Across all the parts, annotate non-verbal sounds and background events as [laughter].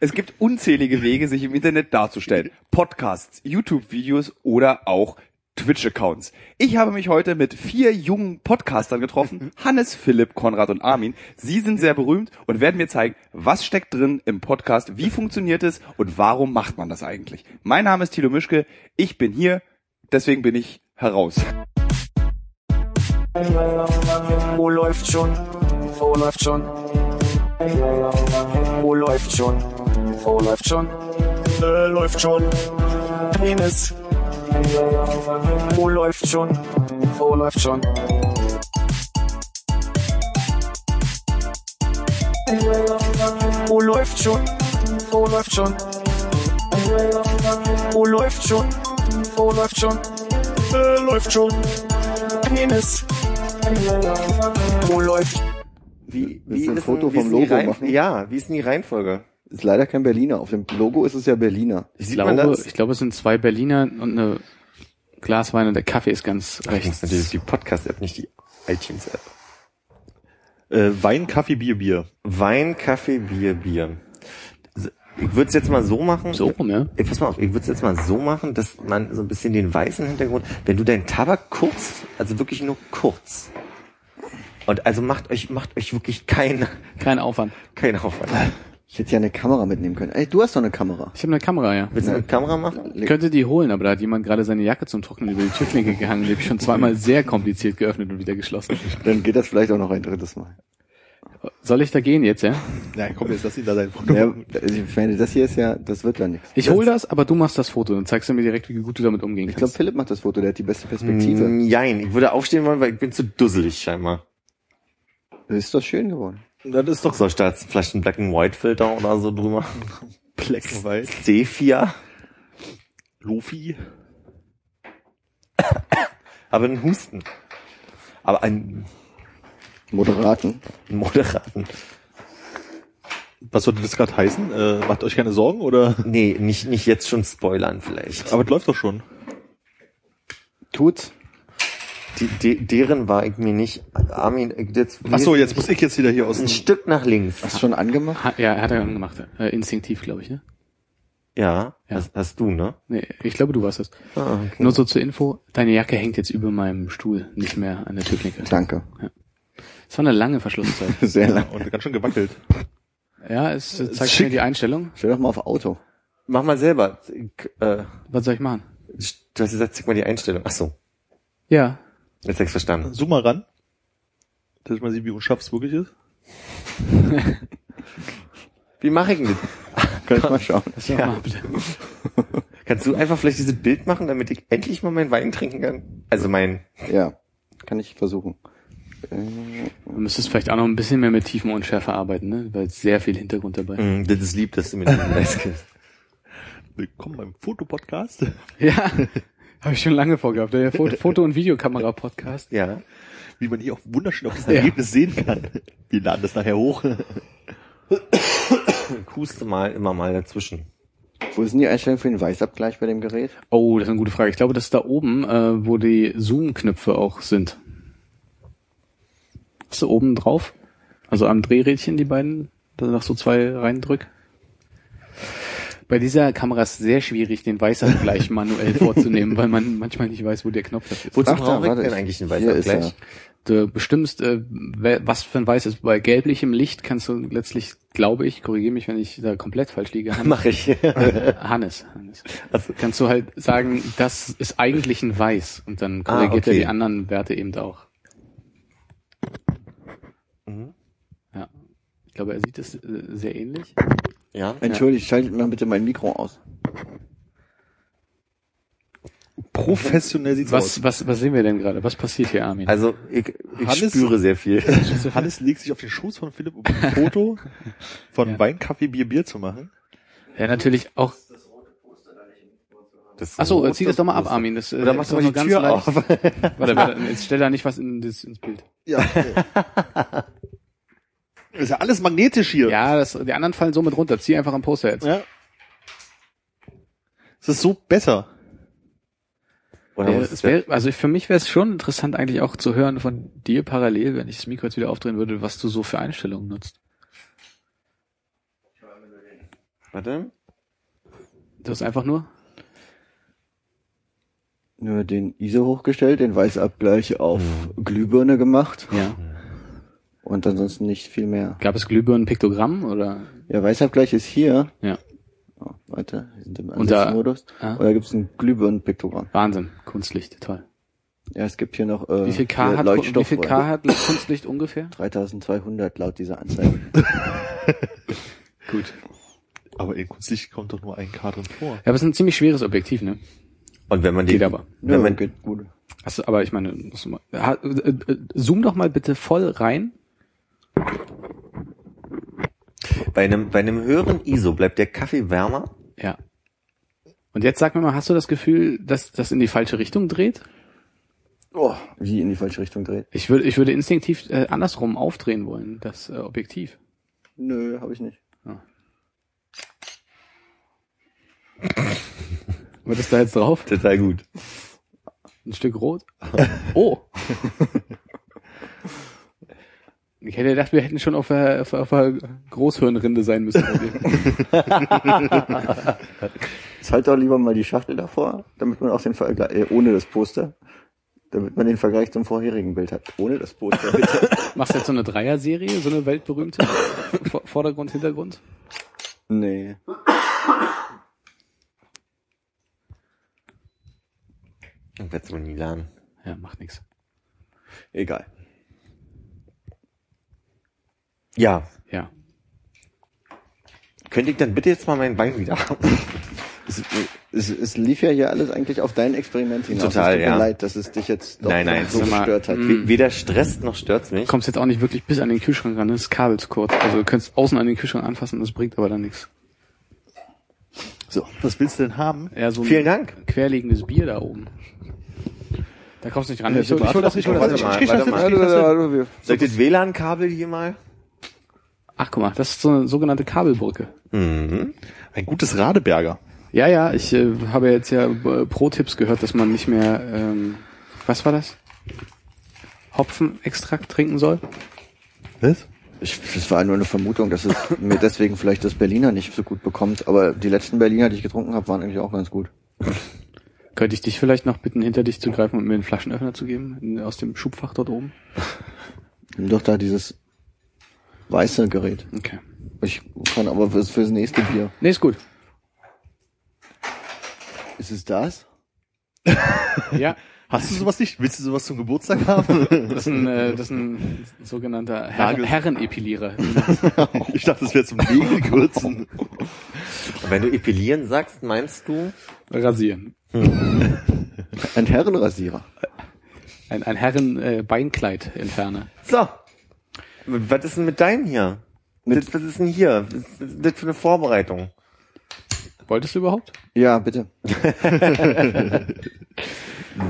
Es gibt unzählige Wege, sich im Internet darzustellen. Podcasts, YouTube-Videos oder auch Twitch-Accounts. Ich habe mich heute mit vier jungen Podcastern getroffen. Hannes, Philipp, Konrad und Armin. Sie sind sehr berühmt und werden mir zeigen, was steckt drin im Podcast, wie funktioniert es und warum macht man das eigentlich. Mein Name ist Thilo Mischke. Ich bin hier, deswegen bin ich heraus. Wo läuft schon? Wo läuft schon? Wo läuft schon? Wo läuft schon? Äh, läuft schon. Penis. Wo läuft schon? Wo läuft schon? Wo läuft schon? Wo läuft schon? Wo läuft schon? Wo läuft schon? Äh, läuft schon. Penis. Wo läuft Wie, Willst wie du ein ist Foto denn, wie vom ist denn die Logo Rein- machen? Ja, wie ist denn die Reihenfolge? Ist leider kein Berliner. Auf dem Logo ist es ja Berliner. Sieht Ich man glaube, das? ich glaube, es sind zwei Berliner und eine Glaswein und der Kaffee ist ganz Ich muss rechts. natürlich die Podcast-App, nicht die iTunes-App. Äh, Wein, Kaffee, Bier, Bier. Wein, Kaffee, Bier, Bier. Also, Ich würde es jetzt mal so machen. So rum, ja? Ey, pass mal auf, ich würde es jetzt mal so machen, dass man so ein bisschen den weißen Hintergrund, wenn du deinen Tabak kurz, also wirklich nur kurz. Und also macht euch, macht euch wirklich keinen, Kein Aufwand. keinen Aufwand. Ich hätte ja eine Kamera mitnehmen können. Ey, du hast doch eine Kamera. Ich habe eine Kamera, ja. Willst du eine Kamera machen? Ich könnte die holen, aber da hat jemand gerade seine Jacke zum Trocknen über die Türklinke gehangen. Die habe ich schon zweimal sehr kompliziert geöffnet und wieder geschlossen. Dann geht das vielleicht auch noch ein drittes Mal. Soll ich da gehen jetzt, ja? Na komm, jetzt lass ihn da sein Foto. Ja, also ich meine, das hier ist ja, das wird ja nichts. Ich hol das, aber du machst das Foto. Dann zeigst du mir direkt, wie gut du damit umgehen Ich glaube, kannst. Philipp macht das Foto, der hat die beste Perspektive. Hm, Nein, ich würde aufstehen wollen, weil ich bin zu dusselig scheinbar. Ist doch schön geworden. Das ist doch Soll ich da jetzt vielleicht einen Black and White Filter oder so drüber? Pleckenweit. Sephia? Lofi. [coughs] Aber einen Husten. Aber einen Moderaten. moderaten. Was sollte das gerade heißen? Äh, macht euch keine Sorgen oder? Nee, nicht, nicht jetzt schon spoilern vielleicht. Aber es läuft doch schon. Tut's. Die, de, deren war ich mir nicht. Armin, ich- jetzt, Ach so, jetzt muss ich jetzt wieder hier aus ein dem... Stück nach links. Hast du schon angemacht? Ha ja, hat er gemacht. Äh, instinktiv, glaube ich, ne? Ja, Ja. Hast, hast du, ne? Nee, ich glaube, du warst das. Ah, okay. Nur so zur Info, deine Jacke hängt jetzt über meinem Stuhl, nicht mehr an der Türklinke. Danke. Es war eine lange Verschlusszeit. Sehr lang. Und ganz schön gewackelt. ja, es äh, zeigt Schick. mir die Einstellung. Stell doch mal auf Auto. Mach mal selber. Ich, äh, Was soll ich machen? du hast gesagt, zeig mal die Einstellung. Ach so, Ja, jetzt hab ich's verstanden. Zoom mal ran. Dass ich mal sehe, wie unscharf es wirklich ist. Wie mache ich denn Kann ich mal schauen. das? sag Ja. mal bitte. Kannst du einfach vielleicht dieses Bild machen, damit ich endlich mal meinen Wein trinken kann? Also mein... Ja. Kann ich versuchen. Äh, Man müsste es vielleicht auch noch ein bisschen mehr mit tiefen Unschärfe arbeiten, ne? Weil es sehr viel Hintergrund dabei. Mm, das ist lieb, dass du mir den Hinweis gibst. Willkommen beim Fotopodcast. [laughs] [laughs] Ja, habe ich schon lange vorgehabt. Der Foto, Foto- und [laughs] Videokamera-Podcast. Ja. Wie man hier auch wunderschön auf das Ja. Ergebnis sehen kann. Wir laden das nachher hoch. Ich huste mal immer mal dazwischen. Wo ist denn die Einstellung für den Weißabgleich bei dem Gerät? Oh, das ist eine gute Frage. Ich glaube, das ist da oben, äh, wo die Zoom-Knöpfe auch sind. Ist da oben drauf? Also am Drehrädchen, die beiden, da noch so zwei reindrück. Bei dieser Kamera ist sehr schwierig, den Weißabgleich manuell vorzunehmen, weil man manchmal nicht weiß, wo der Knopf dafür ist. Wozu Ach, da, brauche ich warte, denn ich- eigentlich einen hier ist Weißabgleich? er. Du bestimmst, äh, wer- was für ein Weiß ist. Bei gelblichem Licht kannst du letztlich, glaube ich, korrigiere mich, wenn ich da komplett falsch liege, Han Mache ich. Äh, Hannes, Hannes. Also- kannst du halt sagen, das ist eigentlich ein Weiß und dann korrigiert Ah, okay. er die anderen Werte eben auch. Mhm. Ja. Ich glaube, er sieht es äh, sehr ähnlich. [laughs] ja. Entschuldigt, schaltet mal bitte mein Mikro aus. Professionell sieht's Was, was, was sehen wir denn gerade? Was passiert hier, Armin? Also ich, ich Hannes- spüre sehr [laughs] viel. Also, aus. Hannes legt sich auf den Schoß von Philipp, um ein Foto von Ja. Wein, Kaffee, Bier, Bier zu machen. ja, natürlich auch. Das Ach so, rote zieh das doch mal ab, Muster. Armin. Das, äh, Oder machst ist du mal nur die Tür leicht. auf. Warte, warte, jetzt stell da nicht was in, das, ins Bild. Ja. ist ja alles magnetisch hier. Ja, das, die anderen fallen somit runter. Zieh einfach am Poster jetzt. Ja. Es ist so besser. Oder Äh, was ist es wär, also für mich wäre es schon interessant, eigentlich auch zu hören von dir parallel, wenn ich das Mikro jetzt wieder aufdrehen würde, was du so für Einstellungen nutzt. Warte. Das ist einfach nur. Nur den ISO hochgestellt, den Weißabgleich auf Hm. Glühbirne gemacht Ja. und ansonsten nicht viel mehr. Gab es Glühbirnen-Piktogramm oder? Ja, Weißabgleich ist hier. Ja. Oh, warte, wir sind im Und da- Ansatzmodus. Ah. Oder gibt es ein Glühbirnenpiktogramm? Wahnsinn. Kunstlicht. Toll. Ja, es gibt hier noch äh, Wie viel K hier hat, wie viel ne? K hat Kunstlicht ungefähr? 3200 laut dieser [laughs] Anzeige. Gut. Aber in Kunstlicht kommt doch nur ein K drin vor. Ja, aber es ist ein ziemlich schweres Objektiv, ne? Und wenn man die, Geht aber. Ja, wenn man, geht gut. Achso, aber ich meine, muss mal- ha- äh, äh, zoom doch mal bitte voll rein. bei einem, bei einem höheren ISO bleibt der Kaffee wärmer. Ja. Und jetzt sag mir mal, hast du das Gefühl, dass das in die falsche Richtung dreht? Oh, wie in die falsche Richtung dreht. Ich würde, ich würde instinktiv äh, andersrum aufdrehen wollen, das äh, Objektiv. Nö, habe ich nicht. Was ist da jetzt drauf? Total gut. Ein Stück [laughs] Rot? Oh! Ich hätte gedacht, wir hätten schon auf der, auf, auf der Großhirnrinde sein müssen. bei dir. Jetzt halt doch lieber mal die Schachtel davor, damit man auch den Vergleich, äh, ohne das Poster, damit man den Vergleich zum vorherigen Bild hat. Ohne das Poster, bitte. [laughs] Machst du jetzt so eine Dreier-Serie, so eine weltberühmte? Vor- Vordergrund, Hintergrund? nee. Ich werde es wohl nie lernen. Ja, macht nichts. Egal. Ja. Ja. Könnte ich dann bitte jetzt mal mein Bein [laughs] wieder haben? Es, es, es lief ja hier alles eigentlich auf dein Experiment hinaus. Total, es tut ja. mir leid, dass es dich jetzt doch Nein, nein, Hm. so sag mal, gestört hat. mm. Weder stresst noch stört's mich. kommst jetzt auch nicht wirklich bis an den Kühlschrank ran, ne? das Kabel ist kurz. Also du könntest außen an den Kühlschrank anfassen, das bringt aber dann nichts. So, was willst du denn haben? Ja, so ein Vielen Dank. querliegendes Bier da oben. Da kommst du nicht ran. Ja, ich hol, ich hol das, ich hol Warte das. mal, warte mal. Hallo, hallo, Soll ich das WLAN-Kabel hier mal? Ach guck mal, das ist so eine sogenannte Kabelbrücke. Mhm. Ein gutes Radeberger. Ja, ja, ich äh, habe jetzt ja äh, Pro-Tipps gehört, dass man nicht mehr, ähm, was war das? Hopfenextrakt trinken soll? Was? Ich, das war nur eine Vermutung, dass es mir deswegen vielleicht das Berliner nicht so gut bekommt. Aber die letzten Berliner, die ich getrunken habe, waren eigentlich auch ganz gut. Könnte ich dich vielleicht noch bitten, hinter dich zu greifen und mir einen Flaschenöffner zu geben? In, aus dem Schubfach dort oben? Nimm Doch da dieses weiße Gerät. Okay. Ich kann aber fürs, fürs nächste Bier. Nee, ist gut. Ist es das? Ja. Hast du sowas nicht? Willst du sowas zum Geburtstag [laughs] haben? Das ist ein, äh, das ist ein sogenannter Herr Nagel- Herrenepilierer. ich dachte, das wäre zum Legen kürzen. Und wenn du epilieren sagst, meinst du? Rasieren. Ein Herrenrasierer. Ein, äh, ein Herren-Beinkleid-Entferner. So. Was ist denn mit deinem hier? das, was ist denn hier? Was ist das für eine Vorbereitung? Wolltest du überhaupt? Ja, bitte.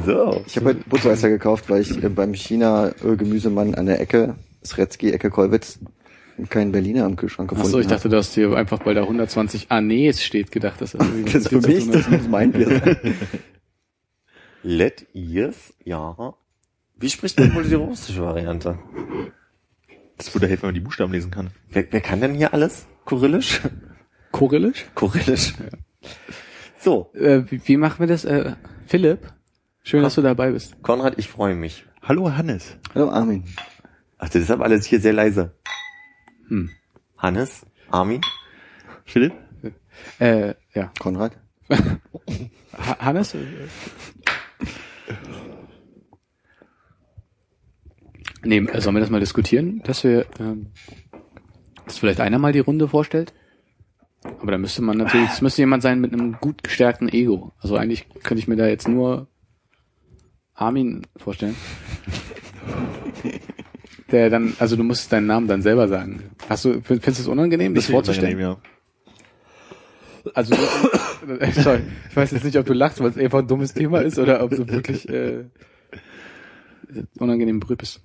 So. Ich habe heute Butterweißer gekauft, weil ich äh, beim China-Gemüsemann an der Ecke, Sretzky, Ecke Kolwitz, keinen Berliner im Kühlschrank gefunden Achso, ich habe. dachte, du hast dir einfach bei der 120 Anes steht gedacht. dass Das, [laughs] irgendwie was Das ist für mit mich, zu tun hat. das muss mein Bier sein. Let yes, ja. Wie spricht man wohl die russische Variante? Das würde helfen, wenn man die Buchstaben lesen kann. Wer, wer kann denn hier alles? Kyrillisch? [laughs] Kyrillisch? Kyrillisch. So, Äh, wie, wie machen wir das? Äh, Philipp, schön, dass du dabei bist. Konrad, ich freue mich. Hallo Hannes. [laughs] Hallo Armin. Ach, das ist aber alles hier sehr leise. Hm. Hannes, Armin, Philipp? Äh, ja. Konrad? Ha Hannes? Äh, Nee, äh, sollen wir das mal diskutieren, dass wir, ähm, dass vielleicht einer mal die Runde vorstellt? Aber da müsste man natürlich, es müsste jemand sein mit einem gut gestärkten Ego. Also eigentlich könnte ich mir da jetzt nur Armin vorstellen. Der dann, also du musst deinen Namen dann selber sagen. Hast du, findest du es unangenehm, dich vorzustellen? ja. Also, sorry, ich weiß jetzt nicht, ob du lachst, weil es einfach ein dummes Thema ist oder ob du wirklich äh, unangenehm berührt bist.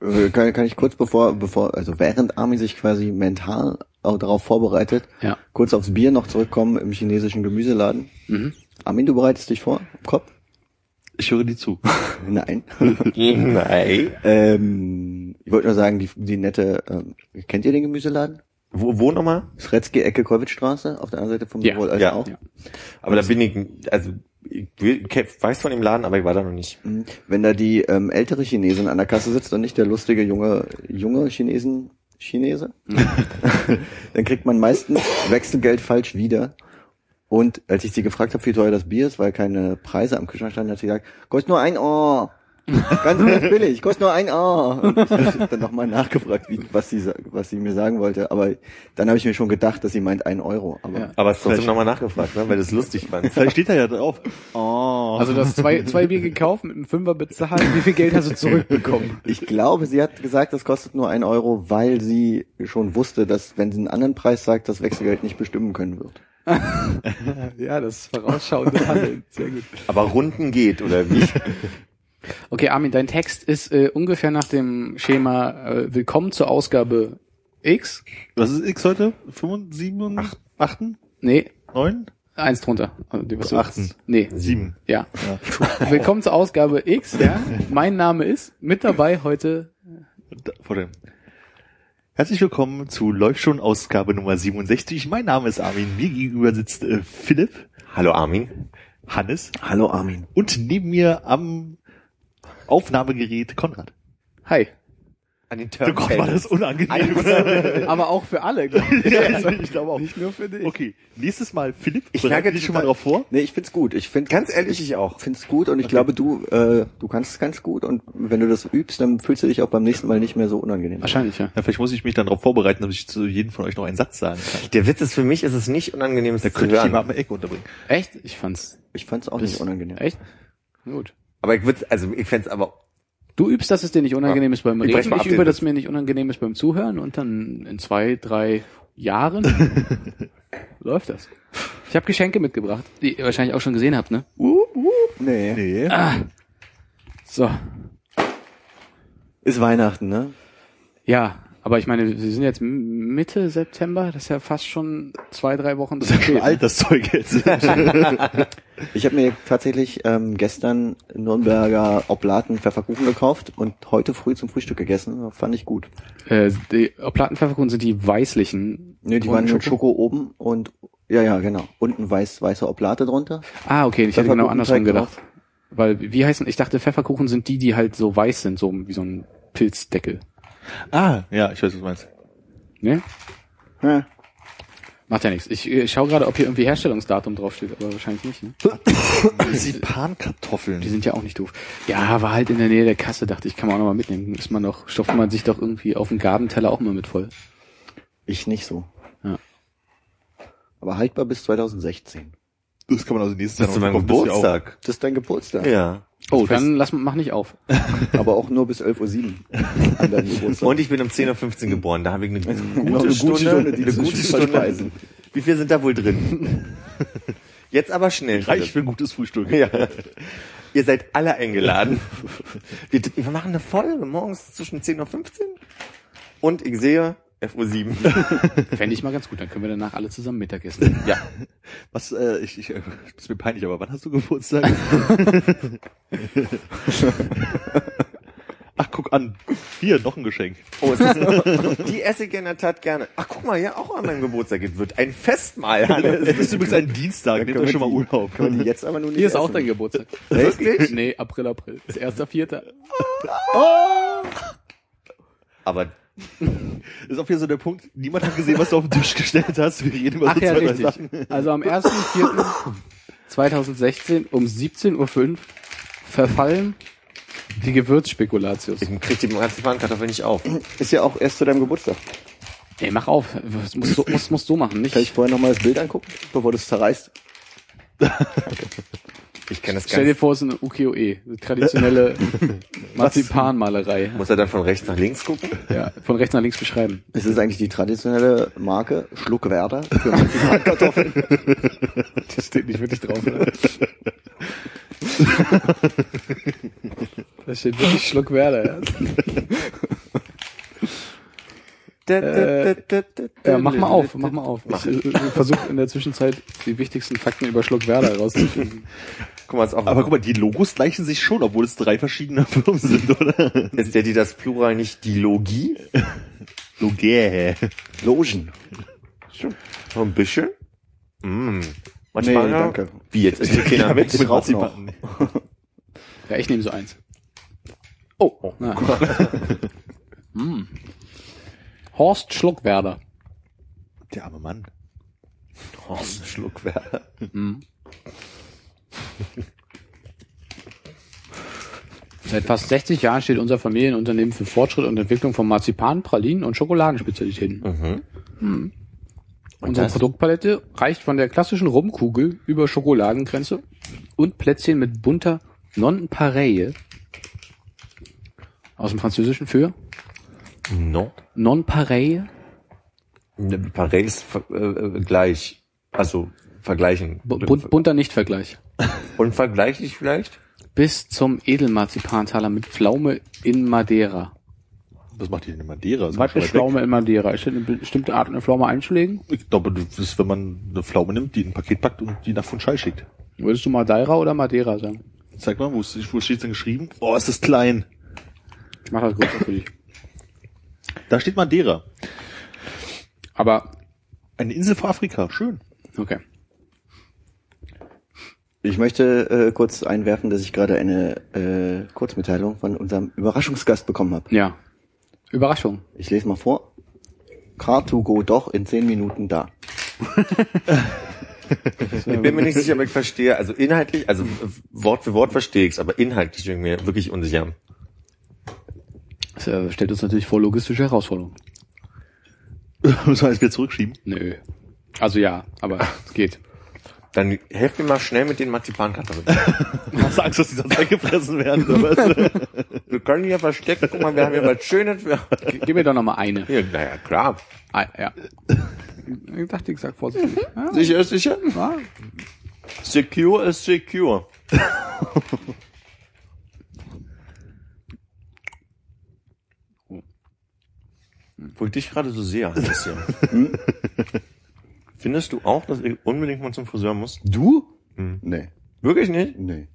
Äh, Kann, kann ich kurz bevor, bevor, also während Armin sich quasi mental auch darauf vorbereitet, Ja. kurz aufs Bier noch zurückkommen im chinesischen Gemüseladen. Mhm. Armin, du bereitest dich vor? Im Kopf? [laughs] Ich höre dir zu. Nein. [laughs] Nein. ähm, ich wollte nur sagen, die, die nette, ähm, kennt ihr den Gemüseladen? Wo, wo nochmal? Schretzky, Ecke, Kolwitzstraße, auf der anderen Seite vom Ja, Sowohl als ja. auch. Ja. Aber da bin ich, also ich will- ich weiß von dem Laden, aber ich war da noch nicht. Mhm. Wenn da die ähm, ältere Chinesin an der Kasse sitzt und nicht der lustige junge, junge Chinesen, Chinese, [laughs] dann kriegt man meistens Wechselgeld falsch wieder. Und als ich sie gefragt habe, wie teuer das Bier ist, weil keine Preise am Kühlschrank standen, hat sie gesagt, kostet nur ein Ohr. Ganz, ganz billig, kostet nur ein Ohr. Und ich hab dann nochmal nachgefragt, wie, was, sie, sa- was sie mir sagen wollte. Aber dann habe ich mir schon gedacht, dass sie meint ein Euro. Aber Ja. Aber es trotzdem nochmal nachgefragt, ne, weil das lustig fand. Vielleicht steht da ja drauf. Oh. Also du hast zwei, zwei Bier gekauft, mit einem Fünfer bezahlt. Wie viel Geld hast du zurückbekommen? Ich glaube, sie hat gesagt, das kostet nur ein Euro, weil sie schon wusste, dass wenn sie einen anderen Preis sagt, das Wechselgeld nicht bestimmen können wird. Ja, das vorausschauende Handeln. Sehr gut. aber Runden geht, oder [laughs] wie? Okay, Armin, dein Text ist äh, ungefähr nach dem Schema äh, Willkommen zur Ausgabe X. Was ist X heute? 5, 7, 8, 8 Nee, 9, eins drunter. Also, die, was du- Achten. Nee, 7. ja. [laughs] Willkommen zur Ausgabe X, ja. Mein Name ist mit dabei heute. Vor dem. Herzlich willkommen zu Läuft schon Ausgabe Nummer 67. Mein Name ist Armin. Mir gegenüber sitzt äh, Philipp, Hallo Armin. Hannes Hallo Armin. und neben mir am Aufnahmegerät Konrad. Hi. An den Oh Gott, war das unangenehm. [laughs] Aber auch für alle, glaub ich. Also Ja, ich glaube auch. Nicht nur für dich. Okay, nächstes Mal Philipp. Ich bereite merke dich schon mal total- drauf vor. Nee, ich find's gut. Ich find Ganz ehrlich, ich auch. find's gut und ich glaube, du äh, du kannst es ganz gut und wenn du das übst, dann fühlst du dich auch beim nächsten Mal nicht mehr so unangenehm. Wahrscheinlich, ja. Ja, vielleicht muss ich mich dann darauf vorbereiten, dass ich zu jedem von euch noch einen Satz sagen kann. Der Witz ist, für mich ist es nicht unangenehm, es Da zu könnte ich die mal hören. am Eck unterbringen. Echt? Ich fand's Ich fand's auch nicht unangenehm. echt gut. Aber ich würde, also ich fänd's aber, Du übst, dass es dir nicht unangenehm ist beim Ich Reden. brech mal ab Ich den übe, dass Witz. mir nicht unangenehm ist beim Zuhören und dann in zwei, drei Jahren läuft das. Ich habe Geschenke mitgebracht, die ihr wahrscheinlich auch schon gesehen habt, ne? Nee. Nee. So. Ist Weihnachten, ne? Ja, aber ich meine, wir sind jetzt M- Mitte September, das ist ja fast schon zwei, drei Wochen zu spät. Alt das Zeug jetzt. Ich habe mir tatsächlich ähm, gestern Nürnberger Oblaten Pfefferkuchen gekauft und heute früh zum Frühstück gegessen. Fand ich gut. Äh, die Plattenpfefferkuchen sind die weißlichen. Nee, Ne, die Ohne waren mit Schoko oben und ja, ja, genau. Unten weiß, weiße Oblate drunter. Ah, okay, ich hätte genau Pfefferkuchenteig andersrum gedacht. drauf. Weil, wie heißen, ich dachte, Pfefferkuchen sind die, die halt so weiß sind, so wie so ein Pilzdeckel. ah, ja, ich weiß, was du meinst. Ne? Ja. Macht ja nichts. Ich äh, schaue gerade, ob hier irgendwie Herstellungsdatum draufsteht, aber wahrscheinlich nicht. Ne? Die Marzipankartoffeln. sind ja auch nicht doof. Ja, war halt in der Nähe der Kasse, dachte ich, kann man auch nochmal mitnehmen. Ist man doch, stopft man sich doch irgendwie auf den Gabenteller auch mal mit voll. Ich nicht so. Ja. Aber haltbar bis 2016. Das kann man also nächstes das ist mein bekommen, das ist ja auch- Geburtstag. Das ist dein Geburtstag. Ja. Oh, dann lass mach nicht auf. Aber auch nur bis 11.07 Uhr an deinem Geburtstag. Und ich bin um 10.15 Uhr geboren, da habe ich eine [laughs] Noch gute Stunde, die eine zu gute Stunde. verspeisen. Wie viel sind da wohl drin? [laughs] Jetzt aber schnell. Reich Philipp. für ein gutes Frühstück. Ja. Ihr seid alle eingeladen. Wir, wir machen eine Folge morgens zwischen 10.15 Uhr und ich sehe FO7. [laughs] Fände ich mal ganz gut, dann können wir danach alle zusammen Mittag essen. Ja. Was, äh, ich, ich, äh, ist mir peinlich, aber wann hast du Geburtstag? [laughs] Ach, guck an. Hier, noch ein Geschenk. Oh, ist das, die esse ich in der Tat gerne. Ach, guck mal, ja, auch an meinem Geburtstag. Es wird ein Festmahl, [laughs] [laughs] Es Hannes. ist übrigens ein Dienstag, nehmt euch schon mal Urlaub. Kann man die jetzt aber nur nicht Hier ist essen. auch dein Geburtstag. Wirklich? Nee, April, April. Ist erster, vierter. Aber Das ist auch wieder so der Punkt, niemand hat gesehen, was du auf den Tisch gestellt hast. Wir reden über Ach so ja, [laughs] zwei, drei richtig. Sachen. Also am 1.4.2016 um 17.05 Uhr verfallen die Gewürzspekulatius. ich krieg die Marzipankartoffel nicht auf. Ist ja auch erst zu deinem Geburtstag. Ey, mach auf. Das musst du musst, musst du machen, nicht? Kann ich vorher nochmal das Bild angucken, bevor du es zerreißt? Ich kenne das Stell dir ganz. vor, es ist eine UKOE, E, eine traditionelle [laughs] Marzipanmalerei. Muss er dann von rechts nach links gucken? Ja, von rechts nach links beschreiben. Es ist eigentlich die traditionelle Marke Schluckwerder für Marzipankartoffeln. Das steht nicht wirklich drauf, [laughs] oder? Da steht wirklich Schluck Werder. Äh, Ja. ja, mach mal auf, mach mal auf. Ich äh, versuch in der Zwischenzeit die wichtigsten Fakten über Schluck Werder rauszufinden. Guck mal, ist auch. Aber guck mal, die Logos gleichen sich schon, obwohl es drei verschiedene Firmen sind, oder? Ist der die das Plural nicht die Logie? Logier. Logen. So ein bisschen? Mm. Nee, Manchmal, ja. danke. Wie, jetzt ist die Kinder mit? Bitte drauf noch. Ja, ich nehme so eins. Oh, Na. [laughs] Hm. Horst Schluckwerder. Der arme Mann. Oh, Horst Schluckwerder. Hm. Seit fast 60 Jahren steht unser Familienunternehmen für Fortschritt und Entwicklung von Marzipan, Pralinen und Schokoladenspezialitäten. Mhm. Unsere das? Produktpalette reicht von der klassischen Rumkugel über Schokoladenkränze und Plätzchen mit bunter Non-Pareille aus dem Französischen für No. Ne, Non-Pareille, Pareil ist ver- äh, äh, gleich. Also vergleichen. bu- bun- bunter Nichtvergleich. Unvergleichlich vielleicht? Bis zum Edelmarzipantaler mit Pflaume in Madeira. Was macht ihr denn in Madeira? Ist Was schon ist weit weg. Pflaume in Madeira? Ist das eine bestimmte Art, eine Pflaume einschlägen? Ich glaube, das ist, wenn man eine Pflaume nimmt, die in ein Paket packt und die nach Funchal schickt. Würdest du Madeira oder Madeira sagen? Zeig mal, wo, ist- wo steht's denn geschrieben? Oh, ist das klein. Ich mach das größer für dich. Da steht Madeira. [laughs] Aber, Eine Insel vor Afrika. Schön. [laughs] okay. Ich möchte äh, kurz einwerfen, dass ich gerade eine äh, Kurzmitteilung von unserem Überraschungsgast bekommen habe. Ja. Überraschung. Ich lese mal vor. Car2Go doch in 10 Minuten da. Ich bin mir nicht sicher, aber ich verstehe, also inhaltlich, also äh, Wort für Wort verstehe ich's, aber inhaltlich bin ich mir wirklich unsicher. Das äh, stellt uns natürlich vor logistische Herausforderungen. Müssen wir jetzt wieder zurückschieben? Nö. Also ja, aber es [laughs] geht. Dann helft mir mal schnell mit den Marzipankartoffeln. Hast du Angst, dass [laughs] die sonst weggefressen werden? Oder was? Wir können hier verstecken, guck mal, wir haben hier was Schönes. Wir Ge- Gib mir doch nochmal [laughs] eine. hier, naja, klar. Ah, ja. Ich dachte, ich sag vorsichtig. [laughs] Ja, Sicher ist sicher? war. Secure ist secure. Wo ich dich gerade so sehe, Hannes, hier. Findest du auch, dass ich unbedingt mal zum Friseur muss? Du? Hm. Nee, Wirklich nicht? nee.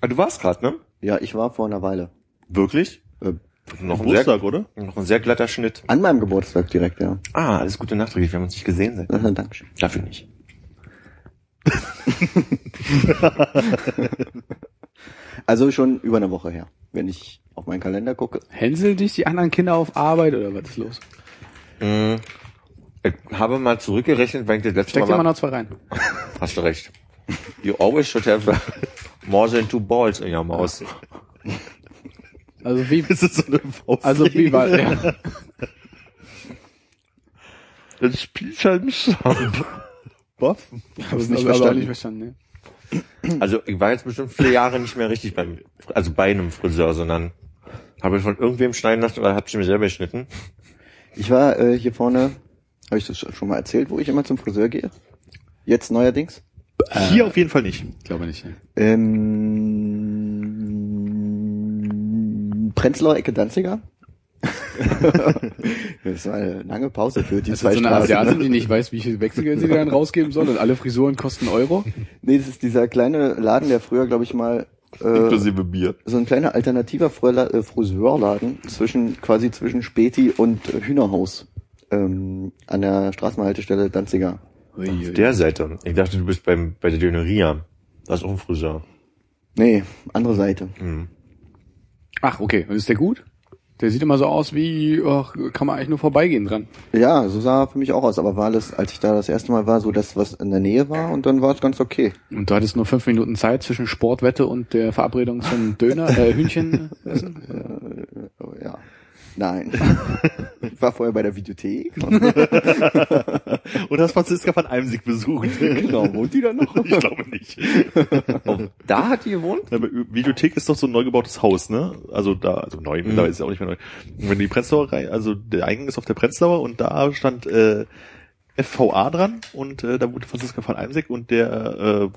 Ah, du warst gerade, ne? Ja, ich war vor einer Weile. Wirklich? Äh, Noch ein, sehr, Geburtstag, oder? noch ein sehr glatter Schnitt. an meinem Geburtstag direkt, ja. Ah, alles Gute nachträglich. Wir haben uns nicht gesehen seit. Dankeschön. Dafür nicht. Also schon über eine Woche her, wenn ich auf meinen Kalender gucke. Hänsel dich die anderen Kinder auf Arbeit oder was ist los? Mm, Ich habe mal zurückgerechnet, weil ich das letzte Steck dir Mal... mal noch zwei rein. Hast du recht. You always should have more than two balls in your mouth. [laughs] Also wie, Das ist so eine Faust. also wie war, [laughs] [laughs] ja. Dann spielt halt ein Schab. Waffen. Habe es nicht Aber auch verstanden. nicht verstanden, ne? Also ich war jetzt bestimmt viele Jahre nicht mehr richtig beim, also bei einem Friseur, sondern habe ich von irgendwem schneiden lassen oder habe ich mir selber geschnitten. Ich war äh, hier vorne, habe ich das schon mal erzählt, wo ich immer zum Friseur gehe? Jetzt neuerdings? Äh. Hier auf jeden Fall nicht. Ich glaube nicht, ne? Ähm, Prenzlauer Ecke [laughs] Danziger. das war eine lange Pause für die Das ist zwei so eine Straßen. ne? Asiatin, die nicht weiß, wie viel Wechselgeld sie dann rausgeben soll und alle Frisuren kosten Euro. Nee, das ist dieser kleine Laden, der früher, glaube ich mal, äh, Inklusive Bier. so ein kleiner alternativer Fröla- äh, Friseurladen zwischen quasi zwischen Späti und äh, Hühnerhaus ähm, an der Straßenhaltestelle Danziger. Uiuiui. Auf der Seite. Ich dachte, du bist beim, bei der Döneria. Da ist auch ein Friseur. Nee, andere Seite. Hm. Ach, okay. Und ist der gut? Der sieht immer so aus wie, ach, kann man eigentlich nur vorbeigehen dran. Ja, so sah er für mich auch aus, aber war das, als ich da das erste Mal war, so das, was in der Nähe war und dann war es ganz okay. Und du hattest nur fünf Minuten Zeit zwischen Sportwette und der Verabredung zum Döner, äh, Hühnchen. Oh, ja. Nein. [laughs] ich war vorher bei der Videothek. [laughs] Und hast Franziska von [laughs] Almsig besucht. [laughs] genau, wohnt die da noch? [laughs] Ich glaube nicht. Da hat die gewohnt? Aber Videothek ist doch so ein neu gebautes Haus, ne? Also da, also neu, Mhm. da ist es auch nicht mehr neu. Und wenn die Prenzlauer rein, also der Eingang ist auf der Prenzlauer und da stand äh, FVA dran und äh, da wurde Franziska von Almsig und der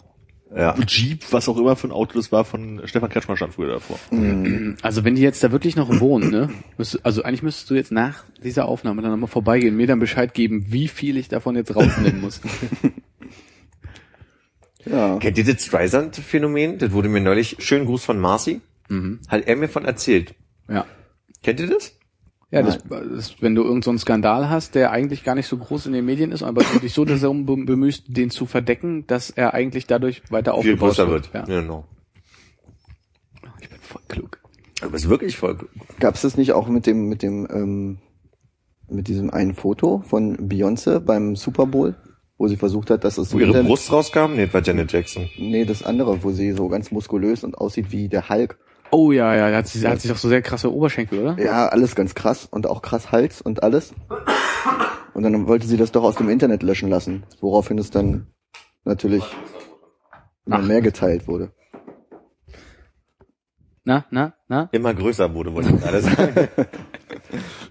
Ja. äh, Jeep, was auch immer für ein Auto das war, von Stefan Kretschmann stand früher davor. Mhm. Also wenn die jetzt da wirklich noch wohnen, ne? Müsst, also eigentlich müsstest du jetzt nach dieser Aufnahme dann nochmal vorbeigehen, mir dann Bescheid geben, wie viel ich davon jetzt rausnehmen muss. Ja. Kennt ihr das Streisand-Phänomen? Das wurde mir neulich, schönen Gruß von Marci, mhm. hat er mir von erzählt. Ja. Kennt ihr das? Ja, das, das, wenn du irgendeinen so einen Skandal hast, der eigentlich gar nicht so groß in den Medien ist, aber du dich so darum be- bemühst, den zu verdecken, dass er eigentlich dadurch weiter Viel aufgebaut größer wird. wird. Ja. Genau. Ich bin voll klug. Du bist wirklich voll klug. Gab es das nicht auch mit dem, mit dem, ähm, mit diesem einen Foto von Beyoncé beim Super Bowl, wo sie versucht hat, dass es Wo ihre Brust rauskam? Nee, das war Janet Jackson. Nee, das andere, wo sie so ganz muskulös und aussieht wie der Hulk. Oh ja, ja, da hat sie, da hat sie doch so sehr krasse Oberschenkel, oder? Ja, alles ganz krass und auch krass Hals und alles. Und dann wollte sie das doch aus dem Internet löschen lassen, woraufhin es dann natürlich immer mehr geteilt wurde. Na, na, na? Immer größer wurde, wollte ich gerade sagen.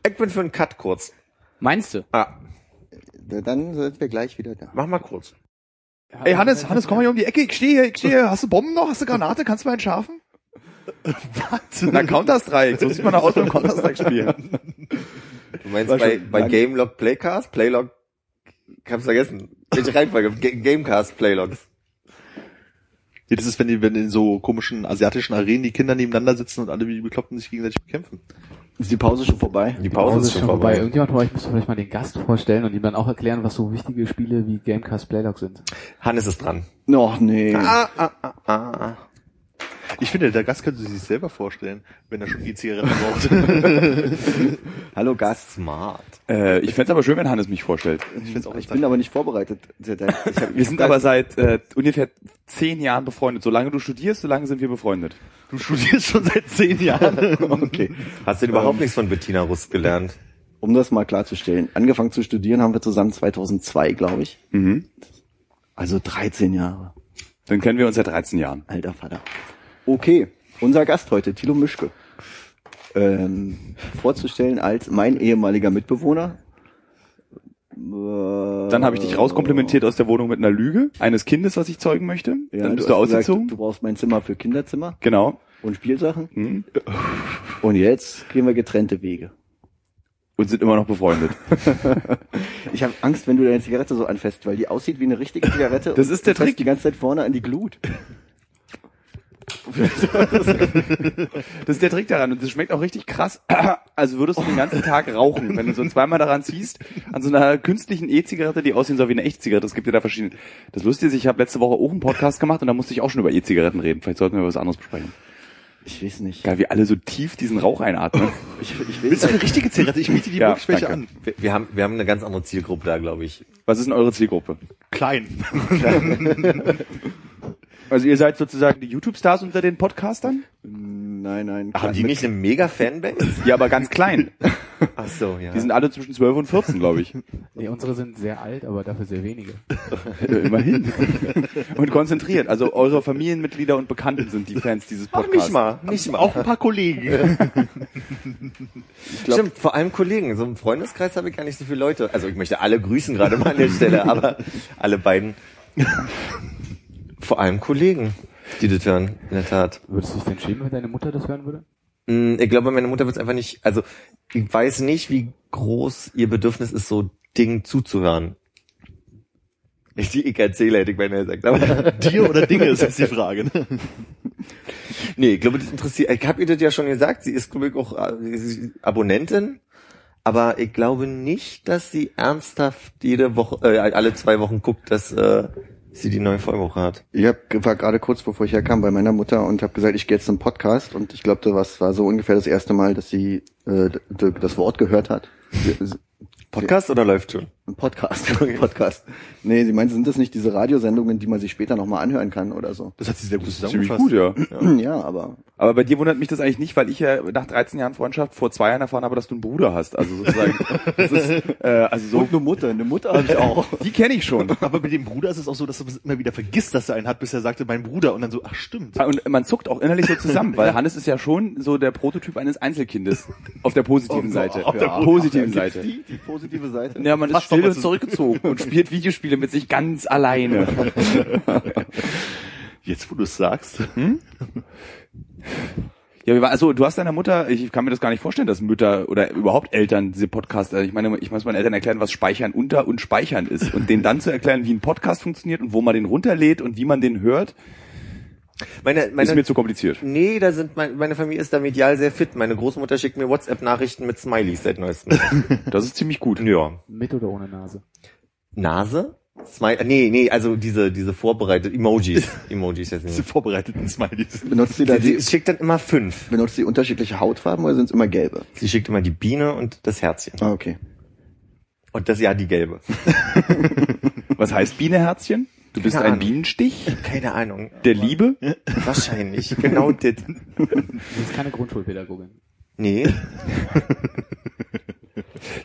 ich bin für einen Cut kurz. Meinst du? Ah, Dann sind wir gleich wieder da. mach mal kurz. Ey, Hannes, Also, Hannes, komm mal hier um die Ecke. Ich stehe hier, ich stehe hier. Hast du Bomben noch? Hast du Granate? Kannst du mal entschärfen? Was? Na, Counter-Strike. So sieht man aus beim Counter-Strike-Spielen. [laughs] Du meinst War bei, schon bei lang- Gamelock Playcast? Playlog? Ich hab's vergessen. Welche Reihenfolge? Ga- Gamecast Playlogs. Ja, das ist, wenn, die, wenn in so komischen asiatischen Arenen die Kinder nebeneinander sitzen und alle wie die Bekloppten sich gegenseitig bekämpfen. Ist die Pause schon vorbei? Die Pause ist schon vorbei. Irgendjemand von euch müsste vielleicht mal den Gast vorstellen und ihm dann auch erklären, was so wichtige Spiele wie Gamecast Playlog sind. Hannes ist dran. Noch nee. Ich finde, der Gast könnte sich selber vorstellen, wenn er schon die Zigarette braucht. [laughs] Hallo Gast. Smart. Äh, ich fänd's aber schön, wenn Hannes mich vorstellt. Ich find's auch Ich bin aber nicht vorbereitet. Ich hab- Wir sind aber seit äh, ungefähr zehn Jahren befreundet. Solange du studierst, solange sind wir befreundet. Du studierst schon seit zehn Jahren. okay. Hast du denn überhaupt nichts von Bettina Rust gelernt? Um das mal klarzustellen, angefangen zu studieren haben wir zusammen 2002, glaube ich. Mhm. Also 13 Jahre. Dann kennen wir uns seit 13 Jahren. Alter Vater. Okay, unser Gast heute, Thilo Mischke. Ähm, vorzustellen als mein ehemaliger Mitbewohner. Äh, Dann habe ich dich rauskomplimentiert aus der Wohnung mit einer Lüge eines Kindes, was ich zeugen möchte. Ja, Dann bist hast du gesagt, ausgezogen. du brauchst mein Zimmer für Kinderzimmer genau. und Spielsachen. Mhm. Und jetzt gehen wir getrennte Wege. Und sind immer noch befreundet. Ich habe Angst, wenn du deine Zigarette so anfasst, weil die aussieht wie eine richtige Zigarette. Das ist der du fasst Trick. Die ganze Zeit vorne an die Glut. Das ist der Trick daran und das schmeckt auch richtig krass. [clears throat] Also würdest du den ganzen Tag rauchen, wenn du so zweimal daran ziehst, an so einer künstlichen E-Zigarette, die aussehen soll wie eine echte Zigarette. Es gibt ja da verschiedene. Das Lustige ist, ich habe letzte Woche auch einen Podcast gemacht und da musste ich auch schon über E-Zigaretten reden. Vielleicht sollten wir über was anderes besprechen. Ich weiß nicht. Geil, wie alle so tief diesen Rauch einatmen. Ich, ich Willst weiß du eine richtige Zigarette? Ich [laughs] biete die Ja, wirklich welche danke. an. Wir, wir, haben, wir haben eine ganz andere Zielgruppe da, glaube ich. Was ist denn eure Zielgruppe? Klein. Also ihr seid sozusagen die YouTube-Stars unter den Podcastern? Nein, nein. Haben die mit- nicht eine mega Fanbase? Ja, aber ganz [laughs] klein. [laughs] Ach so, ja. Die sind alle zwischen 12 und 14, glaube ich. Nee, unsere sind sehr alt, aber dafür sehr wenige. Äh, Immerhin. Und konzentriert. Also eure Familienmitglieder und Bekannten sind die Fans dieses Ach, Podcasts. nicht mal, nicht mal. Auch ein paar Kollegen. Stimmt, vor allem Kollegen. So im Freundeskreis habe ich gar nicht so viele Leute. Also ich möchte alle grüßen gerade mal an der [laughs] Stelle, aber alle beiden. vor allem Kollegen, die das hören, in der Tat. Würdest du dich denn schämen, wenn deine Mutter das hören würde? Mm, Ich glaube, meine Mutter wird es einfach nicht, also ich weiß nicht, wie groß ihr Bedürfnis ist, so Dingen zuzuhören. Ich, ich erzähle, hätte ich beinahe gesagt. [laughs] Aber Dir oder Dinge ist jetzt die Frage. ne? nee, ich glaube, das interessiert, ich habe ihr das ja schon gesagt, sie ist, glaube ich, auch äh, sie ist Abonnentin. Aber ich glaube nicht, dass sie ernsthaft jede Woche, äh, alle zwei Wochen guckt, dass äh, sie die neue Folge hat. Ich hab, war gerade kurz bevor ich herkam bei meiner Mutter und habe gesagt, ich gehe jetzt zum Podcast und ich glaube, das war so ungefähr das erste Mal, dass sie äh, d- d- das Wort gehört hat. Sie- Podcast oder läuft schon? Ein Podcast, [laughs] ein Podcast. Nee, sie meinte, sind das nicht diese Radiosendungen, die man sich später nochmal anhören kann oder so? Das hat sie sehr gut Ziemlich gut, ja. Ja, aber Aber bei dir wundert mich das eigentlich nicht, weil ich ja nach 13 Jahren Freundschaft vor zwei Jahren erfahren habe, dass du einen Bruder hast. Also sozusagen, das ist, äh, also so. eine Mutter, eine Mutter habe ich auch. [laughs] Die kenne ich schon. Aber mit dem Bruder ist es auch so, dass du es immer wieder vergisst, dass er einen hat, bis er sagte, mein Bruder. Und dann so, ach stimmt. Und man zuckt auch innerlich so zusammen, weil Hannes ist ja schon so der Prototyp eines Einzelkindes. Auf der positiven Seite. Oh auf der ja. positiven Seite. Die, die positive Seite. Ja, man ist Passt still doch und was zurückgezogen [laughs] und spielt Videospiele mit sich ganz alleine. Jetzt, wo du es sagst. Ja, wir waren- also du hast deiner Mutter, ich kann mir das gar nicht vorstellen, dass Mütter oder überhaupt Eltern diese Podcasts, also ich meine, ich muss meinen Eltern erklären, was Speichern unter und Speichern ist und denen dann zu erklären, wie ein Podcast funktioniert und wo man den runterlädt und wie man den hört. Meine, Ist meine, mir zu kompliziert. nee, da sind mein, meine Familie ist da medial sehr fit. Meine Großmutter schickt mir WhatsApp-Nachrichten mit Smileys seit neuestem. [laughs] Das ist ziemlich gut. ja. Mit oder ohne Nase? Nase? Smile, nee, nee, also diese, diese vorbereiteten [laughs] Emojis. Emojis jetzt Diese nicht. vorbereiteten Smileys. Benutzt die da Sie, sie die, schickt dann immer fünf. benutzt die unterschiedliche Hautfarben oder sind es immer gelbe? Sie schickt immer die Biene und das Herzchen. Ah, okay. Und das ja die gelbe. Was heißt Bieneherzchen? Du bist Keine ein Ahnung. Bienenstich Keine Ahnung. der Liebe? Wahrscheinlich. Genau das. Sie ist keine Grundschulpädagogin. [laughs] Nee.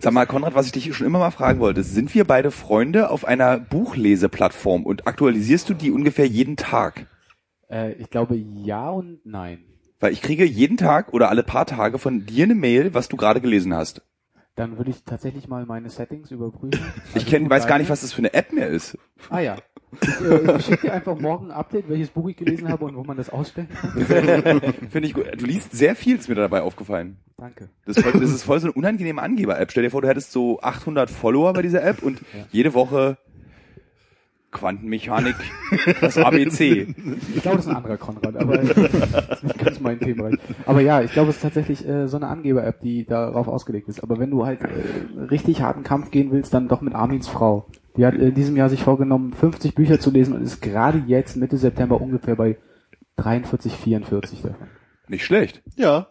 Sag mal, Konrad, was ich dich schon immer mal fragen wollte, sind wir beide Freunde auf einer Buchleseplattform und aktualisierst du die ungefähr jeden Tag? Äh, ich glaube ja und nein. Weil ich kriege jeden Tag oder alle paar Tage von dir eine Mail, was du gerade gelesen hast. Dann würde ich tatsächlich mal meine Settings überprüfen. [laughs] Ich kenn, weiß gar nicht, was das für eine App mehr [laughs] ist. Ah ja. Ich, äh, ich schicke dir einfach morgen ein Update, welches Buch ich gelesen habe und wo man [laughs] das ausstellen kann. Finde ich gut. Du liest sehr viel, ist mir dabei aufgefallen. Danke. Das ist voll, das ist voll so eine unangenehme Angeber-App. Stell dir vor, du hättest so 800 Follower bei dieser App und jede Woche Quantenmechanik, das ABC. Ich glaube, das ist ein anderer Konrad, aber [laughs] das ist nicht ganz mein Thema. Aber ja, ich glaube, es ist tatsächlich äh, so eine Angeber-App, die darauf ausgelegt ist. Aber wenn du halt äh, richtig harten Kampf gehen willst, dann doch mit Armins Frau. Die hat in diesem Jahr sich vorgenommen, 50 Bücher zu lesen und ist gerade jetzt, Mitte September, ungefähr bei 43, 44 davon. Nicht schlecht. [laughs] Ja.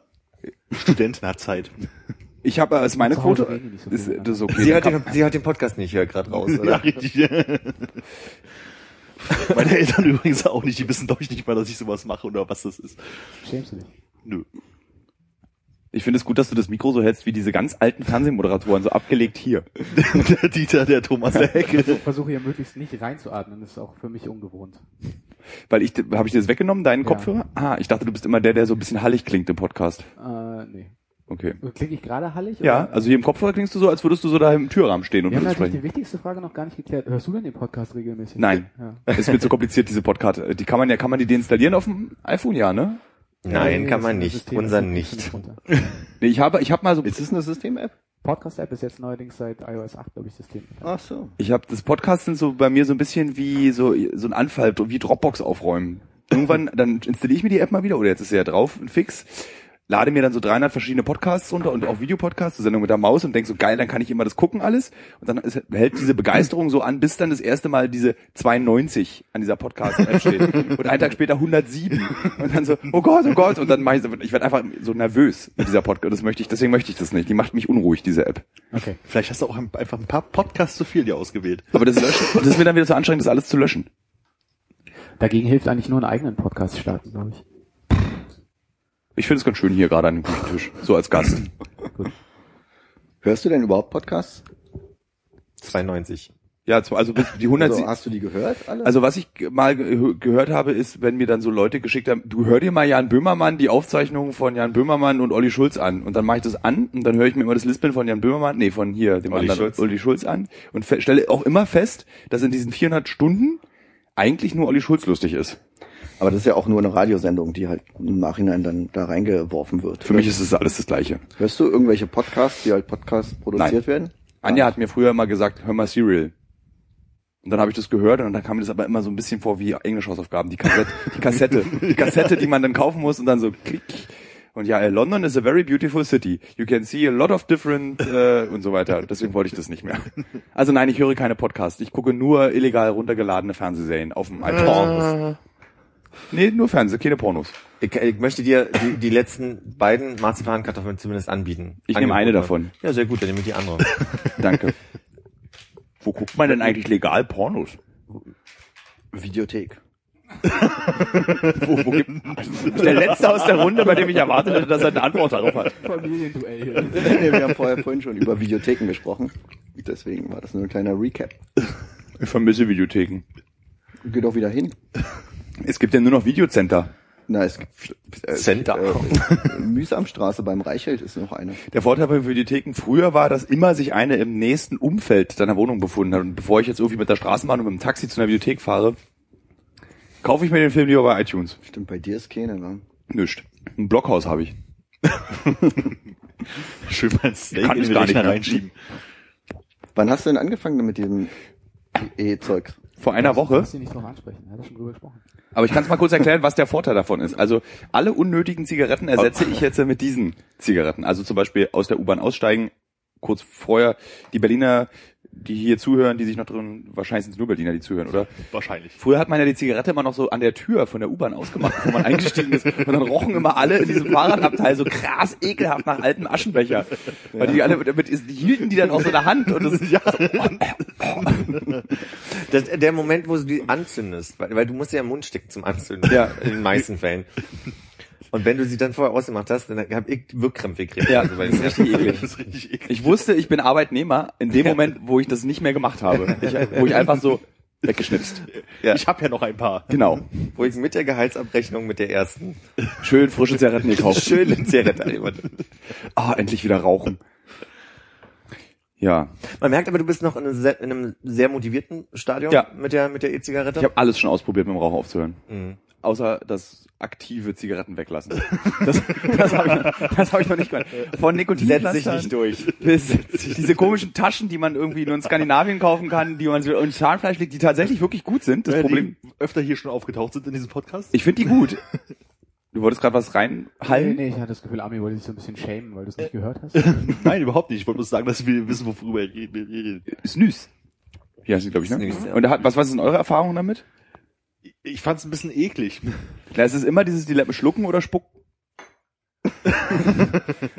Studenten [laughs] hat Zeit. Ich habe, äh, ist meine Zu Hause Quote. reden die nicht so Ist, viel äh, das ist okay. Sie Dann hört kann- den, sie hört den Podcast nicht hier gerade raus, Ja, oder? richtig. [laughs] Meine Eltern übrigens auch nicht. Die wissen, glaube ich, nicht mal, dass ich sowas mache oder was das ist. [laughs] Schämst du dich? Nö. Ich finde es gut, dass du das Mikro so hältst wie diese ganz alten Fernsehmoderatoren, so abgelegt hier. Der Dieter, der Thomas, der Hecke. Ich versuche hier möglichst nicht reinzuatmen, das ist auch für mich ungewohnt. Weil ich, habe ich dir das weggenommen, deinen Ja. Kopfhörer? Ah, ich dachte, du bist immer der, der so ein bisschen hallig klingt im Podcast. Äh, nee. Okay. Klinge ich gerade hallig? Ja, oder? also hier im Kopfhörer klingst du so, als würdest du so da im Türrahmen stehen und Wir haben würdest natürlich die sprechen. wichtigste Frage noch gar nicht geklärt. Hörst du denn den Podcast regelmäßig? Nein. Ja. Ist mir zu kompliziert, diese Podcast. Die kann man ja, kann man die deinstallieren auf dem iPhone, ja, ne? Nein, Nee, kann das man ist ein nicht. System, Unser das geht nicht. [laughs] bestimmt runter. Nee, ich habe, ich habe mal so, Ist das eine System-App? Podcast-App ist jetzt neuerdings seit iOS 8, glaube ich, System. Ach so. ich habe, das Podcast sind so bei mir so ein bisschen wie so, so ein Anfall, wie Dropbox aufräumen. [laughs] Irgendwann, dann installiere ich mir die App mal wieder, oder jetzt ist sie ja drauf, fix. Lade mir dann so 300 verschiedene Podcasts runter und auch Videopodcasts, so Sendung mit der Maus und denk so, geil, dann kann ich immer das gucken alles. Und dann ist, hält diese Begeisterung so an, bis dann das erste Mal diese 92 an dieser Podcast-App steht. [laughs] Und einen Tag später 107. Und dann so, oh Gott, oh Gott. Und dann mach ich, so- ich werde einfach so nervös mit dieser Podcast. Das möchte ich, deswegen möchte ich das nicht. Die macht mich unruhig, diese App. Okay. Vielleicht hast du auch ein- einfach ein paar Podcasts zu viel dir ausgewählt. Aber das, löschen, das ist mir dann wieder zu anstrengend, das alles zu löschen. Dagegen hilft eigentlich nur einen eigenen Podcast starten, glaube ich. Ich finde es ganz schön hier gerade an dem Küchentisch, so als Gast. Hörst du denn überhaupt Podcasts? 92. Ja, also also bis die 100. Also, Also, hast du die gehört alle? was ich ge- mal ge gehört habe, ist, wenn mir dann so Leute geschickt haben, du hör dir mal Jan Böhmermann die Aufzeichnungen von Jan Böhmermann und Olli Schulz an. Und dann mache ich das an und dann höre ich mir immer das Lispeln von Jan Böhmermann, nee, von hier, dem Olli anderen Schulz. Olli Schulz an und fe- stelle auch immer fest, dass in diesen 400 Stunden eigentlich nur Olli Schulz lustig ist. Aber das ist ja auch nur eine Radiosendung, die halt im Nachhinein dann da reingeworfen wird. Für mich ist es alles das Gleiche. Hörst du irgendwelche Podcasts, die halt Podcasts produziert werden? [laughs] Anja hat mir früher immer gesagt, hör mal Serial. Und dann habe ich das gehört und dann kam mir das aber immer so ein bisschen vor wie Englisch-Hausaufgaben, die Kassette, die Kassette, die Kassette, die man dann kaufen muss und dann so klick. Und ja, äh, London is a very beautiful city. You can see a lot of different äh, und so weiter. Deswegen wollte ich das nicht mehr. Also nein, ich höre keine Podcasts. Ich gucke nur illegal runtergeladene Fernsehserien auf dem iPhone. Nee, nur Fernseh, keine Pornos. Ich, ich möchte dir die, die letzten beiden Marzipankartoffeln zumindest anbieten. Ich nehme eine davon. Ja, sehr gut, dann nehme ich die andere. Danke. Wo guckt man denn eigentlich legal Pornos? Videothek. Wo, wo gibt, der letzte aus der Runde, bei dem ich erwartet hätte, dass er eine Antwort darauf hat. [laughs] Familienduell hier. nee, wir haben vorher vorhin schon über Videotheken gesprochen. Deswegen war das nur ein kleiner Recap. Ich vermisse Videotheken. Geh doch wieder hin. Es gibt ja nur noch Videocenter. Na, es gibt äh, Center. Äh, Mühsamstraße beim Reichelt ist noch eine. Der Vorteil bei Videotheken früher war, dass immer sich eine im nächsten Umfeld deiner Wohnung befunden hat. Und bevor ich jetzt irgendwie mit der Straßenbahn und mit dem Taxi zu einer Videothek fahre, kaufe ich mir den Film lieber bei iTunes. Stimmt, bei dir ist keine, ne? Nüscht. Ein Blockhaus habe ich. Schön mal ein Steak Kann in ich den gar nicht Rechner mehr. reinschieben. Wann hast du denn angefangen mit diesem E-Zeug? vor einer Woche. Kannst du ihn nicht noch ansprechen? Er hat schon drüber gesprochen. Aber ich kann es mal kurz erklären, was der Vorteil davon ist. Also alle unnötigen Zigaretten ersetze ich jetzt mit diesen Zigaretten. Also zum Beispiel aus der U-Bahn aussteigen, kurz vorher. Die Berliner, die hier zuhören, die sich noch drin, wahrscheinlich sind es nur Berliner, die zuhören, oder? Wahrscheinlich. Früher hat man ja die Zigarette immer noch so an der Tür von der U-Bahn ausgemacht, wo man eingestiegen ist. Und dann rochen immer alle in diesem Fahrradabteil so krass ekelhaft nach altem Aschenbecher. Weil die alle mit, mit die hielten die dann aus so der Hand und das, ja. Das, der Moment, wo du die anzündest, weil, weil du musst sie ja im Mund stecken zum Anzünden. Ja. In den meisten Fällen. Und wenn du sie dann vorher ausgemacht hast, dann hab ich Wirkkrämpfe gekriegt. Ja, also, weil das ist ich, [laughs] richtig eklig. Das ist richtig eklig. Ich wusste, ich bin Arbeitnehmer in dem Moment, wo ich das nicht mehr gemacht habe. Ich, wo ich einfach so weggeschnipst. Ja. Ich habe ja noch ein paar. Genau. wo ich mit der Gehaltsabrechnung mit der ersten Schön frische Zigaretten gekauft. schönen Zigarette einwand. Ah, endlich wieder rauchen. Ja. Man merkt aber, du bist noch in einem sehr, in einem sehr motivierten Stadion Ja. mit der mit der E-Zigarette. Ich habe alles schon ausprobiert, mit dem Rauchen aufzuhören. Mhm. Außer das aktive Zigaretten weglassen. Das, das habe ich, das hab ich noch nicht gemacht. Von Setz dich Nikotinpflastern nicht durch. bis diese komischen Taschen, die man irgendwie nur in Skandinavien kaufen kann, die man so in Zahnfleisch legt, die tatsächlich wirklich gut sind. Das Äh, Problem, die öfter hier schon aufgetaucht sind in diesem Podcast. [laughs] ich finde die gut. Du wolltest gerade was reinhalten? Nee, nee, ich hatte das Gefühl, Ami wollte dich so ein bisschen schämen, weil du es nicht gehört [laughs] hast. Nein, überhaupt nicht. Ich wollte nur sagen, dass wir wissen, worüber wir reden. Snooze. Hier heißt die, glaube ich, ne? Snooze, ja. Und da hat, was, was sind eure Erfahrungen damit? Ich fand es ein bisschen [laughs] eklig. Na, es ist immer dieses Dilemma, schlucken oder spuck.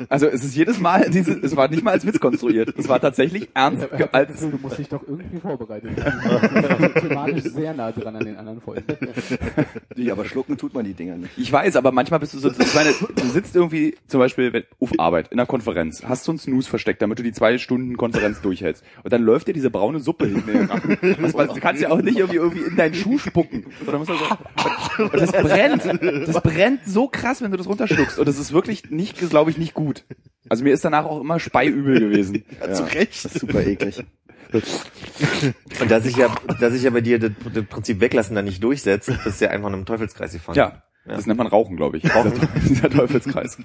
also es ist jedes Mal, diese, es war nicht mal als Witz konstruiert. Es war tatsächlich ernst ge- als Also, du musst dich doch irgendwie vorbereiten. [laughs] Du warst Thematisch sehr nah dran an den anderen Folgen. Ja, aber schlucken tut man die Dinger nicht. ich weiß, aber manchmal bist du so, ich meine, du sitzt irgendwie zum Beispiel wenn, auf Arbeit, in einer Konferenz, hast so einen Snooze versteckt, damit du die zwei Stunden Konferenz durchhältst. Und dann läuft dir diese braune Suppe hinten in den Rachen. Das, weißt du du kannst ja auch nicht irgendwie, irgendwie in deinen Schuh spucken. Sondern musst du so, und das brennt. Das brennt so krass, wenn du das runterschluckst. Und das ist wirklich nicht, glaube ich, nicht gut. Also mir ist danach auch immer speiübel gewesen. Ja, zu Recht. Das ist super eklig. Und dass ich ja, dass ich ja bei dir das, das Prinzip weglassen dann nicht durchsetzt, bist du ja einfach in einem Teufelskreis gefangen. Ja, das nennt man Rauchen, glaube ich. [laughs] Rauchen. Dieser Teufelskreis.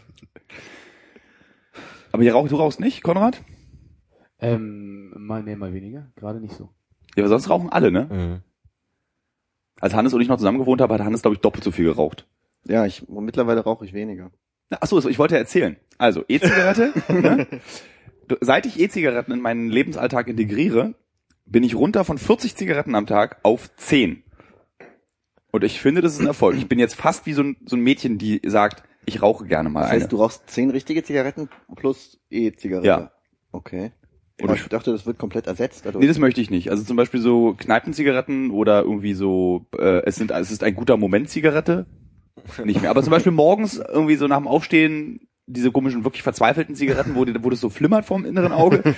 Aber ihr raucht, du rauchst nicht, Konrad? Ähm, mal mehr, mal weniger. Gerade nicht so. Ja, aber sonst rauchen alle, ne? Mhm. Als Hannes und ich noch zusammen gewohnt haben, hat Hannes, glaube ich, doppelt so viel geraucht. Ja, ich, mittlerweile rauche ich weniger. Na, Ach so, ich wollte ja erzählen. Also, [laughs] E-Zigarette. ne? Du- Seit ich E-Zigaretten in meinen Lebensalltag integriere, bin ich runter von 40 Zigaretten am Tag auf 10. Und ich finde, das ist ein Erfolg. Ich bin jetzt fast wie so ein, so ein Mädchen, die sagt, ich rauche gerne mal Das eine. heißt, du rauchst zehn richtige Zigaretten plus E-Zigarette. Ja. Okay. Oder Oder ich dachte, das wird komplett ersetzt. dadurch. Nee, das möchte ich nicht. Also zum Beispiel so Kneipenzigaretten oder irgendwie so, äh, es, sind, es ist ein guter Moment Zigarette. Nicht mehr. Aber zum Beispiel morgens irgendwie so nach dem Aufstehen diese komischen, wirklich verzweifelten Zigaretten, wo, die, wo das so flimmert vom inneren Auge,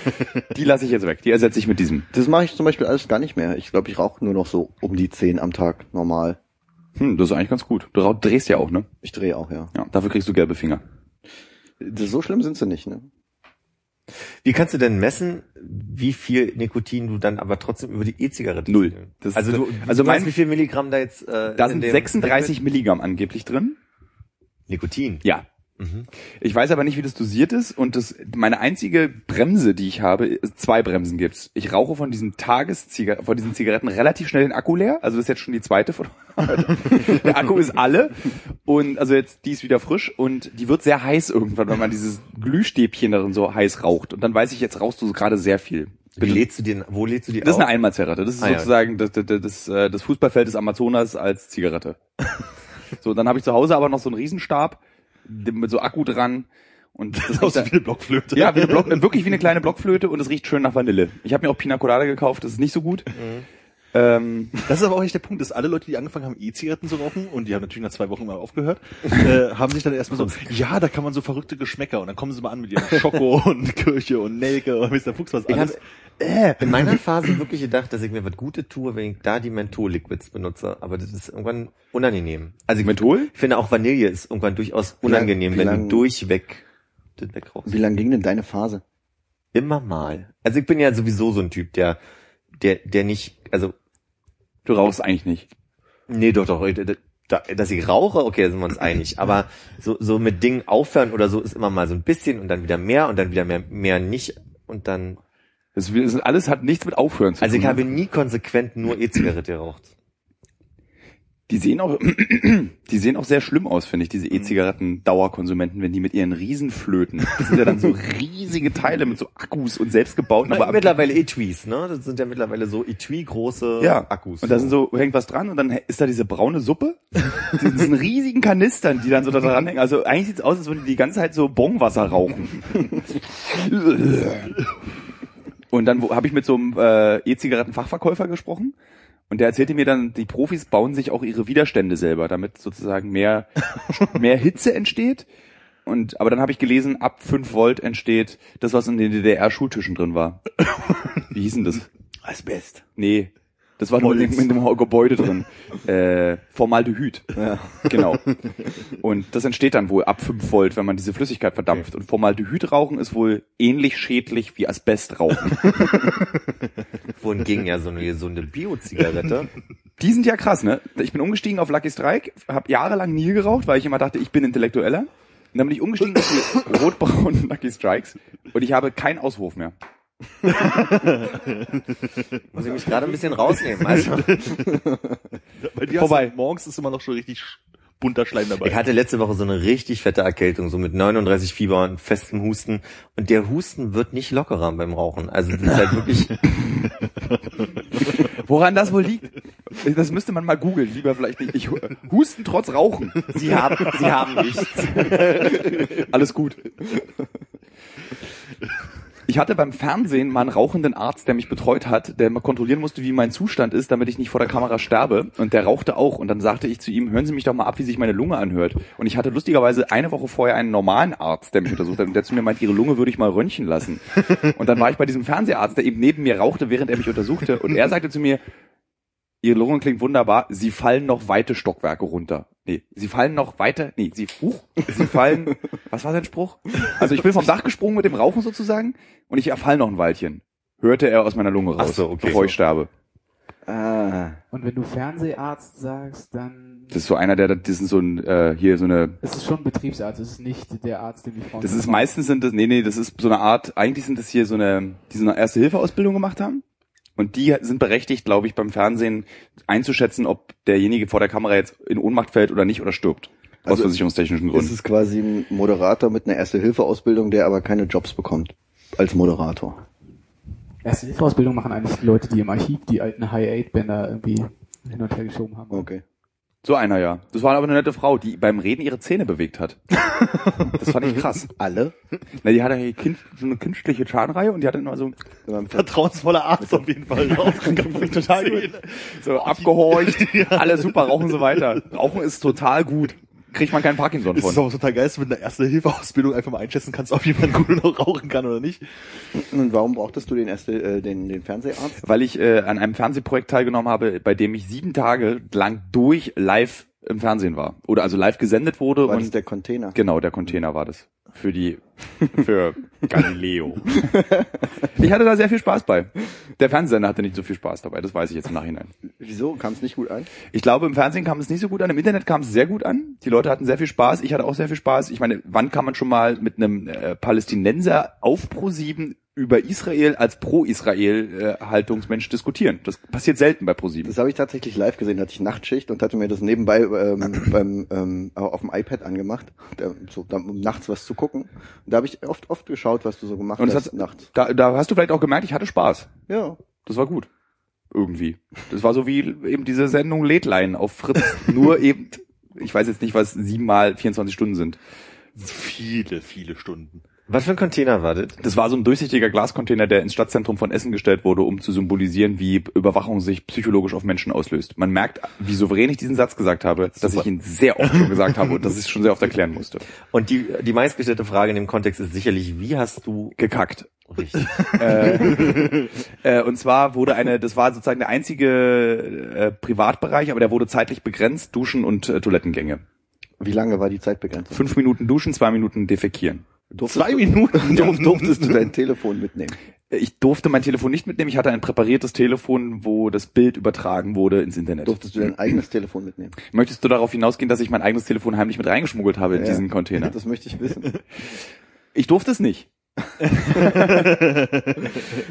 die lasse ich jetzt weg. Die ersetze ich mit diesem. Das mache ich zum Beispiel alles gar nicht mehr. Ich glaube, ich rauche nur noch so um die zehn am Tag normal. Hm, das ist eigentlich ganz gut. Du rau- drehst ja auch, ne? Ich drehe auch, ja. Ja, dafür kriegst du gelbe Finger. Das, so schlimm sind sie nicht, ne? Wie kannst du denn messen, wie viel Nikotin du dann aber trotzdem über die E-Zigarette Null. ziehst? Das ist- also du, also du weißt, mein- wie viel Milligramm da jetzt äh, Da in sind dem- 36 Milligramm angeblich drin. Nikotin. Ja. Mhm. Ich weiß aber nicht, wie das dosiert ist und das, meine einzige Bremse, die ich habe, ist- zwei Bremsen gibt's. Ich rauche von diesen Tageszigaretten, von diesen Zigaretten relativ schnell den Akku leer. Also das ist jetzt schon die zweite von [laughs] heute. Der Akku ist alle und also jetzt die ist wieder frisch und die wird sehr heiß irgendwann, wenn man dieses Glühstäbchen darin so heiß raucht. Und dann weiß ich, jetzt rauchst du gerade sehr viel. Wie lädst du den, wo lädst du die Das ist eine auf? Einmalzigarette. Das ist Ah, ja. sozusagen das, das, das, äh, das Fußballfeld des Amazonas als Zigarette. so, dann habe ich zu Hause aber noch so einen Riesenstab dem- mit so Akku dran und das [laughs] riecht Aus da, wie eine Blockflöte. ja, wie eine Block, wirklich wie eine kleine Blockflöte und es riecht schön nach Vanille. Ich habe mir auch Pina Colada gekauft, das ist nicht so gut. Mhm. Ähm, Das ist aber auch nicht der Punkt, dass alle Leute, die angefangen haben, E-Zigaretten zu rauchen, und die haben natürlich nach zwei Wochen mal [laughs] aufgehört, äh, haben sich dann erstmal so, ja, da kann man so verrückte Geschmäcker, und dann kommen sie mal an mit ihrem Schoko [laughs] und Kirche und Nelke und Mr. Fuchs was Ich alles. hab äh. in meiner Phase wirklich gedacht, dass ich mir was Gutes tue, wenn ich da die Menthol-Liquids benutze. Aber das ist irgendwann unangenehm. Also ich, Menthol? ich finde auch Vanille ist irgendwann durchaus unangenehm, wie wenn lang- du durchweg das wegrauchst. Wie lang ging denn deine Phase? Immer mal. Also ich bin ja sowieso so ein Typ, der, der, der nicht, also, Du rauchst eigentlich nicht. nee, doch, doch, da- da- dass ich rauche, okay, da sind wir uns einig. Aber so, so mit Dingen aufhören oder so ist immer mal so ein bisschen und dann wieder mehr und dann wieder mehr, mehr nicht und dann, Es ist, alles hat nichts mit Aufhören zu Also tun. ich habe nie konsequent nur E-Zigarette geraucht. Die sehen auch, [clears throat] die sehen auch sehr schlimm aus, finde ich, diese Mhm. E-Zigaretten-Dauerkonsumenten, wenn die mit ihren Riesenflöten. Das sind ja dann so [laughs] riesige Teile mit so Akkus und selbstgebauten, Aber aber Äh, mittlerweile Etuis, ne? Das sind ja mittlerweile so Etui-große ja. Akkus. Und da sind so, hängt was dran und dann ist da diese braune Suppe. Diesen diesen riesigen Kanistern, die dann so da dran hängen. Also eigentlich sieht's aus, als würden die die ganze Zeit so Bonwasser rauchen. und dann habe ich mit so einem äh, E-Zigaretten-Fachverkäufer gesprochen. Und der erzählte mir dann, die Profis bauen sich auch ihre Widerstände selber, damit sozusagen mehr, mehr Hitze entsteht. Und, aber dann habe ich gelesen, ab 5 Volt entsteht das, was in den DDR-Schultischen drin war. Wie hieß denn das? Asbest. Nee. Das war nur in dem- in dem Gebäude drin. äh, Formaldehyd. Ja. Genau. Und das entsteht dann wohl ab 5 Volt, wenn man diese Flüssigkeit verdampft. Und Formaldehyd rauchen ist wohl ähnlich schädlich wie Asbest rauchen. Wohingegen ja so eine [laughs] gesunde Bio-Zigarette. Die sind ja krass, ne? Ich bin umgestiegen auf Lucky Strike, habe jahrelang nie geraucht, weil ich immer dachte, ich bin intellektueller. Und dann bin ich umgestiegen auf die rotbraunen Lucky Strikes und ich habe keinen Auswurf mehr. Muss ich mich gerade ein bisschen rausnehmen. Also, Bei dir Vorbei. Hast du, morgens ist immer noch schon richtig sch- bunter Schleim dabei. ich hatte letzte Woche so eine richtig fette Erkältung, so mit 39 Fieber und festem Husten. Und der Husten wird nicht lockerer beim Rauchen. Also das ist halt wirklich Woran das wohl liegt? [laughs] Das müsste man mal googeln, lieber vielleicht nicht. Ich husten trotz Rauchen. Sie haben, sie haben nichts. [laughs] Alles gut. Ich hatte beim Fernsehen mal einen rauchenden Arzt, der mich betreut hat, der mal kontrollieren musste, wie mein Zustand ist, damit ich nicht vor der Kamera sterbe. Und der rauchte auch. Und dann sagte ich zu ihm, hören Sie mich doch mal ab, wie sich meine Lunge anhört. Und ich hatte lustigerweise eine Woche vorher einen normalen Arzt, der mich untersucht hat. Und der zu mir meint, Ihre Lunge würde ich mal röntgen lassen. Und dann war ich bei diesem Fernseharzt, der eben neben mir rauchte, während er mich untersuchte. Und er sagte zu mir, Ihre Lunge klingt wunderbar, Sie fallen noch weite Stockwerke runter. Nee, Sie fallen noch weiter, nee, Sie, huch, Sie fallen, was war sein Spruch? Also ich bin vom Dach gesprungen mit dem Rauchen sozusagen und ich erfall noch ein Weilchen. Hörte er aus meiner Lunge raus, Ach so, okay. bevor ich sterbe. Ah. Und wenn du Fernseharzt sagst, dann Das ist so einer, der, das ist so ein, äh, hier so eine, es ist schon Betriebsarzt, es ist nicht der Arzt, den die Frauen. das ist meistens sind das, nee, nee, das ist so eine Art, eigentlich sind das hier so eine, die so eine Erste-Hilfe-Ausbildung gemacht haben. Und die sind berechtigt, glaube ich, beim Fernsehen einzuschätzen, ob derjenige vor der Kamera jetzt in Ohnmacht fällt oder nicht oder stirbt. Aus Also versicherungstechnischen Ist Gründen. es quasi ein Moderator mit einer Erste-Hilfe-Ausbildung, der aber keine Jobs bekommt als Moderator. Erste Hilfeausbildung machen eigentlich die Leute, die im Archiv die alten High-Eight-Bänder irgendwie hin und her geschoben Oh. haben. Okay. So einer, ja. Das war aber eine nette Frau, die beim Reden ihre Zähne bewegt [laughs] hat. Das fand ich krass. Alle? Na, die hatte hier kind, so eine künstliche Zahnreihe und die hatte immer so, Vertrauensvoller Arzt auf jeden [laughs] Fall. Rauchen kann man total gehen. so abgehorcht, [laughs] alle super, rauchen so weiter. Rauchen ist total gut. Kriegt man keinen Parkinson Es ist von. auch total geil, dass du mit einer Erste-Hilfe-Ausbildung einfach mal einschätzen kannst, ob jemand gut noch rauchen kann oder nicht. Und warum brauchtest du den erste, äh, den, den Fernseharzt? Weil ich äh, an einem Fernsehprojekt teilgenommen habe, bei dem ich sieben Tage lang durch live im Fernsehen war. Oder also live gesendet wurde War das und der Container? Genau, der Container war das. Für die, für [laughs] Galileo. ich hatte da sehr viel Spaß bei. Der Fernsehsender hatte nicht so viel Spaß dabei, das weiß ich jetzt im Nachhinein. Wieso? Kam es nicht gut an? Ich glaube, im Fernsehen kam es nicht so gut an, im Internet kam es sehr gut an. Die Leute hatten sehr viel Spaß, ich hatte auch sehr viel Spaß. Ich meine, wann kann man schon mal mit einem äh, Palästinenser auf Pro7 über Israel als Pro-Israel-Haltungsmensch diskutieren? Das passiert selten bei Pro7. Das habe ich tatsächlich live gesehen, hatte ich Nachtschicht und hatte mir das nebenbei [clears throat] ähm, beim, ähm, auf dem iPad angemacht, da- so, da- um nachts was zu gucken. Und da habe ich oft, oft geschaut, was du so gemacht Und es hast hat- nachts. Da, da hast du vielleicht auch gemerkt, ich hatte Spaß. Ja. Das war gut. Irgendwie. Das war so wie eben diese Sendung Lädlein auf Fritz. Nur eben, ich weiß jetzt nicht, was sieben mal 24 Stunden sind. Viele, viele Stunden. Was für ein Container war das? Das war so ein durchsichtiger Glascontainer, der ins Stadtzentrum von Essen gestellt wurde, um zu symbolisieren, wie Überwachung sich psychologisch auf Menschen auslöst. Man merkt, wie souverän ich diesen Satz gesagt habe, dass ich ihn sehr oft schon gesagt habe und dass ich es schon sehr oft erklären musste. Und die, die meistgestellte Frage in dem Kontext ist sicherlich, wie hast du Gekackt. [laughs] richtig? Äh, und zwar wurde eine, das war sozusagen der einzige äh, Privatbereich, aber der wurde zeitlich begrenzt, Duschen und äh, Toilettengänge. Wie lange war die Zeitbegrenzung? Fünf Minuten duschen, zwei Minuten defekieren. Zwei [laughs] Minuten. Durf, durftest du dein Telefon mitnehmen? Ich durfte mein Telefon nicht mitnehmen. Ich hatte ein präpariertes Telefon, wo das Bild übertragen wurde ins Internet. Durftest du dein eigenes Telefon mitnehmen? Möchtest du darauf hinausgehen, dass ich mein eigenes Telefon heimlich mit reingeschmuggelt habe in Ja. diesen Container? Das möchte ich wissen. Ich durfte es nicht.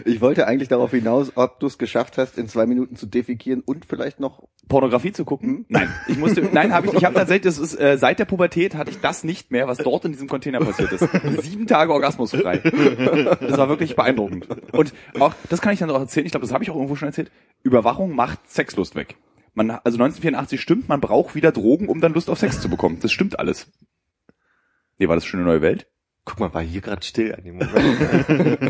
Ich wollte eigentlich darauf hinaus, ob du es geschafft hast, in zwei Minuten zu defikieren und vielleicht noch. Pornografie zu gucken? Nein, ich musste, nein, habe ich, ich habe tatsächlich, das ist, äh, seit der Pubertät hatte ich das nicht mehr, was dort in diesem Container passiert ist. Sieben Tage orgasmusfrei. Das war wirklich beeindruckend. Und auch, das kann ich dann auch erzählen, ich glaube, das habe ich auch irgendwo schon erzählt, Überwachung macht Sexlust weg. Man, also 1984 stimmt, man braucht wieder Drogen, um dann Lust auf Sex zu bekommen. Das stimmt alles. Nee, war das schöne neue Welt? Guck mal, war hier gerade still an dem Moment.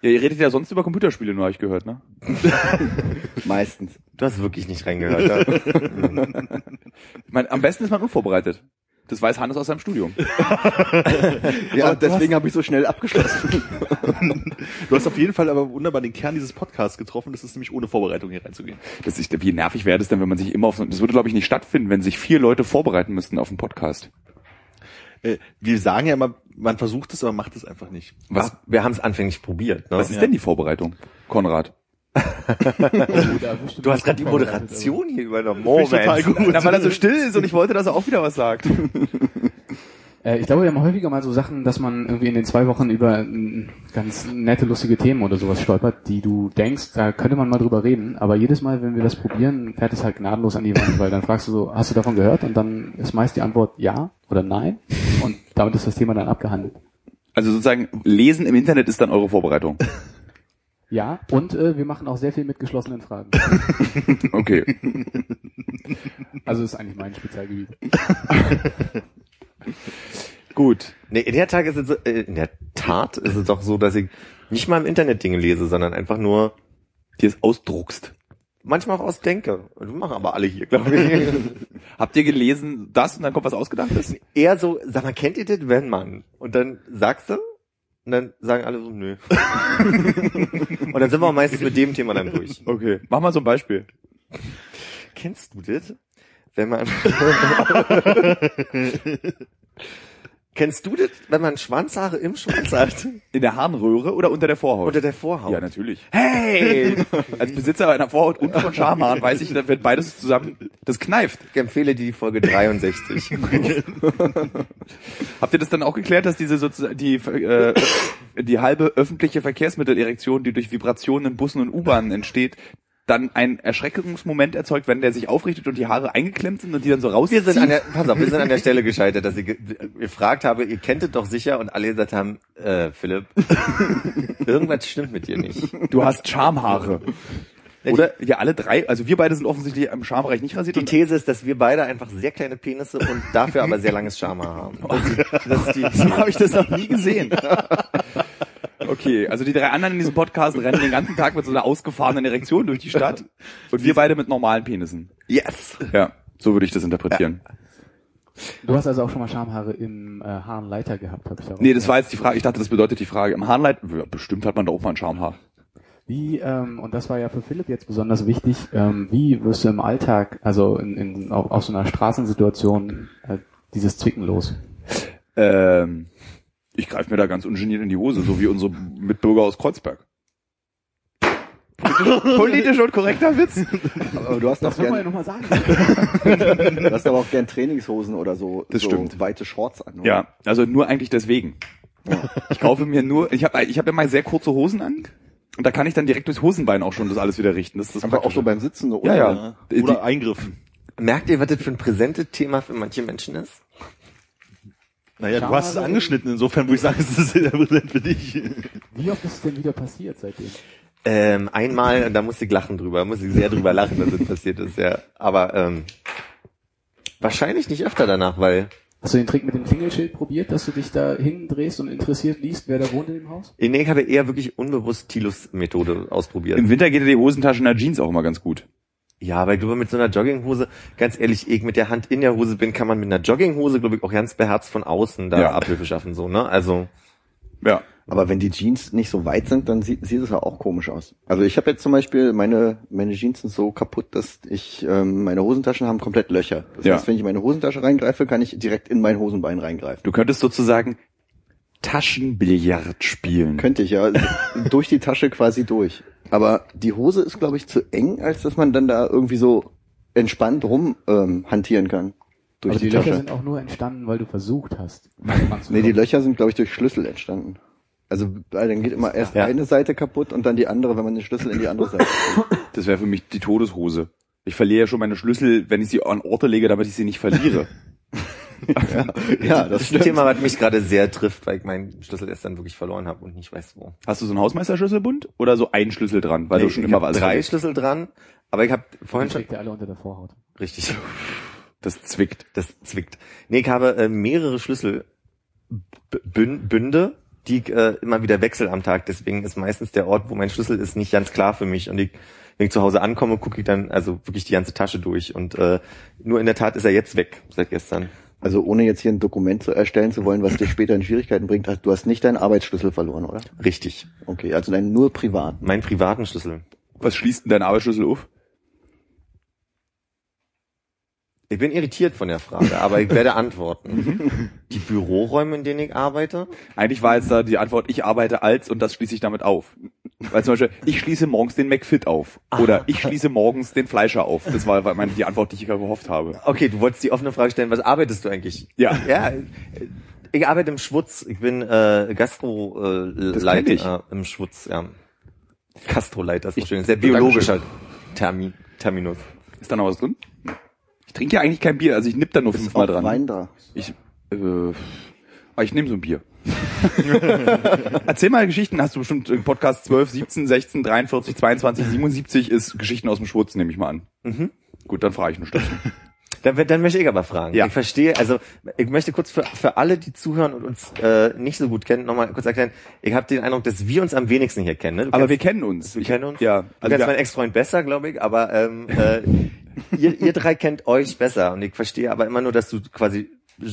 Ja, ihr redet ja sonst über Computerspiele, nur habe ich gehört, ne? Meistens. Du hast wirklich nicht reingehört. Ja? Man, am besten ist man unvorbereitet. Das weiß Hannes aus seinem [laughs] Studium. Oh Ja, deswegen habe ich so schnell abgeschlossen. Du hast auf jeden Fall aber wunderbar den Kern dieses Podcasts getroffen. Das ist nämlich ohne Vorbereitung hier reinzugehen. [laughs] Das ist, wie nervig wäre das denn, wenn man sich immer auf so, das würde glaube ich nicht stattfinden, wenn sich vier Leute vorbereiten müssten auf einen Podcast. Äh, wir sagen ja immer, man versucht es, aber macht es einfach nicht. Was, Wir haben es anfänglich probiert. Ne? was ist denn die Vorbereitung, Konrad? Du hast gerade die also Moderation hier übernommen. total gut. Na, weil er [laughs] so still ist und ich wollte, dass er auch wieder was sagt. Äh, ich glaube, wir haben häufiger mal so Sachen, dass man irgendwie in den zwei Wochen über mm, ganz nette, lustige Themen oder sowas stolpert, die du denkst, da könnte man mal drüber reden. Aber jedes Mal, wenn wir das probieren, fährt es halt gnadenlos an die Wand, weil dann fragst du so, hast du davon gehört? Und dann ist meist die Antwort ja oder nein. Und damit ist das Thema dann abgehandelt. Also sozusagen, Lesen im Internet ist dann eure Vorbereitung. [laughs] Ja, und äh, wir machen auch sehr viel mit geschlossenen Fragen. Okay. Also ist eigentlich mein Spezialgebiet. Gut. Nee, in der Tag ist es so, äh, in der Tat ist es doch so, dass ich nicht mal im Internet Dinge lese, sondern einfach nur Dir ist ausdruckst. manchmal auch ausdenke. Und machen aber alle hier, glaube ich. Habt ihr gelesen das und dann kommt was ausgedachtes? Eher so, sag mal, kennt ihr das, wenn man? Und dann sagst du, und dann sagen alle so, nö. und dann sind wir meistens mit dem Thema dann durch. Okay. Mach mal so ein Beispiel. Kennst du das? Wenn man. [laughs] Kennst du das, wenn man Schwanzhaare im Schwanz hat? In der Harnröhre oder unter der Vorhaut? Unter der Vorhaut? ja, natürlich. Hey! [laughs] Als Besitzer einer Vorhaut und von Schamhaaren weiß ich, wenn beides zusammen, das kneift. ich empfehle die Folge 63. Habt ihr das dann auch geklärt, dass diese sozusagen die äh, die halbe öffentliche Verkehrsmittelerektion, die durch Vibrationen in Bussen und U-Bahnen entsteht, dann einen Erschreckungsmoment erzeugt, wenn der sich aufrichtet und die Haare eingeklemmt sind und die dann so rausziehen? Wir sind an der, pass auf, wir sind an der Stelle gescheitert, dass ich ge- gefragt habe, ihr kennt es doch sicher und alle gesagt haben, äh, Philipp, irgendwas stimmt mit dir nicht. du hast Schamhaare. Oder wir alle drei, also wir beide sind offensichtlich im Schambereich nicht rasiert. Die und- These ist, dass wir beide einfach sehr kleine Penisse und dafür aber sehr langes Schamhaar haben. Das ist die, das ist so habe ich das noch nie gesehen. [laughs] Okay, also die drei anderen in diesem Podcast rennen den ganzen Tag mit so einer ausgefahrenen Erektion durch die Stadt und wir beide mit normalen Penissen. die, yes! Ja, so würde ich das interpretieren. Du hast also auch schon mal Schamhaare im äh, Haarenleiter gehabt, habe ich auch. Nee, das war jetzt die Frage, ich dachte, das bedeutet die Frage. Im Harnleit, ja, bestimmt hat man da auch mal ein Schamhaar. Wie, ähm, und das war ja für Philipp jetzt besonders wichtig, ähm, wie wirst du im Alltag, also in, in, auf, auf so einer Straßensituation, äh, dieses Zwicken los? Ähm, ich greife mir da ganz ungeniert in die Hose, so wie unsere Mitbürger aus [laughs] Kreuzberg. Politisch und korrekter Witz. Aber du hast doch gern, nochmal sagen. du hast aber auch gern Trainingshosen oder so. Das so stimmt. Weite Shorts an. oder? Ja, also nur eigentlich deswegen. Ich kaufe mir nur, ich habe ich hab immer sehr kurze Hosen an und da kann ich dann direkt durchs Hosenbein auch schon das alles wieder richten. Das ist das Aber auch Praktische. so beim Sitzen. Oder? Ja, ja. Die- Oder eingriffen. Merkt ihr, was das für ein präsentes Thema für manche Menschen ist? Naja, Schau du hast es mal, angeschnitten, insofern würde ich [laughs] sagen, es ist sehr präsent für dich. Wie oft ist es denn wieder passiert seitdem? Ähm, einmal, und da musste ich lachen drüber, musste ich sehr drüber lachen, dass das passiert ist, ja. Aber ähm, wahrscheinlich nicht öfter danach, weil Hast du den Trick mit dem Klingelschild probiert, dass du dich da hindrehst und interessiert liest, wer da wohnt in dem Haus? nee, ich habe eher wirklich unbewusst Tilos Methode ausprobiert. Im Winter geht ja die Hosentasche in der Jeans auch immer ganz gut. Ja, aber ich glaube, mit so einer Jogginghose, ganz ehrlich, ich mit der Hand in der Hose bin, kann man mit einer Jogginghose, glaube ich, auch ganz beherzt von außen da Ja. Abhilfe schaffen, so, ne? [laughs] Also, Ja. Aber wenn die Jeans nicht so weit sind, dann sieht, sieht es ja auch komisch aus. Also ich habe jetzt zum Beispiel, meine, meine Jeans sind so kaputt, dass ich, ähm, meine Hosentaschen haben komplett Löcher. Das Ja. heißt, wenn ich in meine Hosentasche reingreife, kann ich direkt in mein Hosenbein reingreifen. Du könntest sozusagen Taschenbillard spielen. Könnte ich ja. [laughs] durch die Tasche quasi durch. Aber die Hose ist, glaube ich, zu eng, als dass man dann da irgendwie so entspannt rum ähm, hantieren kann. durch aber die, die, Löcher Tasche. sind auch nur entstanden, weil du versucht hast. nee, Nee, die Löcher sind, glaube ich, durch Schlüssel entstanden. Also weil dann geht immer erst Ja. eine Seite kaputt und dann die andere, wenn man den Schlüssel in die andere [laughs] Seite. Das wäre für mich die Todeshose. Ich verliere ja schon meine Schlüssel, wenn ich sie an Orte lege, damit ich sie nicht [laughs] verliere. ja, Das ist ein Thema, was mich gerade sehr trifft, weil ich meinen Schlüssel erst dann wirklich verloren habe und nicht weiß wo. Hast du so einen Hausmeisterschlüsselbund oder so einen Schlüssel dran, weil du Nee, schon ich immer hab was drei reißt? Schlüssel dran, aber ich habe vorhin Vorhin schon steckt ja alle unter der Vorhaut. richtig, Das zwickt. das zwickt. Nee, ich habe äh, mehrere Schlüsselbünde, die ich äh, immer wieder wechsel am Tag, deswegen ist meistens der Ort, wo mein Schlüssel ist, nicht ganz klar für mich und ich wenn ich zu Hause ankomme, gucke ich dann also wirklich die ganze Tasche durch und äh, nur in der Tat ist er jetzt weg seit gestern. Also ohne jetzt hier ein Dokument zu erstellen zu wollen, was dich später in Schwierigkeiten bringt, hast- du hast nicht deinen Arbeitsschlüssel verloren, oder? Richtig. Okay, also deinen nur privaten. Meinen privaten Schlüssel. Was schließt denn dein Arbeitsschlüssel auf? Ich bin irritiert von der Frage, aber ich werde antworten. Die Büroräume, in denen ich arbeite, Eigentlich war jetzt da die Antwort, ich arbeite als und das schließe ich damit auf. Weil zum Beispiel, ich schließe morgens den McFit auf. Oder ich schließe morgens den Fleischer auf. Das war meine, die Antwort, die ich gehofft habe. Okay, du wolltest die offene Frage stellen, was arbeitest du eigentlich? Ja. Ja, äh, ich arbeite im Schwutz. Ich bin äh, Gastroleiter Das äh, kenn ich. Leiter, äh, im Schwutz, ja. Gastroleiter ist ein Ich- schön, sehr biologischer Termin, Terminus. Ist da noch was drin? Ich trinke ja eigentlich kein Bier, also ich nipp da nur Ist fünfmal auch dran. Wein da. Ich, äh, aber ich nehme so ein Bier. [laughs] Erzähl mal Geschichten, hast du bestimmt im Podcast 12, 17, 16, 43, 22, 77 ist Geschichten aus dem Schwurz, nehme ich mal an. Mhm. Gut, dann frage ich eine Stunde. Dann, dann möchte ich aber fragen. Ja. Ich verstehe, also ich möchte kurz für, für alle, die zuhören und uns äh, nicht so gut kennen, nochmal kurz erklären. Ich habe den Eindruck, dass wir uns am wenigsten hier kennen. Ne? Du Aber kennst- wir kennen uns. Wir kennen uns. Ja, Also also du kennst wir, meinen Ex-Freund besser, glaube ich, aber ähm, äh, ihr, ihr drei kennt euch besser und ich verstehe aber immer nur, dass du quasi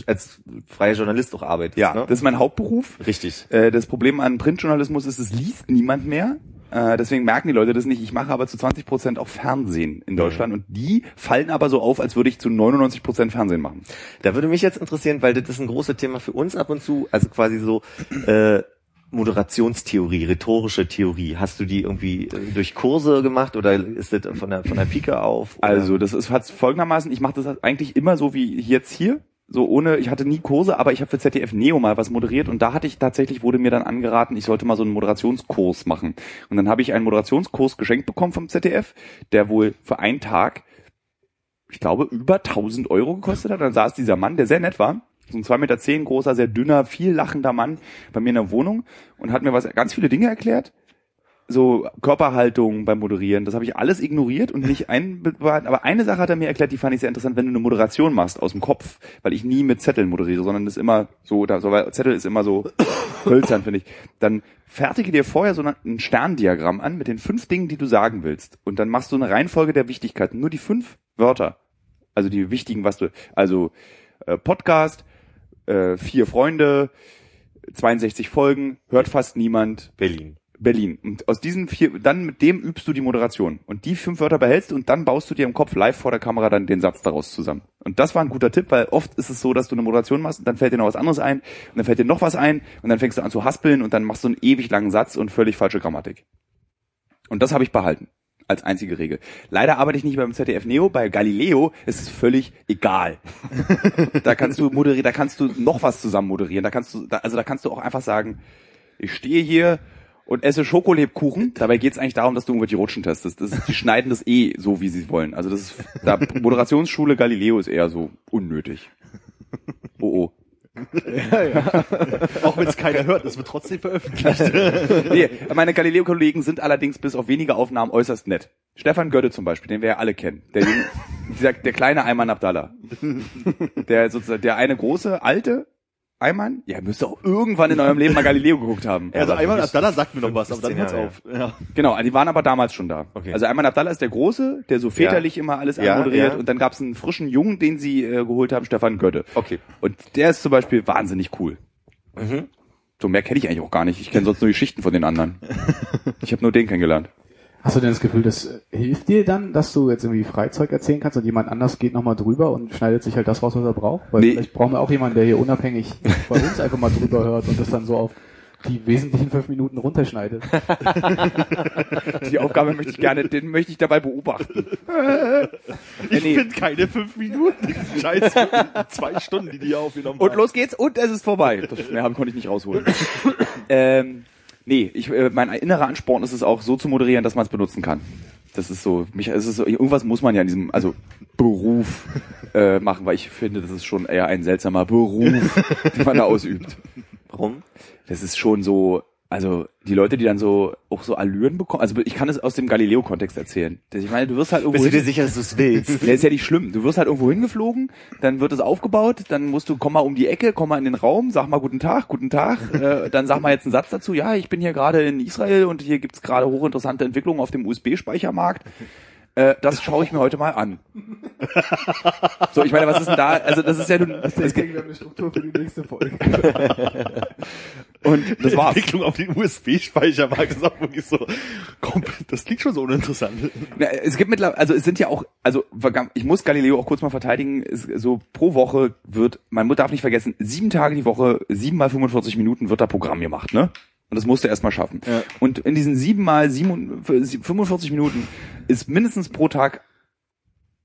als freier Journalist auch arbeitest. ja, ne? das ist mein Hauptberuf. richtig. Äh, das Problem an Printjournalismus ist, es liest niemand mehr. Äh, deswegen merken die Leute das nicht. Ich mache aber zu 20 Prozent auch Fernsehen in Deutschland und die fallen aber so auf, als würde ich zu 99 Prozent Fernsehen machen. Da würde mich jetzt interessieren, weil das ist ein großes Thema für uns ab und zu, also quasi so äh, Moderationstheorie, rhetorische Theorie. Hast du die irgendwie äh, durch Kurse gemacht oder ist das von der von der Pike auf? Oder? Also das ist hat's folgendermaßen, ich mache das eigentlich immer so wie jetzt hier, so ohne, ich hatte nie Kurse, aber ich habe für ZDF Neo mal was moderiert und da hatte ich tatsächlich, wurde mir dann angeraten, ich sollte mal so einen Moderationskurs machen. Und dann habe ich einen Moderationskurs geschenkt bekommen vom ZDF, der wohl für einen Tag, ich glaube, über 1000 Euro gekostet hat. Dann saß dieser Mann, der sehr nett war, so ein 2,10 Meter großer, sehr dünner, viel lachender Mann bei mir in der Wohnung und hat mir was ganz viele Dinge erklärt so Körperhaltung beim Moderieren, das habe ich alles ignoriert und nicht einbewahrt. Aber eine Sache hat er mir erklärt, die fand ich sehr interessant, wenn du eine Moderation machst aus dem Kopf, weil ich nie mit Zetteln moderiere, sondern das immer so, oder so weil Zettel ist immer so hölzern, finde ich. Dann fertige dir vorher so ein Sterndiagramm an mit den fünf Dingen, die du sagen willst. Und dann machst du eine Reihenfolge der Wichtigkeiten. Nur die fünf Wörter. Also die wichtigen, was du. Also äh, Podcast, äh, vier Freunde, 62 Folgen, hört fast niemand, Berlin. Berlin. Und aus diesen vier, dann mit dem übst du die Moderation. Und die fünf Wörter behältst du und dann baust du dir im Kopf live vor der Kamera dann den Satz daraus zusammen. Und das war ein guter Tipp, weil oft ist es so, dass du eine Moderation machst und dann fällt dir noch was anderes ein und dann fällt dir noch was ein und dann fängst du an zu haspeln und dann machst du einen ewig langen Satz und völlig falsche Grammatik. Und das habe ich behalten. Als einzige Regel. Leider arbeite ich nicht beim ZDF Neo, bei Galileo ist es völlig egal. da kannst du moderieren, da kannst du noch was zusammen moderieren, da kannst du, da, also da kannst du auch einfach sagen, ich stehe hier und esse Schokolebkuchen. Dabei geht es eigentlich darum, dass du irgendwelche Rutschen testest. Das [laughs] ist, die schneiden das eh so, wie sie wollen. Also das ist, da Moderationsschule Galileo ist eher so unnötig. Oh Auch wenn es keiner hört, das wird trotzdem veröffentlicht. oh. [laughs] Nee, meine Galileo-Kollegen sind allerdings bis auf wenige Aufnahmen äußerst nett. Stefan Götte zum Beispiel, den wir ja alle kennen. Der, Junge- dieser, der kleine Ayman Abdallah. Der sozusagen, der eine große, alte Ayman, ja, müsst ihr auch irgendwann in eurem Leben mal Galileo geguckt haben. also aber einmal wirklich Abdallah sagt mir noch was, aber 15 dann hört's Jahre, auf. Ja. Genau, die waren aber damals schon da. Okay. Also einmal Abdallah ist der Große, der so väterlich immer alles Ja, anmoderiert ja. und dann gab es einen frischen Jungen, den sie äh, geholt haben, Stefan Götte. Okay. Und der ist zum Beispiel wahnsinnig cool. Mhm. So mehr kenne ich eigentlich auch gar nicht. Ich kenne sonst nur Geschichten von den [laughs] anderen. Ich habe nur den kennengelernt. Hast du denn das Gefühl, das äh, hilft dir dann, dass du jetzt irgendwie Freizeug erzählen kannst und jemand anders geht nochmal drüber und schneidet sich halt das raus, was er braucht? Weil Nee. vielleicht brauchen wir auch jemanden, der hier unabhängig [laughs] bei uns einfach mal drüber hört und das dann so auf die wesentlichen fünf [laughs] Minuten runterschneidet. [laughs] Die Aufgabe möchte ich gerne, den möchte ich dabei beobachten. Ich Äh, Nee. bin keine fünf Minuten. [laughs] diesen Scheiß zwei Stunden, die die hier aufgenommen Und haben. los geht's und es ist vorbei. Das mehr haben konnte ich nicht rausholen. ähm, nee, ich, äh, mein innerer Ansporn ist es auch so zu moderieren, dass man es benutzen kann. Das ist so, mich, es ist so, irgendwas muss man ja in diesem, also Beruf äh, machen, weil ich finde, das ist schon eher ein seltsamer Beruf, den man da ausübt. Warum? Das ist schon so, also die Leute, die dann so auch so Allüren bekommen, also ich kann es aus dem Galileo-Kontext erzählen. Das- Ich meine, du wirst halt irgendwo hin- sicher, dass du [laughs] es willst? ja, ist ja nicht schlimm. Du wirst halt irgendwo hingeflogen, dann wird es aufgebaut, dann musst du, komm mal um die Ecke, komm mal in den Raum, sag mal guten Tag, guten [laughs] Tag, äh, dann sag mal jetzt einen Satz dazu, ja, ich bin hier gerade in Israel und hier gibt's gerade hochinteressante Entwicklungen auf dem USB-Speichermarkt. Äh, das schaue ich mir heute mal [laughs] an. So, ich meine, was ist denn da? Also das ist ja nun, Ich das, denke, wir haben eine Struktur für die nächste Folge. und das war's. Entwicklung auf den USB-Speichermarkt ist auch wirklich so komplett, das klingt schon so uninteressant. Na, es gibt mittlerweile, also es sind ja auch, also ich muss Galileo auch kurz mal verteidigen, es, so pro Woche wird, man darf nicht vergessen, sieben Tage die Woche, sieben mal 45 Minuten wird da Programm gemacht, ne? Und das musst du erstmal schaffen. Und in diesen sieben mal siebenund- fü- 45 Minuten ist mindestens pro Tag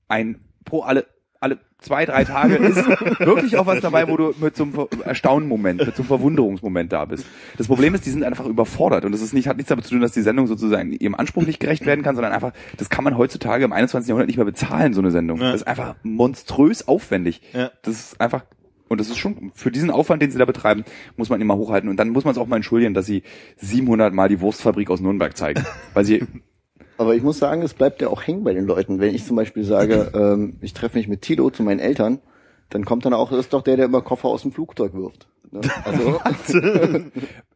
ein, pro alle, alle zwei, drei Tage [laughs] ist wirklich auch was dabei, wo du mit so einem Ver- Erstaunen-Moment, mit so einem Verwunderungsmoment da bist. Das Problem ist, die sind einfach überfordert und das ist nicht, hat nichts damit zu tun, dass die Sendung sozusagen ihrem Anspruch nicht gerecht werden kann, sondern einfach, das kann man heutzutage im 21. Jahrhundert nicht mehr bezahlen, so eine Sendung. Ja. Das ist einfach monströs aufwendig. Ja. Das ist einfach, und das ist schon, für diesen Aufwand, den sie da betreiben, muss man ihn mal hochhalten und dann muss man es auch mal entschuldigen, dass sie 700 Mal die Wurstfabrik aus Nürnberg [laughs] zeigen, weil sie Aber ich muss sagen, es bleibt ja auch hängen bei den Leuten. Wenn ich zum Beispiel sage, ähm, ich treffe mich mit Tilo zu meinen Eltern, dann kommt dann auch, das ist doch der, der immer Koffer aus dem Flugzeug wirft. Ne? Also,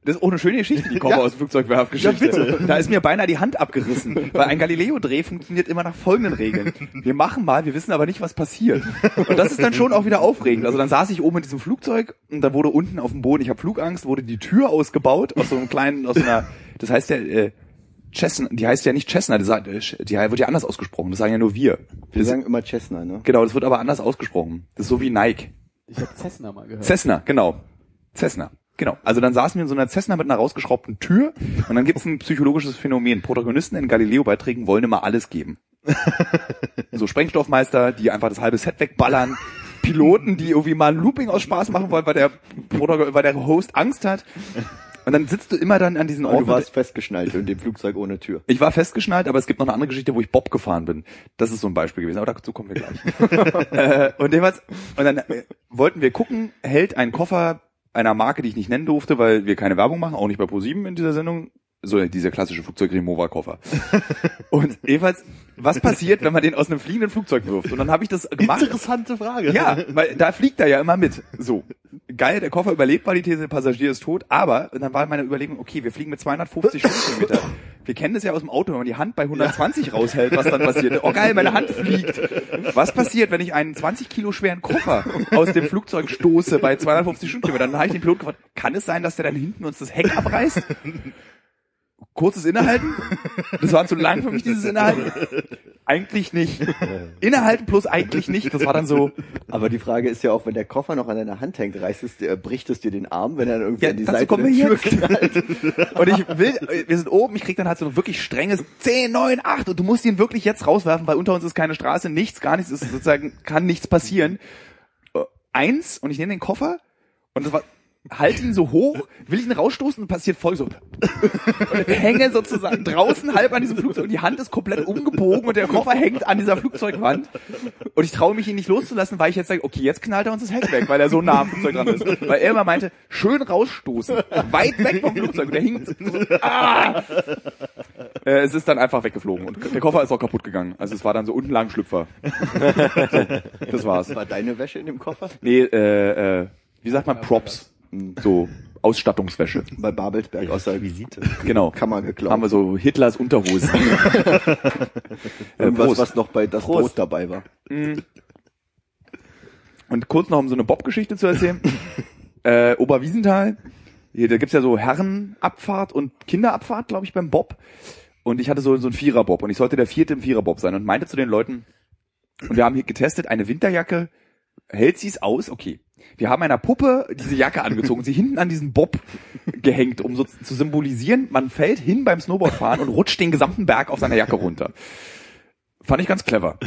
Das ist auch eine schöne Geschichte, die Koffer aus dem Flugzeug werf Geschichte. Da ist mir beinahe die Hand abgerissen, weil ein Galileo-Dreh funktioniert immer nach folgenden Regeln. Wir machen mal, wir wissen aber nicht, was passiert. Und das ist dann schon auch wieder aufregend. Also dann saß ich oben in diesem Flugzeug und da wurde unten auf dem Boden, ich habe Flugangst, wurde die Tür ausgebaut aus so einem kleinen, aus so einer, das heißt ja, äh, Chesna, die heißt ja nicht Chesna, die, sagt, äh, die wird ja anders ausgesprochen, das sagen ja nur wir. wir sagen immer Cessna, ne? Genau, das wird aber anders ausgesprochen. Das ist so wie Nike. Ich habe Cessna mal gehört. Cessna, genau. Cessna. Genau. Also dann saßen wir in so einer Cessna mit einer rausgeschraubten Tür und dann gibt's ein psychologisches Phänomen. Protagonisten in Galileo-Beiträgen wollen immer alles [laughs] geben. So Sprengstoffmeister, die einfach das halbe Set wegballern. Piloten, die irgendwie mal ein Looping aus Spaß machen wollen, weil der, Protago- weil der Host Angst hat. Und dann sitzt du immer dann an diesen Und Orten. du warst festgeschnallt in dem Flugzeug ohne Tür. Ich war festgeschnallt, aber es gibt noch eine andere Geschichte, wo ich Bob gefahren bin. Das ist so ein Beispiel gewesen, aber dazu kommen wir gleich. äh, und, jedenfalls, und dann äh, wollten wir gucken, hält ein Koffer einer Marke, die ich nicht nennen durfte, weil wir keine Werbung machen, auch nicht bei ProSieben in dieser Sendung, so dieser klassische Flugzeug-Remover-Koffer. und jedenfalls, was passiert, wenn man den aus einem fliegenden Flugzeug wirft? Und dann habe ich das gemacht. Interessante Frage. Ja, weil da fliegt er ja immer mit. So. Geil, der Koffer überlebt, war die These, der Passagier ist tot, aber und dann war meine Überlegung, okay, wir fliegen mit 250 Stundenkilometer. Wir kennen das ja aus dem Auto, wenn man die Hand bei 120 raushält, was dann passiert. Oh geil, meine Hand fliegt. Was passiert, wenn ich einen 20 Kilo schweren Koffer aus dem Flugzeug stoße bei 250 Stundenkilometern? Dann habe ich den Pilot gefragt, kann es sein, dass der dann hinten uns das Heck abreißt? Kurzes Innehalten. Das war zu lang für mich, dieses Innehalten. Eigentlich nicht. Innehalten plus eigentlich nicht. Das war dann so, Aber die Frage ist ja auch, wenn der Koffer noch an deiner Hand hängt, reißt es, dir- bricht es dir den Arm, wenn er dann irgendwie Ja, an die dazu Seite kommen der wir Tür [laughs] jetzt. Und ich will, wir sind oben, ich krieg dann halt so ein wirklich strenges 10, 9, 8 und du musst ihn wirklich jetzt rauswerfen, weil unter uns ist keine Straße, nichts, gar nichts, es ist sozusagen, kann nichts passieren. Äh, Eins, und ich nehme den Koffer und das war, halt ihn so hoch, will ich ihn rausstoßen und passiert voll so. Und hänge sozusagen draußen halb an diesem Flugzeug und die Hand ist komplett umgebogen und der Koffer hängt an dieser Flugzeugwand. Und ich traue mich, ihn nicht loszulassen, weil ich jetzt sage, okay, jetzt knallt er uns das Heck weg, weil er so nah am Flugzeug dran ist. Weil er immer meinte, schön rausstoßen, weit weg vom Flugzeug. Und der hing so, ah! äh, Es ist dann einfach weggeflogen und der Koffer ist auch kaputt gegangen. Also es war dann so unten lang Schlüpfer. so, das war's. War deine Wäsche in dem Koffer? Nee, äh, äh, wie sagt man, Props. So Ausstattungswäsche. Bei Babelsberg aus der Visite. Genau. Kammer geklaut. Haben wir so Hitlers [laughs] Unterhosen. äh, Irgendwas, Prost. was noch bei das Prost. Brot dabei war. Und kurz noch, um so eine Bob-Geschichte zu erzählen. äh, Oberwiesenthal, hier, da gibt's ja so Herrenabfahrt und Kinderabfahrt, glaube ich, beim Bob. Und ich hatte so, so einen Vierer-Bob und ich sollte der Vierte im Vierer-Bob sein und meinte zu den Leuten, und wir haben hier getestet, eine Winterjacke, hält sie's aus? Okay. Wir haben einer Puppe diese Jacke angezogen, sie hinten an diesen Bob gehängt, um so zu symbolisieren, man fällt hin beim Snowboardfahren und rutscht den gesamten Berg auf seiner Jacke runter. Fand ich ganz clever.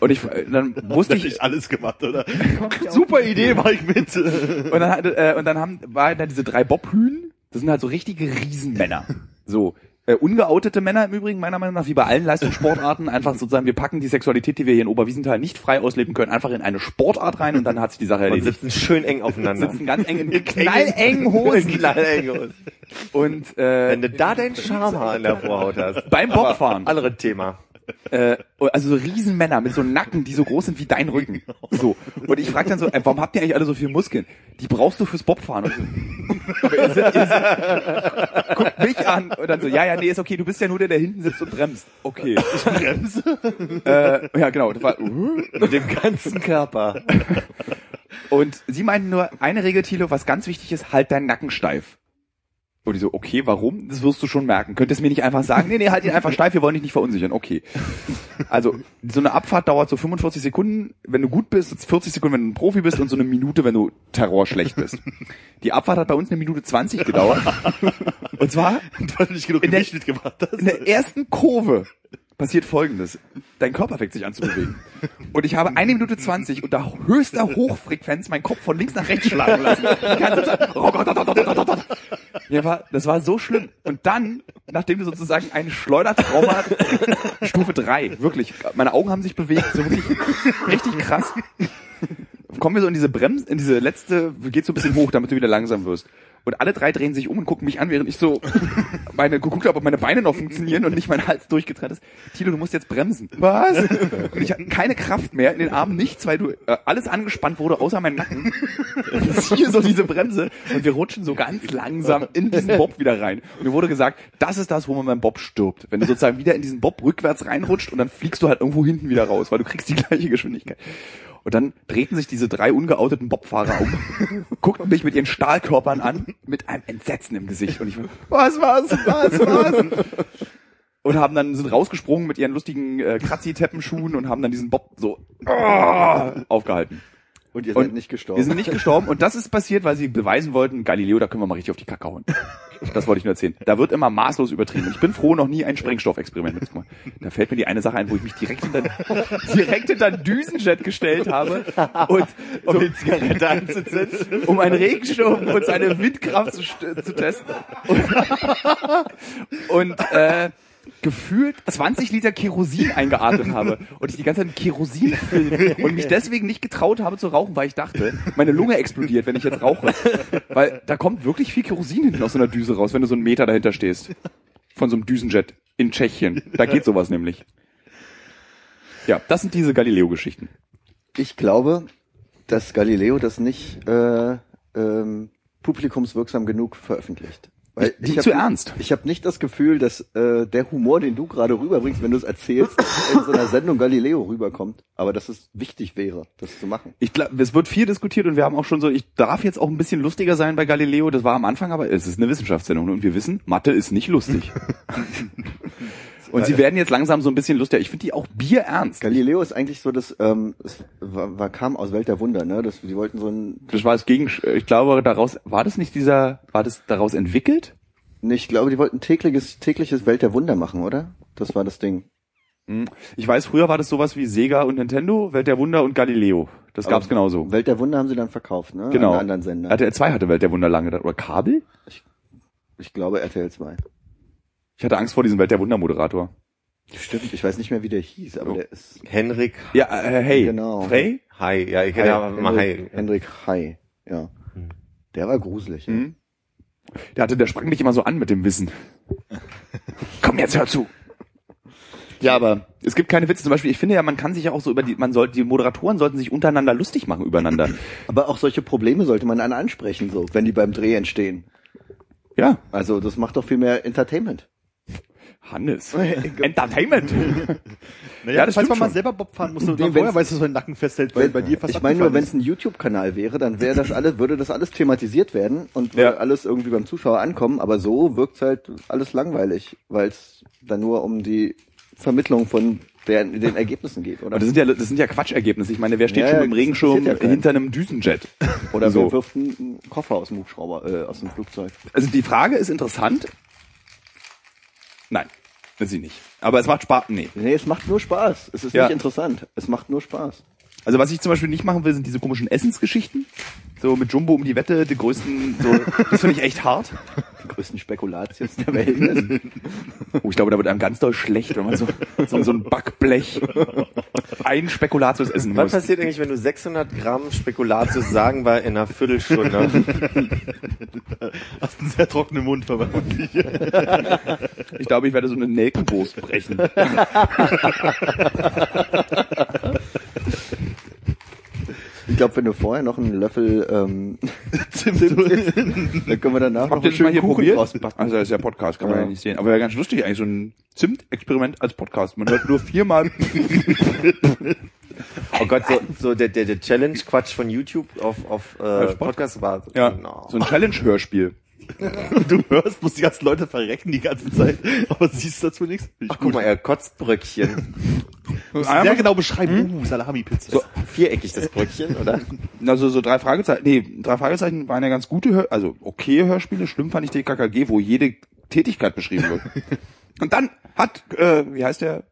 Und ich, dann wusste ich, Natürlich alles gemacht, oder? Kommt ja auch- [laughs] super Idee, [laughs] War ich mit. Und dann, hatte, äh, und dann haben, waren da diese drei Bobhühn. Das sind halt so richtige Riesenmänner. So. Äh, ungeoutete Männer im Übrigen, meiner Meinung nach, wie bei allen Leistungssportarten, einfach sozusagen, wir packen die Sexualität, die wir hier in Oberwiesenthal nicht frei ausleben können, einfach in eine Sportart rein und dann hat sich die Sache Und erledigt. sitzen schön eng aufeinander. Sitzen ganz eng [laughs] in knallengen [laughs] Hosen. Knallengen. Und äh, Wenn du da [laughs] deinen Schamhaar an der Vorhaut hast. beim Bobfahren. Anderes Thema. äh, also so Riesenmänner mit so Nacken, die so groß sind wie dein Rücken. So. Und ich frage dann so, äh, warum habt ihr eigentlich alle so viel Muskeln? Die brauchst du fürs Bobfahren. Und ich so, aber ihr seid- ihr seid- Guckt mich an und dann so, ja, ja, nee, ist okay, du bist ja nur der, der hinten sitzt und bremst. Okay. [laughs] Ich bremse? Äh, ja, genau. Das war, uh. Mit dem ganzen Körper. Und sie meinten nur, eine Regel, Thilo, was ganz wichtig ist, halt deinen Nacken steif. Und ich so, okay, warum? Das wirst du schon merken. Könntest mir nicht einfach sagen, nee, nee, halt ihn einfach steif, wir wollen dich nicht verunsichern. Okay. Also, so eine Abfahrt dauert so 45 Sekunden, wenn du gut bist, 40 Sekunden, wenn du ein Profi bist und so eine Minute, wenn du Terror schlecht bist. Die Abfahrt hat bei uns eine Minute 20 gedauert. Und zwar Weil du nicht genug In der- Gewicht mitgemacht hast. in der ersten Kurve passiert folgendes. Dein Körper fängt sich an zu bewegen. Und ich habe eine Minute 20 unter höchster Hochfrequenz meinen Kopf von links nach rechts schlagen lassen. Die ganze Zeit. Oh Gott, oh Gott, oh Gott, oh Gott, oh Gott. Mir war, das war so schlimm. Und dann, nachdem du sozusagen ein Schleudertrauma Stufe 3, wirklich, meine Augen haben sich bewegt, so wirklich richtig krass. Kommen wir so in diese Brems, in diese letzte, geht so ein bisschen hoch, damit du wieder langsam wirst. Und alle drei drehen sich um und gucken mich an, während ich so [laughs] meine geguckt habe, ob meine Beine noch funktionieren und nicht mein Hals durchgetrennt ist. Tilo, du musst jetzt bremsen. Was? Und ich hatte keine Kraft mehr in den Armen, nichts, weil du äh, alles angespannt wurde, außer mein Nacken. Und ziehe so diese Bremse und wir rutschen so ganz langsam in diesen Bob wieder rein. Und mir wurde gesagt, das ist das, wo man beim Bob stirbt. Wenn du sozusagen wieder in diesen Bob rückwärts reinrutscht und dann fliegst du halt irgendwo hinten wieder raus, weil du kriegst die gleiche Geschwindigkeit. Und dann drehten sich diese drei ungeouteten Bobfahrer um, [laughs] guckten mich mit ihren Stahlkörpern an, mit einem Entsetzen im Gesicht. Und ich war, was, was, was, was? Und haben dann, sind rausgesprungen mit ihren lustigen äh, Kratzi-Teppenschuhen und haben dann diesen Bob so ah, aufgehalten. Und ihr Und seid nicht gestorben. Wir sind nicht gestorben und das ist passiert, weil sie beweisen wollten, Galileo, da können wir mal richtig auf die Kacke hauen. Das wollte ich nur erzählen. Da wird immer maßlos übertrieben. Ich bin froh, noch nie ein Sprengstoffexperiment mitgemacht. Da fällt mir die eine Sache ein, wo ich mich direkt hinter, [laughs] direkt hinter einen Düsenjet gestellt habe und um die Zigarette anzuzünden, um einen Regenschirm und seine Windkraft zu, st- zu testen. Und, und äh, gefühlt 20 Liter Kerosin eingeatmet habe und ich die ganze Zeit mit Kerosin fülle und mich deswegen nicht getraut habe zu rauchen, weil ich dachte, meine Lunge explodiert, wenn ich jetzt rauche. Weil da kommt wirklich viel Kerosin hinten aus so einer Düse raus, wenn du so einen Meter dahinter stehst. Von so einem Düsenjet in Tschechien. Da geht sowas nämlich. Ja, das sind diese Galileo-Geschichten. ich glaube, dass Galileo das nicht äh, ähm, publikumswirksam genug veröffentlicht. Weil Die hab- zu ernst. Ich habe nicht das Gefühl, dass äh, der Humor, den du gerade rüberbringst, wenn du es erzählst, [laughs] in so einer Sendung Galileo rüberkommt. Aber dass es wichtig wäre, das zu machen. Ich glaube, es wird viel diskutiert und wir haben auch schon so, ich darf jetzt auch ein bisschen lustiger sein bei Galileo, das war am Anfang, aber es ist eine Wissenschaftssendung und wir wissen, Mathe ist nicht [laughs] lustig. und sie werden jetzt langsam so ein bisschen lustiger. Ich finde die auch bierernst. Galileo ist eigentlich so, dass ähm, es war, war, kam aus Welt der Wunder, ne? Das, die wollten so ein Das war das Gegen, ich glaube, daraus, war das nicht dieser, war das daraus entwickelt? Nee, ich glaube, die wollten tägliches, tägliches Welt der Wunder machen, oder? Das war das Ding. Ich weiß, früher war das sowas wie Sega und Nintendo, Welt der Wunder und Galileo. Das Aber gab's genauso. Welt der Wunder haben sie dann verkauft, ne? Genau. An einen anderen Sender. RTL 2 hatte Welt der Wunder lange, da- oder Kabel? ich glaube RTL 2. Ich hatte Angst vor diesem Welt der Wunder Moderator. Stimmt. Ich weiß nicht mehr, wie der hieß, aber Oh. der ist. Henrik Ja, äh, hey. Genau. Frey? Hai. Ja, ich kenne aber mal Hai. Hendrik, Hendrik Hai, ja. Der war gruselig. ja. Mhm. Der hatte, der sprang dich immer so an mit dem Wissen. Komm jetzt, hör zu. Ja, aber es gibt keine Witze. Zum Beispiel, ich finde ja, man kann sich ja auch so über die, man sollte, die Moderatoren sollten sich untereinander lustig machen übereinander. Aber auch solche Probleme sollte man dann ansprechen, so, wenn die beim Dreh entstehen. Ja. Also, das macht doch viel mehr Entertainment. [laughs] Hannes. Entertainment. Naja, Ja, das falls stimmt man mal schon. selber Bob fahren muss, dann wenn's- vorher weißt du, dass dein Nacken festhält, weil bei dir fast ich meine nur, wenn abgefallen es ein YouTube-Kanal wäre, dann wäre das alles, würde das alles thematisiert werden und Ja. würde alles irgendwie beim Zuschauer ankommen, aber so wirkt halt alles langweilig, weil es dann nur um die Vermittlung von der, den Ergebnissen geht, oder? Und das sind ja, das sind ja Quatschergebnisse. Ich meine, wer steht Ja, schon ja, im das Regenschirm interessiert ja keinen. hinter einem Düsenjet? [laughs] oder so. so. wirft einen Koffer aus dem Hubschrauber, äh, aus dem Flugzeug. Also die Frage ist interessant. Nein. Ist sie nicht. Aber es macht Spaß. Nee. Nee, es macht nur Spaß. Es ist Ja. nicht interessant. Es macht nur Spaß. Also was ich zum Beispiel nicht machen will, sind diese komischen Essensgeschichten. So mit Jumbo um die Wette, die größten, so, das finde ich echt hart. Die größten Spekulatius der Welt. Oh, ich glaube, da wird einem ganz doll schlecht, wenn man so, so, so ein Backblech ein Spekulatius essen Was muss. passiert eigentlich, wenn du 600 Gramm Spekulatius sagen war in [laughs] einer Viertelstunde? Hast einen sehr trockenen Mund, [laughs] vermutlich. Ich glaube, ich werde so eine Nelkenbrust brechen. Ich glaube, wenn du vorher noch einen Löffel, ähm, dann können wir danach noch Habt ihr einen das mal schönen hier Kuchen probiert? ausbacken. Also das ist ja Podcast, kann man Ja. ja nicht sehen. Aber wäre ganz lustig eigentlich, so ein Zimt-Experiment als Podcast. Man hört nur viermal Oh Gott, so, so der, der, der Challenge-Quatsch von YouTube auf, auf äh, Sport? Podcast war. ja, Genau. so ein Challenge-Hörspiel. Du hörst, musst die ganzen Leute verrecken die ganze Zeit, aber siehst dazu nichts. Finde ich Ach, guck mal, [laughs] er Kotzbröckchen. Sehr genau beschreiben. Uh, Salami-Pizza. So viereckig das Bröckchen, oder? Also so drei Fragezeichen, nee, drei Fragezeichen waren ja ganz gute, Hör also okay Hörspiele. Schlimm fand ich die KKG, wo jede Tätigkeit beschrieben wird. Und dann hat, äh, wie heißt der?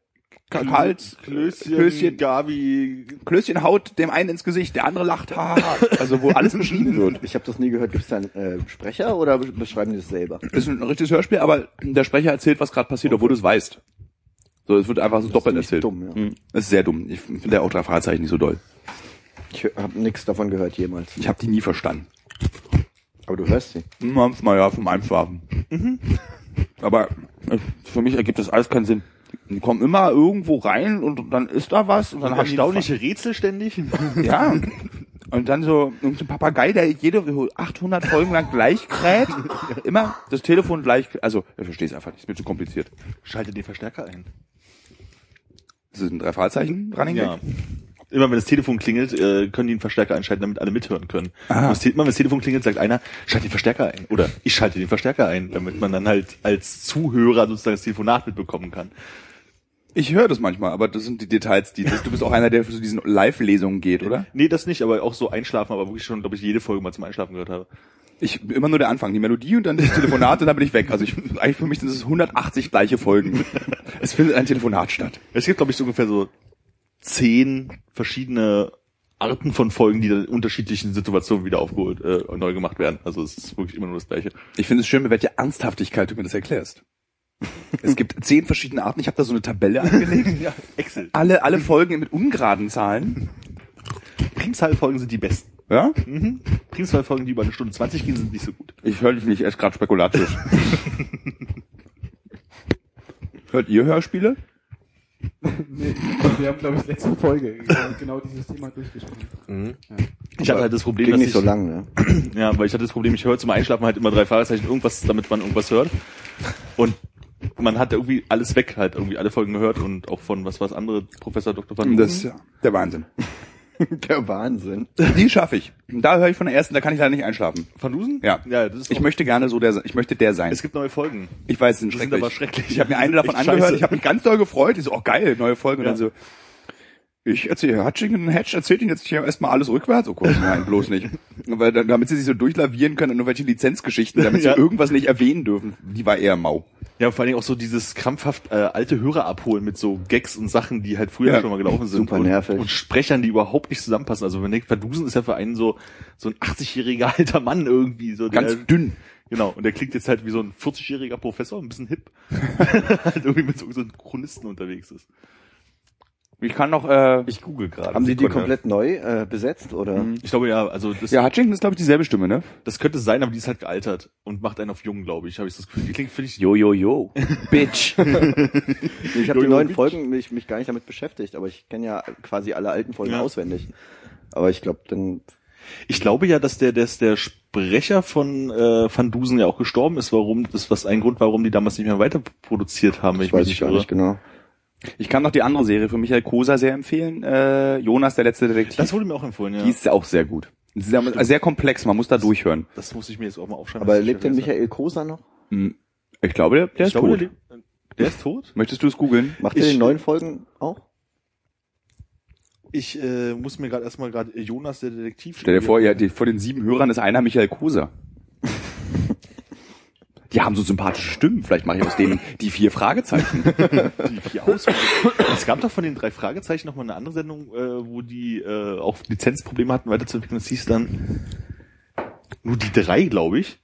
Ka- Karls Klößchen, Gabi. Klößchen haut dem einen ins Gesicht, der andere lacht, haha. Also wo alles beschrieben [laughs] wird. Ich habe das nie gehört. Gibt es da einen äh, Sprecher oder be- beschreiben die das selber? Ist ein richtiges Hörspiel, aber der Sprecher erzählt, was gerade passiert, obwohl du es weißt. So, es wird einfach so doppelt ziemlich erzählt. dumm, ja. Hm, Das ist sehr dumm. Ich finde ja auch drei Fragezeichen nicht so doll. Ich habe nichts davon gehört jemals. Ich habe die nie verstanden. Aber du hörst sie. Hm, Manchmal ja, vom Einschlafen. Mhm. [laughs] Aber äh, für mich ergibt das alles keinen Sinn. Die kommen immer irgendwo rein und dann ist da was und dann haben die- Erstaunliche Rätsel ständig. Ja. [laughs] Und dann so irgendein Papagei, der jede 800 Folgen lang gleich [laughs] kräht. Immer das Telefon gleich. Also, ich verstehe es einfach nicht. Ist mir zu kompliziert. Schalte den Verstärker ein. Das ist ein drei Fragezeichen Running Ja. Gag. Immer wenn das Telefon klingelt, äh, können die einen Verstärker einschalten, damit alle mithören können. Und das Te- Immer wenn das Telefon klingelt, sagt einer, schalte den Verstärker ein. Oder ich schalte den Verstärker ein, damit man dann halt als Zuhörer sozusagen das Telefonat mitbekommen kann. Ich höre das manchmal, aber das sind die Details, die das, du bist auch einer, der zu diesen Live-Lesungen geht, oder? Nee, das nicht, aber auch so einschlafen, aber wirklich schon, glaube ich, jede Folge mal zum Einschlafen gehört habe. Ich immer nur der Anfang, die Melodie und dann das Telefonat und dann bin ich weg. Also ich, eigentlich für mich sind es 180 gleiche Folgen. Es findet ein Telefonat statt. Es gibt, glaube ich, so ungefähr so zehn verschiedene Arten von Folgen, die dann in unterschiedlichen Situationen wieder aufgeholt äh, und neu gemacht werden. Also es ist wirklich immer nur das Gleiche. Ich finde es schön, mit welcher Ernsthaftigkeit du mir das erklärst. Es gibt zehn verschiedene Arten. Ich habe da so eine Tabelle angelegt. Excel. Alle, alle Folgen mit ungeraden Zahlen. Primzahlfolgen sind die besten. Ja? Mhm. Primzahlfolgen, die über eine Stunde 20 gehen, sind nicht so gut. Ich höre dich nicht, erst gerade spekulatisch. Hört ihr Hörspiele? Nee, wir haben, glaube ich, letzte Folge genau- genau dieses Thema durchgesprochen. Ich hatte halt das Problem, Klingt dass nicht ich, so lang, ne? ja, weil ich hatte das Problem, ich höre zum Einschlafen halt immer drei Fragezeichen irgendwas, damit man irgendwas hört. Und man hat irgendwie alles weg, halt irgendwie alle Folgen gehört und auch von was war das andere, Professor Dr. Van Das ist ja der Wahnsinn. Der Wahnsinn. Die schaffe ich. Da höre ich von der ersten, da kann ich leider nicht einschlafen. Van Dusen? Ja. ja das ist Ich auch- möchte gerne so der sein. Ich möchte der sein. Es gibt neue Folgen. Ich weiß, sind Die schrecklich. sind aber schrecklich. Ich habe mir eine davon Echt angehört, scheiße. ich habe mich ganz doll gefreut. Ich so, oh geil, neue Folge. Ja. Und dann so, ich erzähle, Hutchington Hatch erzählt Ihnen jetzt hier erstmal alles rückwärts. Oh [laughs] Gott, nein, bloß nicht. Weil, dann- damit sie sich so durchlavieren können und irgendwelche Lizenzgeschichten, damit sie Ja. irgendwas nicht erwähnen dürfen. Die war eher mau. Ja, vor allen Dingen auch so dieses krampfhaft äh, alte Hörer abholen mit so Gags und Sachen, die halt früher Ja, schon mal gelaufen sind. super und, nervig. Und Sprechern, die überhaupt nicht zusammenpassen. Also wenn denkt, Verdusen ist ja für einen so, so ein 80-jähriger [laughs] alter Mann irgendwie. So Ganz der, dünn. Genau, und der klingt jetzt halt wie so ein 40-jähriger Professor, ein bisschen hip. [laughs] halt irgendwie mit so, so einem Chronisten unterwegs ist. Ich kann noch, äh, Ich google gerade. Haben sie die Sekunde. komplett neu äh, besetzt oder? Ich glaube ja, also das, ja, Hutchington ist, glaube ich, dieselbe Stimme, ne? das könnte sein, aber die ist halt gealtert und macht einen auf jung, glaube ich, habe ich das Gefühl. Die klingt, finde ich, Yo, yo, yo. Bitch. Ich habe die Jojo neuen Bitch. Folgen mich, mich gar nicht damit beschäftigt, aber ich kenne ja quasi alle alten Folgen Ja. auswendig. Aber ich glaube, dann Ich glaube ja, dass der, dass der Sprecher von äh, Van Dusen ja auch gestorben ist, warum das was ein Grund, warum die damals nicht mehr weiter produziert haben, wenn das weiß mich ich gar nicht irre. genau. Ich kann noch die andere Serie von Michael Kosa sehr empfehehlen. Äh, Jonas, der letzte Detektiv. Das wurde mir auch empfohlen, ja. Die ist auch sehr gut. Sehr, sehr komplex, man muss da durchhören. das muss ich mir jetzt auch mal aufschreiben. Aber dass ich lebt denn das vergesse. Michael Kosa noch? Hm, Ich glaube, der, der Ich ist glaube, tot. der, lebt- der ist tot? Möchtest du es googeln? Macht er Ich- die neuen Folgen auch? Ich äh, muss mir gerade erstmal gerade Jonas, der Detektiv... Stell dir vor, ja, die, vor den sieben Hörern ist einer Michael Koser. Die haben so sympathische Stimmen. Vielleicht mache ich aus denen die vier [laughs] Fragezeichen. die Auswahl. es gab doch von den drei Fragezeichen nochmal eine andere Sendung, äh, wo die äh, auch Lizenzprobleme hatten, weiterzuentwickeln. Das hieß dann nur die drei, glaube ich,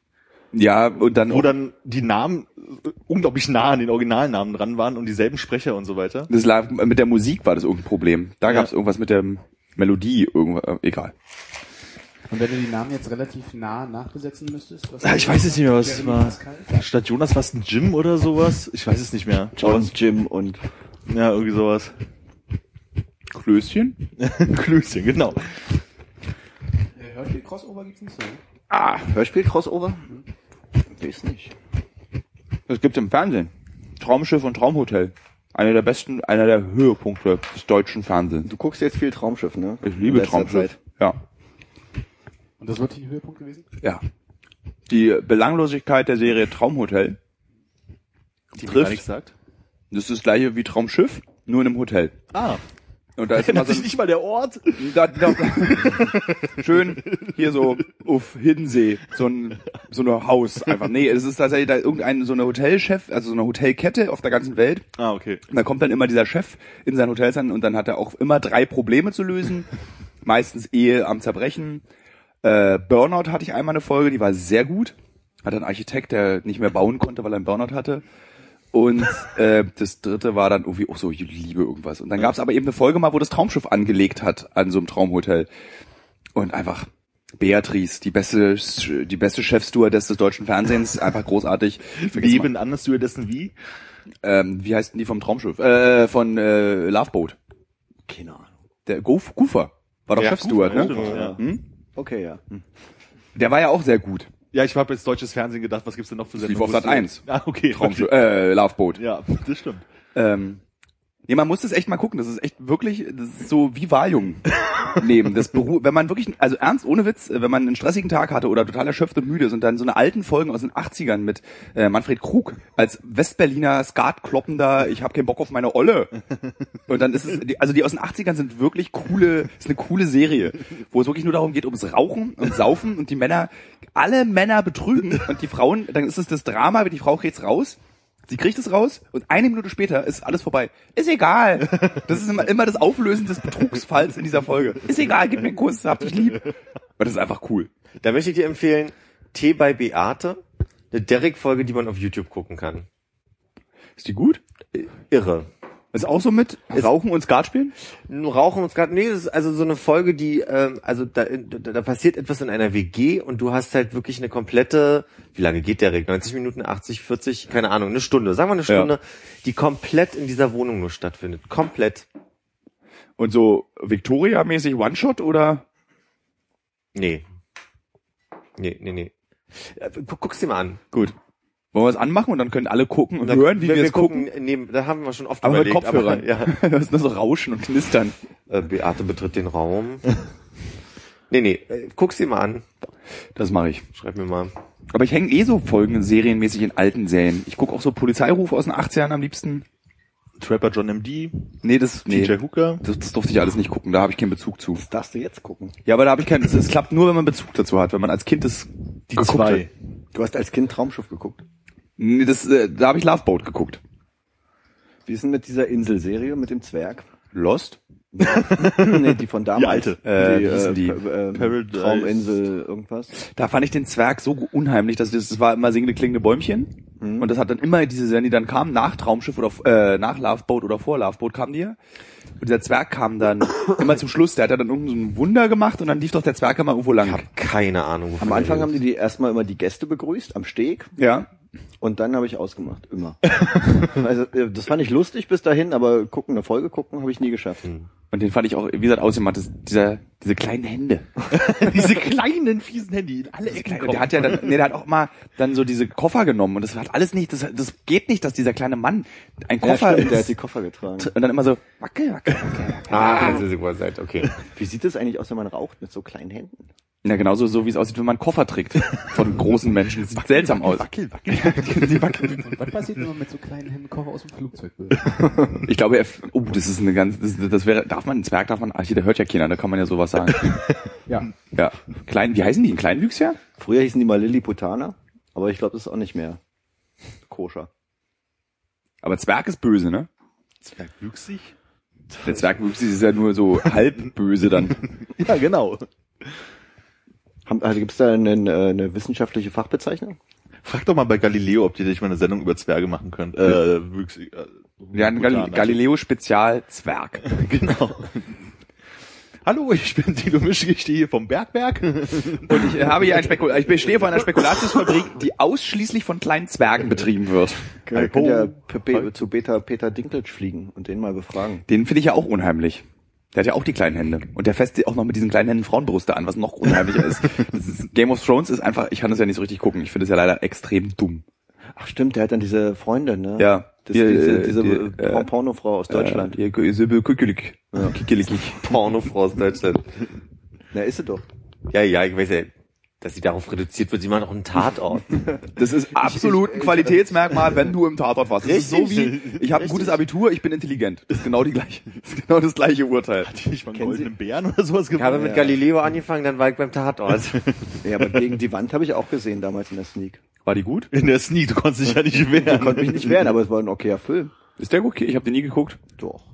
Ja, und dann, wo dann die Namen äh, unglaublich nah an den Originalnamen dran waren und dieselben Sprecher und so weiter. das lag, mit der Musik war das irgendein Problem. Da gab es irgendwas mit der Melodie, irgendwas, äh, egal. Und wenn du die Namen jetzt relativ nah nachbesetzen müsstest, was Ah, ich weiß jetzt nicht mehr, was es Jeremy war. Pascal? Statt Jonas war es ein Jim oder sowas. Ich weiß es nicht mehr. John, Jim und Ja, irgendwie sowas. [laughs] Klößchen? Klößchen, genau. Äh, Hörspiel Crossover gibt's nicht so. Hörspiel-Crossover? Weiß nicht. Das gibt's im Fernsehen. Traumschiff und Traumhotel. Einer der besten, einer der Höhepunkte des deutschen Fernsehens. Du guckst jetzt viel Traumschiff, ne? Ich liebe In letzter Traumschiff. Zeit. Ja. Und das wird hier ein Höhepunkt gewesen? Ja. Die Belanglosigkeit der Serie Traumhotel Die mir gar nichts trifft, sagt. das ist das gleiche wie Traumschiff, nur in einem Hotel. Ah, Und da ist immer ändert so [laughs] sich ein, nicht mal der Ort. da, da, schön hier so auf Hiddensee, so ein so ein Haus einfach. Nee, es ist tatsächlich da irgendein so eine Hotelchef, also so eine Hotelkette auf der ganzen Welt. Ah, okay. Und da kommt dann immer dieser Chef in sein Hotel an und dann hat er auch immer drei Probleme zu [laughs] lösen. Meistens Ehe am Zerbrechen. Äh, Burnout hatte ich einmal eine Folge, die war sehr gut. Hat einen Architekt, der nicht mehr bauen konnte, weil er einen Burnout hatte. Und [laughs] äh, das dritte war dann irgendwie, oh so, ich liebe irgendwas. Und dann gab es aber eben eine Folge mal, wo das Traumschiff angelegt hat an so einem Traumhotel. Und einfach Beatrice, die beste, die beste Chefstewardess des deutschen Fernsehens, einfach großartig. Vergiss mal- Leben anders Stewardessen wie? ähm, wie heißt denn die vom Traumschiff? Äh, von äh, Loveboat. Keine Ahnung. Der Goof, Goofer. War doch Ja, Chefsteward, Goofer, ne? stimmt, ja. Hm? Okay, ja. Der war ja auch sehr gut. Ja, ich habe jetzt deutsches Fernsehen gedacht, was gibt's denn noch für Sendungen? lief auf Sat 1. Ah, okay. Traumschiff, äh, Loveboat. [laughs] Ja, das stimmt. Ähm, nee, man muss das echt mal gucken. Das ist echt wirklich, das ist so wie Valium nehmen. Das beru wenn man wirklich, also ernst, ohne Witz, wenn man einen stressigen Tag hatte oder total erschöpft und müde ist und dann so eine alten Folgen aus den 80ern mit äh, Manfred Krug als Westberliner Skatkloppender, ich habe keinen Bock auf meine Olle. Und dann ist es, die- also die aus den 80ern sind wirklich coole, ist eine coole Serie, wo es wirklich nur darum geht, ums Rauchen und Saufen und die Männer, alle Männer betrügen und die Frauen, dann ist es das Drama, die Frau kriegt's raus Sie kriegt es raus und eine Minute später ist alles vorbei. Ist egal. Das ist immer, immer das Auflösen des Betrugsfalls in dieser Folge. Ist egal, gib mir einen Kuss, hab dich lieb. Und das ist einfach cool. Da möchte ich dir empfehlen, Tee bei Beate, eine Derek-Folge, die man auf YouTube gucken kann. Ist die gut? Irre. Ist auch so mit Rauchen und Skat spielen? Rauchen und Skat, nee, das ist also so eine Folge, die, ähm, also da, da, da passiert etwas in einer WG und du hast halt wirklich eine komplette, wie lange geht der Reg? 90 Minuten, 80, 40, keine Ahnung, eine Stunde, sagen wir eine Stunde, die komplett in dieser Wohnung nur stattfindet. Komplett. Und so Victoria-mäßig One-Shot oder? Nee. Nee, nee, nee. Äh, gu- Guck's dir mal an. Gut. Wollen wir es anmachen und dann können alle gucken und hören, wie wir, es gucken. Neben, da haben wir schon oft Aber mit überlegt. Kopfhörern. Aber, ja. [laughs] das ist nur so Rauschen und Knistern. Äh, Beate betritt [laughs] den Raum. nee, nee, äh, guck's dir mal an. Das mache ich. Schreib mir mal. Aber ich hänge eh so Folgen serienmäßig in alten Serien. Ich gucke auch so Polizeiruf aus den 80ern am liebsten. Trapper John MD, Nee, das, nee. DJ Hooker. Das, das durfte ich alles nicht gucken, da habe ich keinen Bezug zu. Darfst du jetzt gucken? Ja, aber da habe ich keinen. Es, es klappt nur, wenn man Bezug dazu hat, wenn man als Kind das Die geguckt zwei. Hat. Du hast als Kind Traumschiff geguckt. Nee, das, äh, da habe ich Loveboat geguckt. Wie ist denn mit dieser Inselserie mit dem Zwerg? Lost? nee, die von damals. alte. Äh, wie die, hießen äh, die? Pa- äh, Paradise. Trauminsel irgendwas. Da fand ich den Zwerg so unheimlich, dass das, das war immer singende klingende Bäumchen. Und das hat dann immer diese Serien, die dann kamen, nach Traumschiff oder äh, nach Loveboat oder vor Loveboat kamen die. ja. Und dieser Zwerg kam dann immer zum Schluss, der hat ja dann irgend so ein Wunder gemacht und dann lief doch der Zwerg immer irgendwo Ich lang. habe keine Ahnung, wovon Am ihr Anfang redet. haben die, die erstmal immer die Gäste begrüßt am Steg Ja. und dann habe ich ausgemacht, immer. also äh, das fand ich lustig bis dahin, aber gucken, eine Folge gucken habe ich nie geschafft. Und den fand ich auch, wie gesagt, ausgemacht, das, dieser, diese kleinen Hände. [laughs] Diese kleinen, fiesen Handy in alle Ecken. Und der hat ja dann, nee, der hat auch mal dann so diese Koffer genommen und das hat alles nicht, das, das geht nicht, dass dieser kleine Mann ein Koffer stimmt, der hat ist. die Koffer getragen. und dann immer so, wackel, wackel, wackel. Ah, jetzt ist ihr seid, okay. Wie sieht es eigentlich aus, wenn man raucht mit so kleinen Händen? Na, genauso so, wie es aussieht, wenn man einen Koffer trägt. Von großen Menschen. Das sieht seltsam aus. Wackel, wackel. Die wackeln. Und was passiert, wenn man mit so kleinen Händen Kocher aus dem Flugzeug wirft? Ich glaube, er, oh, das ist eine ganz, das, das wäre, darf man, ein Zwerg darf man, ach, hier, der hört ja keiner, da kann man ja sowas sagen. Hm. Ja. Ja. Klein, wie heißen die, ein Kleinwüchsiger? Früher hießen die mal Lilliputaner, aber ich glaube, das ist auch nicht mehr. koscher. Aber Zwerg ist böse, ne? Zwergwüchsig? Der Zwerg ist ja nur so halb böse dann. [laughs] Ja, genau. Haben- Also gibt's da eine, eine wissenschaftliche Fachbezeichnung? Frag doch mal bei Galileo, ob die dich mal eine Sendung über Zwerge machen könnt. Äh, wüchsig. Äh, Ja, ein Gal Vulkan, also. Galileo Spezial Zwerg. Genau. [laughs] Hallo, ich bin Tilo Mischke, ich stehe hier vom Bergwerk. Und ich habe hier ein Spekul ich stehe vor einer Spekulatiusfabrik, die ausschließlich von kleinen Zwergen betrieben wird. Ihr könnt ja Pe- Pe- zu Peter, Peter Dinklage fliegen und den mal befragen. Den finde ich ja auch unheimlich. Der hat ja auch die kleinen Hände. Und der fässt die auch noch mit diesen kleinen Händen Frauenbrüste an, was noch unheimlicher ist. Das ist. Game of Thrones ist einfach, ich kann das ja nicht so richtig gucken. Ich finde es ja leider extrem dumm. Ach stimmt, der hat dann diese Freundin, ne? Ja. Das, Die- diese äh, diese die, Por- äh, Pornofrau aus Deutschland. Äh, ihr Söbel Kükelik. Kikelikik. Pornofrau aus Deutschland. Na, ist sie doch. Ja, ja, ich weiß ja, dass sie darauf reduziert wird. Sie machen doch einen [laughs] Tatort. Das ist absolut ein Qualitätsmerkmal, wenn du im Tatort warst. Das ist so wie, ich habe ein gutes Abitur, ich bin intelligent. Das ist genau die gleiche, das [laughs] ist genau das gleiche Urteil. Ich mal einen goldenen Bären oder sowas Ich habe gemacht. mit Galileo angefangen, dann war ich beim [laughs] Tatort. Äh, Ja, aber gegen die Wand habe ich auch gesehen damals in der Sneak. War die gut? In der Sneak, du konntest dich ja nicht wehren. Konnte mich nicht wehren, aber es war ein okayer Film. Ist der okay? Ich habe den nie geguckt. Doch.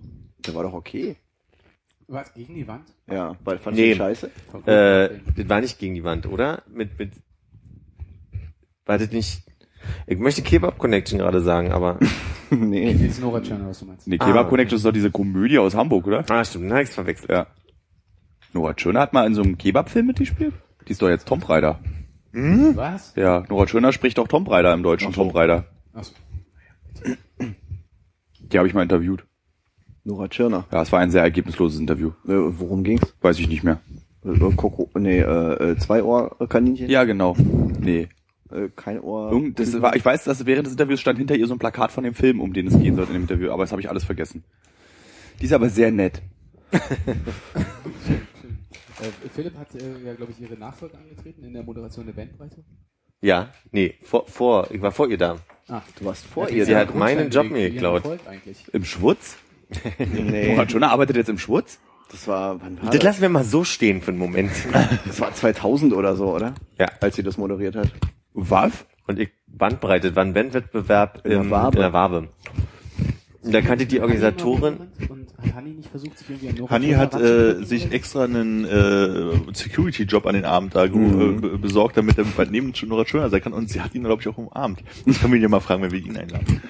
Der war doch okay. Was, gegen die Wand? Ja, weil fand Nee. ich scheiße. äh, das war nicht gegen die Wand, oder? Mit, mit, war das nicht, ich möchte Kebab Connection gerade sagen, [laughs] aber, nee. Jetzt Nora Channel, was du meinst. Nee, Ah. Kebab Connection ist doch diese Komödie aus Hamburg, oder? ah, stimmt, dann habe ich verwechselt. Ja. Nora Tschirner hat mal in so einem Kebab-Film mitgespielt. Die ist doch jetzt Tomb Raider. Was? Ja, Nora Tschirner spricht auch Tomb Raider im Deutschen. Tomb Raider. Achso. Die habe ich mal interviewt. Nora Tschirner. Ja, es war ein sehr ergebnisloses Interview. Äh, worum ging's? Weiß ich nicht mehr. Äh, äh, Koko, nee, äh, äh, zwei Ohrkaninchen? Ja, genau. Nee. Äh, kein Ohr. Irgend, das war, ich weiß, dass während des Interviews stand hinter ihr so ein Plakat von dem Film, um den es gehen sollte in dem Interview, aber das habe ich alles vergessen. Die ist aber sehr nett. Äh, Philipp hat äh, ja, glaube ich, ihre Nachfolge angetreten in der Moderation der Bandbreite. Ja, nee, vor, vor, ich war vor ihr da. Ah, Du warst vor Ja, ihr. Sie ja hat Grundstein meinen Job gelegt, mir wie geklaut. ein Erfolg eigentlich. Im Schwutz? Nee. Nora Tschirner arbeitet jetzt im Schwutz? Das war, wann war Das das? lassen wir mal so stehen für einen [laughs] Moment. Das war 2000 oder so, oder? Ja. Als sie das moderiert hat. Was? Und ich Bandbreite, das war ein Bandwettbewerb In der im- Wabe. in der Wabe. Und da kannte die Organisatorin, Und hat Hanni nicht versucht, sich irgendwie an Nora Hanni Tschirner hat äh, ranzubringen? [laughs] sich extra einen äh, Security-Job an den Abend da ge- Mhm. äh, be- besorgt, damit er bald neben Nora Schöner sein kann. Und sie hat ihn, glaube ich, auch umarmt. Das können wir ihn ja mal fragen, wenn wir [laughs] ihn einladen.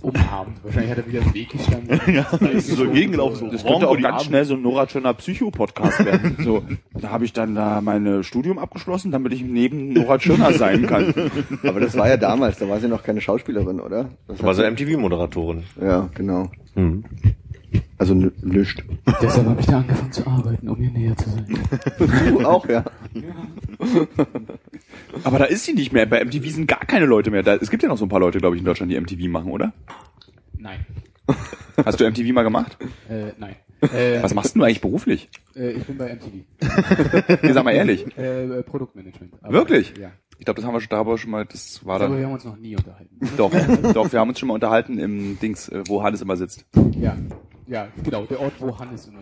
Umarmt. Wahrscheinlich hat er wieder im Weg gestanden. [laughs] Ja, so gegengelaufen. So Das könnte auch die ganz Arme. schnell so ein Nora Tschirner Psycho-Podcast [laughs] werden. So, da habe ich dann da mein äh, Studium abgeschlossen, damit ich neben Nora Tschirner sein [laughs] kann. Aber das war ja damals, da war sie noch keine Schauspielerin, oder? Das war hat so MTV-Moderatorin. sie- ja, genau. Also n- nischt. Deshalb habe ich da angefangen zu arbeiten, um ihr näher zu sein. Du auch, ja. [laughs] Aber da ist sie nicht mehr. Bei MTV sind gar keine Leute mehr. Da, es gibt ja noch so ein paar Leute, glaube ich, in Deutschland, die MTV machen, oder? Nein. Hast du MTV mal gemacht? Äh, nein. Äh, Was machst denn du eigentlich beruflich? Äh, ich bin bei MTV. Nee, sag mal ehrlich. Äh, äh, Produktmanagement. Aber- Wirklich? Ja. Ich glaube, das haben wir schon, da haben wir schon mal, das war Aber dann. wir haben uns noch nie unterhalten. Doch, [laughs] doch, wir haben uns schon mal unterhalten im Dings, äh, wo Hannes immer sitzt. Ja. Ja, genau, der Ort, wo Hannes immer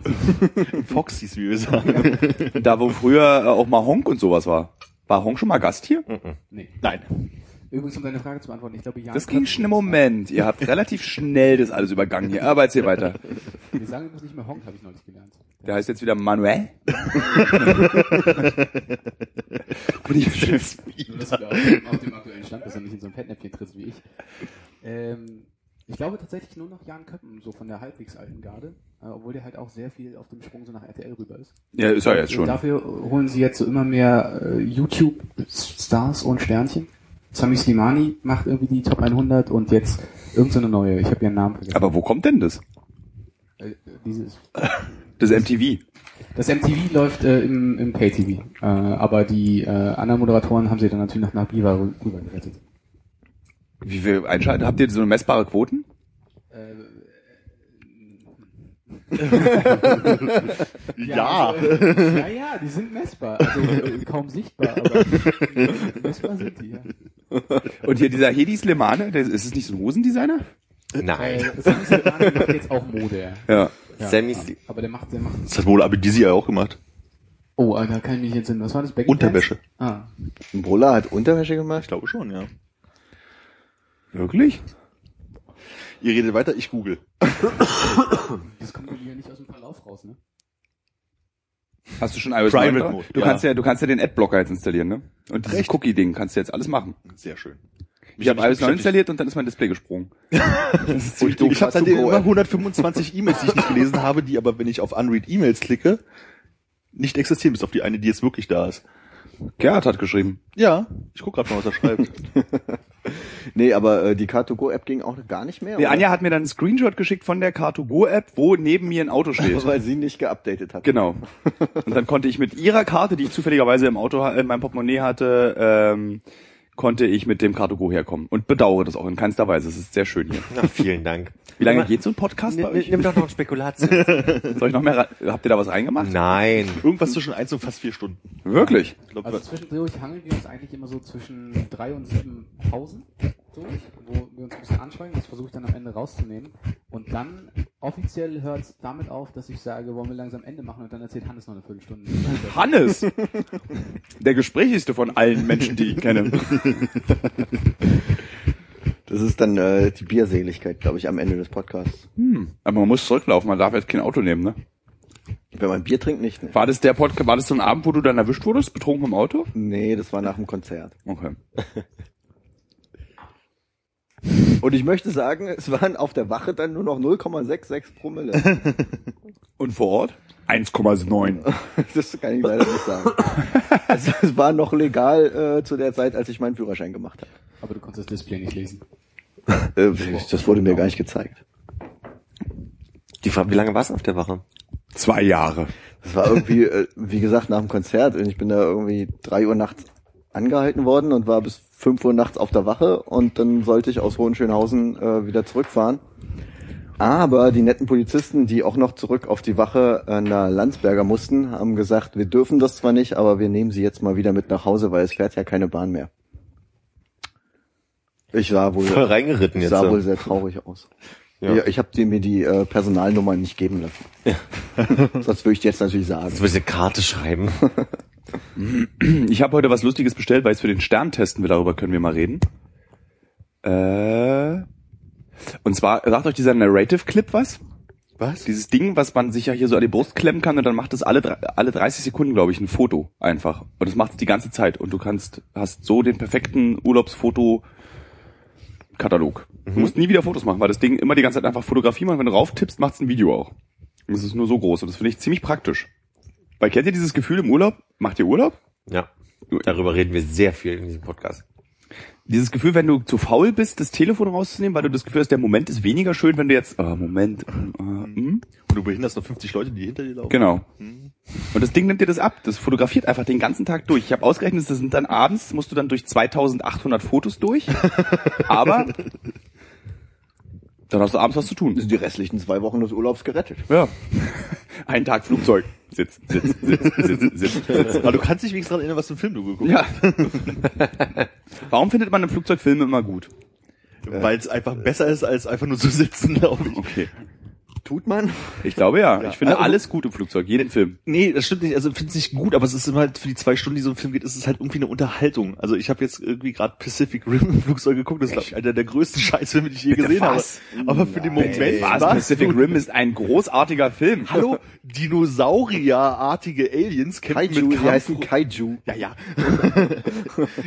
[laughs] sitzt. Foxys, wie wir sagen. Da, wo früher äh, auch mal Honk und sowas war. War Honk schon mal Gast hier? Nee. Nein. Übrigens, um deine Frage zu beantworten, ich glaube, Jan Das ging schon im Moment. Ihr habt relativ schnell das alles übergangen hier. Aber erzähl weiter. Wir sagen übrigens nicht mehr Honk, habe ich neulich gelernt. Der heißt jetzt wieder Manuel. Und ich jetzt Nur, dass du da auf dem, auf dem aktuellen Stand bist und nicht in so einem Fettnäpfchen trittst wie ich. Ähm, ich glaube tatsächlich nur noch Jan Köppen, so von der halbwegs alten Garde. Äh, obwohl der halt auch sehr viel auf dem Sprung so nach RTL rüber ist. ja, ist er jetzt Und schon. dafür äh, holen sie jetzt so immer mehr äh, YouTube-Stars und Sternchen. Sami Slimani macht irgendwie die Top 100 und jetzt irgendeine neue. Ich habe ihren Namen vergessen. Aber wo kommt denn das? äh, dieses. Das ist MTV. Das MTV läuft äh, im, im Pay-TV. Äh, aber die äh, anderen Moderatoren haben sie dann natürlich nach Nabiva rü- rübergerettet. Wie viel einschalten? Habt ihr so eine messbare Quoten? Äh, Ja. also, äh, [laughs] ja, ja, die sind messbar. Also äh, kaum sichtbar, aber messbar sind die, ja. Und hier dieser Hedi Slimane, der, ist es nicht so ein Hosendesigner? Nein. Äh, Sami Slimani macht jetzt auch Mode, ja. Ja. ja. Sammy Sli- Aber der macht, der macht. Das hat wohl Abedisi ja auch gemacht. Oh, da kann ich mich jetzt hin. Was war das? Becken Unterwäsche. Ah. Brüller hat Unterwäsche Ich gemacht? glaube schon, ja. Wirklich? Ihr redet weiter, ich google. Das kommt ja nicht aus dem Verlauf raus, ne? Hast du schon iOS Private 9 drauf? Mode, Du ja. kannst ja, du kannst ja den Adblocker jetzt installieren, ne? Und dieses Echt? Cookie-Ding kannst du jetzt alles machen. Sehr schön. Ich habe iOS 9 alles installiert und dann ist mein Display gesprungen. Das ist Ich, ich habe Hast du seitdem Go immer App? 125 E-Mails, die ich nicht gelesen habe, die aber, wenn ich auf Unread E-Mails klicke, nicht existieren, bis auf die eine, die jetzt wirklich da ist. Gerhard hat geschrieben. Ja, ich gucke gerade mal, was er schreibt. Nee, aber äh, die Car2Go-App ging auch gar nicht mehr. Nee, oder? Anja hat mir dann einen Screenshot geschickt von der Car2Go-App, wo neben mir ein Auto [laughs] steht. Weil sie nicht geupdatet hat. Genau. Und dann konnte ich mit ihrer Karte, die ich zufälligerweise im Auto ha- in meinem Portemonnaie hatte, ähm, konnte ich mit dem Cartogo herkommen. Und bedauere das auch in keinster Weise. Es ist sehr schön hier. Na, vielen Dank. Wie lange Nimm- geht so ein Podcast bei Nimm, nimm, euch? nimm doch noch ein Spekulatius. [laughs] Soll ich noch mehr? rein- Habt ihr da was reingemacht? Nein. Irgendwas zwischen eins und fast vier Stunden. Wirklich? Ich glaub, Also was- zwischendurch hangeln wir uns eigentlich immer so zwischen drei und sieben Pausen durch, wo wir uns ein bisschen anschweigen. Das versuche ich dann am Ende rauszunehmen. Und dann offiziell hört es damit auf, dass ich sage, wollen wir langsam Ende machen und dann erzählt Hannes noch eine Viertelstunde. Hannes! Der gesprächigste von allen Menschen, die ich kenne. Das ist dann äh, die Bierseligkeit, glaube ich, am Ende des Podcasts. Hm. Aber man muss zurücklaufen, man darf jetzt kein Auto nehmen, ne? Wenn man Bier trinkt, nicht. Ne? War das der Podcast, war das so ein Abend, wo du dann erwischt wurdest, betrunken im Auto? Nee, das war nach dem Konzert. Okay. Und ich möchte sagen, es waren auf der Wache dann nur noch 0,66 [laughs] Promille. Und vor Ort? 1,9. Das kann ich leider nicht sagen. Also, es war noch legal äh, zu der Zeit, als ich meinen Führerschein gemacht habe. Aber du konntest das Display nicht lesen. Äh, das wurde mir gar nicht gezeigt. Die Frage, wie lange warst du auf der Wache? Zwei Jahre. Das war irgendwie, äh, wie gesagt, nach dem Konzert. Und ich bin da irgendwie drei Uhr nachts angehalten worden und war bis fünf Uhr nachts auf der Wache. Und dann sollte ich aus Hohenschönhausen äh, wieder zurückfahren. Aber die netten Polizisten, die auch noch zurück auf die Wache an der Landsberger mussten, haben gesagt, wir dürfen das zwar nicht, aber wir nehmen sie jetzt mal wieder mit nach Hause, weil es fährt ja keine Bahn mehr. Ich sah wohl, Voll reingeritten ich jetzt. sah so. wohl sehr traurig aus. Ja. Ja. Ich habe mir die äh, Personalnummer nicht geben lassen. [laughs] Sonst würde ich die jetzt natürlich sagen. Jetzt will ich eine Karte schreiben. Ich habe heute was Lustiges bestellt, weil es für den Stern testen will. Darüber können wir mal reden. Äh, und zwar sagt euch dieser Narrative Clip was? Was? Dieses Ding, was man sich ja hier so an die Brust klemmen kann und dann macht es alle drei- alle 30 Sekunden, glaube ich, ein Foto einfach. Und das macht es die ganze Zeit und du kannst hast so den perfekten Urlaubsfoto Katalog. Du musst nie wieder Fotos machen, weil das Ding immer die ganze Zeit einfach Fotografie macht. Wenn du rauf tippst, macht es ein Video auch. Und es ist nur so groß und das finde ich ziemlich praktisch. Weil kennt ihr dieses Gefühl im Urlaub? Macht ihr Urlaub? Ja. Darüber reden wir sehr viel in diesem Podcast. dieses Gefühl, wenn du zu faul bist, das Telefon rauszunehmen, weil du das Gefühl hast, der Moment ist weniger schön, wenn du jetzt, ah, Moment, ah, hm? Und du behinderst noch 50 Leute, die hinter dir laufen. genau. Und das Ding nimmt dir das ab, das fotografiert einfach den ganzen Tag durch. Ich habe ausgerechnet, das sind dann abends, musst du dann durch 2800 Fotos durch, aber dann hast du abends was zu tun. die restlichen zwei Wochen des Urlaubs gerettet. Ja. [laughs] Ein Tag Flugzeug. Sitz, sitz, sitz, sitz, sitz, sitz. [laughs] Aber du kannst dich wenigstens daran erinnern, was für einen Film du geguckt Ja. Warum findet man im Flugzeug Filme immer gut? hast. Weil es einfach besser ist, als einfach nur zu sitzen, glaube ich. Okay. Tut man? Ich glaube ja. Ich finde Also- alles gut im Flugzeug, jeden Film. Nee, das stimmt nicht. Also finde nicht gut, aber es ist immer halt für die zwei Stunden, die so ein Film geht, ist es halt irgendwie eine Unterhaltung. Also ich habe jetzt irgendwie gerade Pacific Rim im Flugzeug geguckt. Das ist, glaube ich, einer der größten [laughs] Scheißfilme, die ich je gesehen was? habe. Aber für den Moment Was? war's Pacific so- Rim ist ein großartiger Film. Hallo, Dinosaurierartige Aliens kämpfen Kaiju, mit die heißen Kampf Kaiju. ja, ja.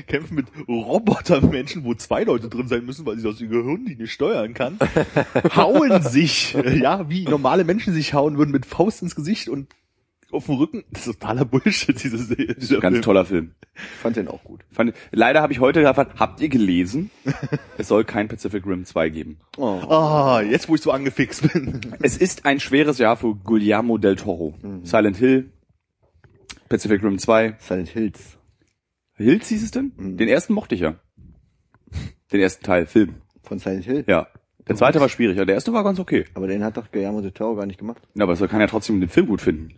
kämpfen mit Robotermenschen, wo zwei Leute drin sein müssen, weil sie das ihr Gehirn die nicht [laughs] steuern kann. hauen sich, äh, ja, wie normale Menschen sich hauen würden mit Faust ins Gesicht und auf dem Rücken. Das ist totaler Bullshit, diese Serie. Dieser Ganz Film. toller Film. Ich fand den auch gut. Fand, leider habe ich heute erfahren, habt ihr gelesen? Es soll kein Pacific Rim 2 geben. Ah, jetzt wo ich so [laughs] angefixt bin. Es ist ein schweres Jahr für Guillermo del Toro. Silent Hill, Pacific Rim 2. Silent Hills. Hills hieß es denn? Den ersten mochte ich ja. Den ersten Teil, Film. Von Silent Hill? Ja. Der zweite war schwierig, aber der erste war ganz okay. Aber den hat doch Guillermo de Toro gar nicht gemacht. Na, aber es kann ja trotzdem den Film gut finden.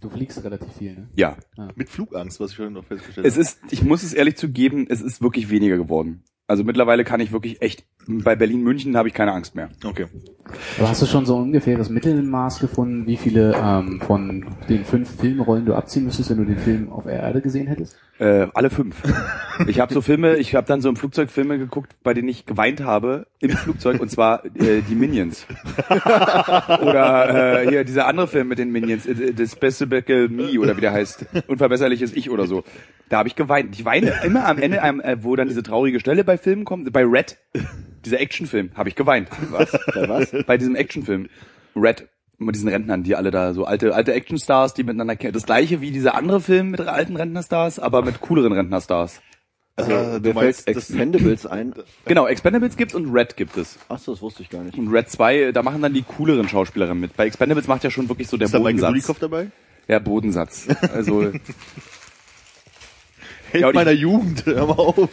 Du fliegst relativ viel, ne? Ja. Mit Flugangst, was ich vorhin noch festgestellt Es habe. ist, ich muss es ehrlich zugeben, es ist wirklich weniger geworden. Also mittlerweile kann ich wirklich echt Bei Berlin-München habe ich keine Angst mehr. Okay. Aber hast du schon so ein ungefähres Mittelmaß gefunden, wie viele ähm, von den fünf Filmrollen du abziehen müsstest, wenn du den Film auf der Erde gesehen hättest? Äh, alle fünf. Ich habe so Filme, ich habe dann so im Flugzeug Filme geguckt, bei denen ich geweint habe im Flugzeug und zwar äh, die Minions. oder äh, hier dieser andere Film mit den Minions, äh, das Bessebeckel Me oder wie der heißt, unverbesserliches Ich oder so. Da habe ich geweint. Ich weine immer am Ende, am, äh, wo dann diese traurige Stelle bei Filmen kommt, bei Red, dieser Actionfilm, habe ich geweint. Was? was? Bei diesem Actionfilm Red mit diesen Rentnern, die alle da so alte alte Actionstars, die miteinander kennen. Das gleiche wie dieser andere Film mit alten Rentnerstars, aber mit cooleren Rentnerstars. Also, Äh, mir fällt Expendables ein. Genau, Expendables gibt's und Red gibt es. Ach so, das wusste ich gar nicht. Und Red 2, da machen dann die cooleren Schauspielerinnen mit. Bei Expendables macht ja schon wirklich so der ist da Mike Bodensatz. Rudikoff dabei? Der Bodensatz. Also Held Ja, und ich- meiner Jugend, [laughs] hör mal auf.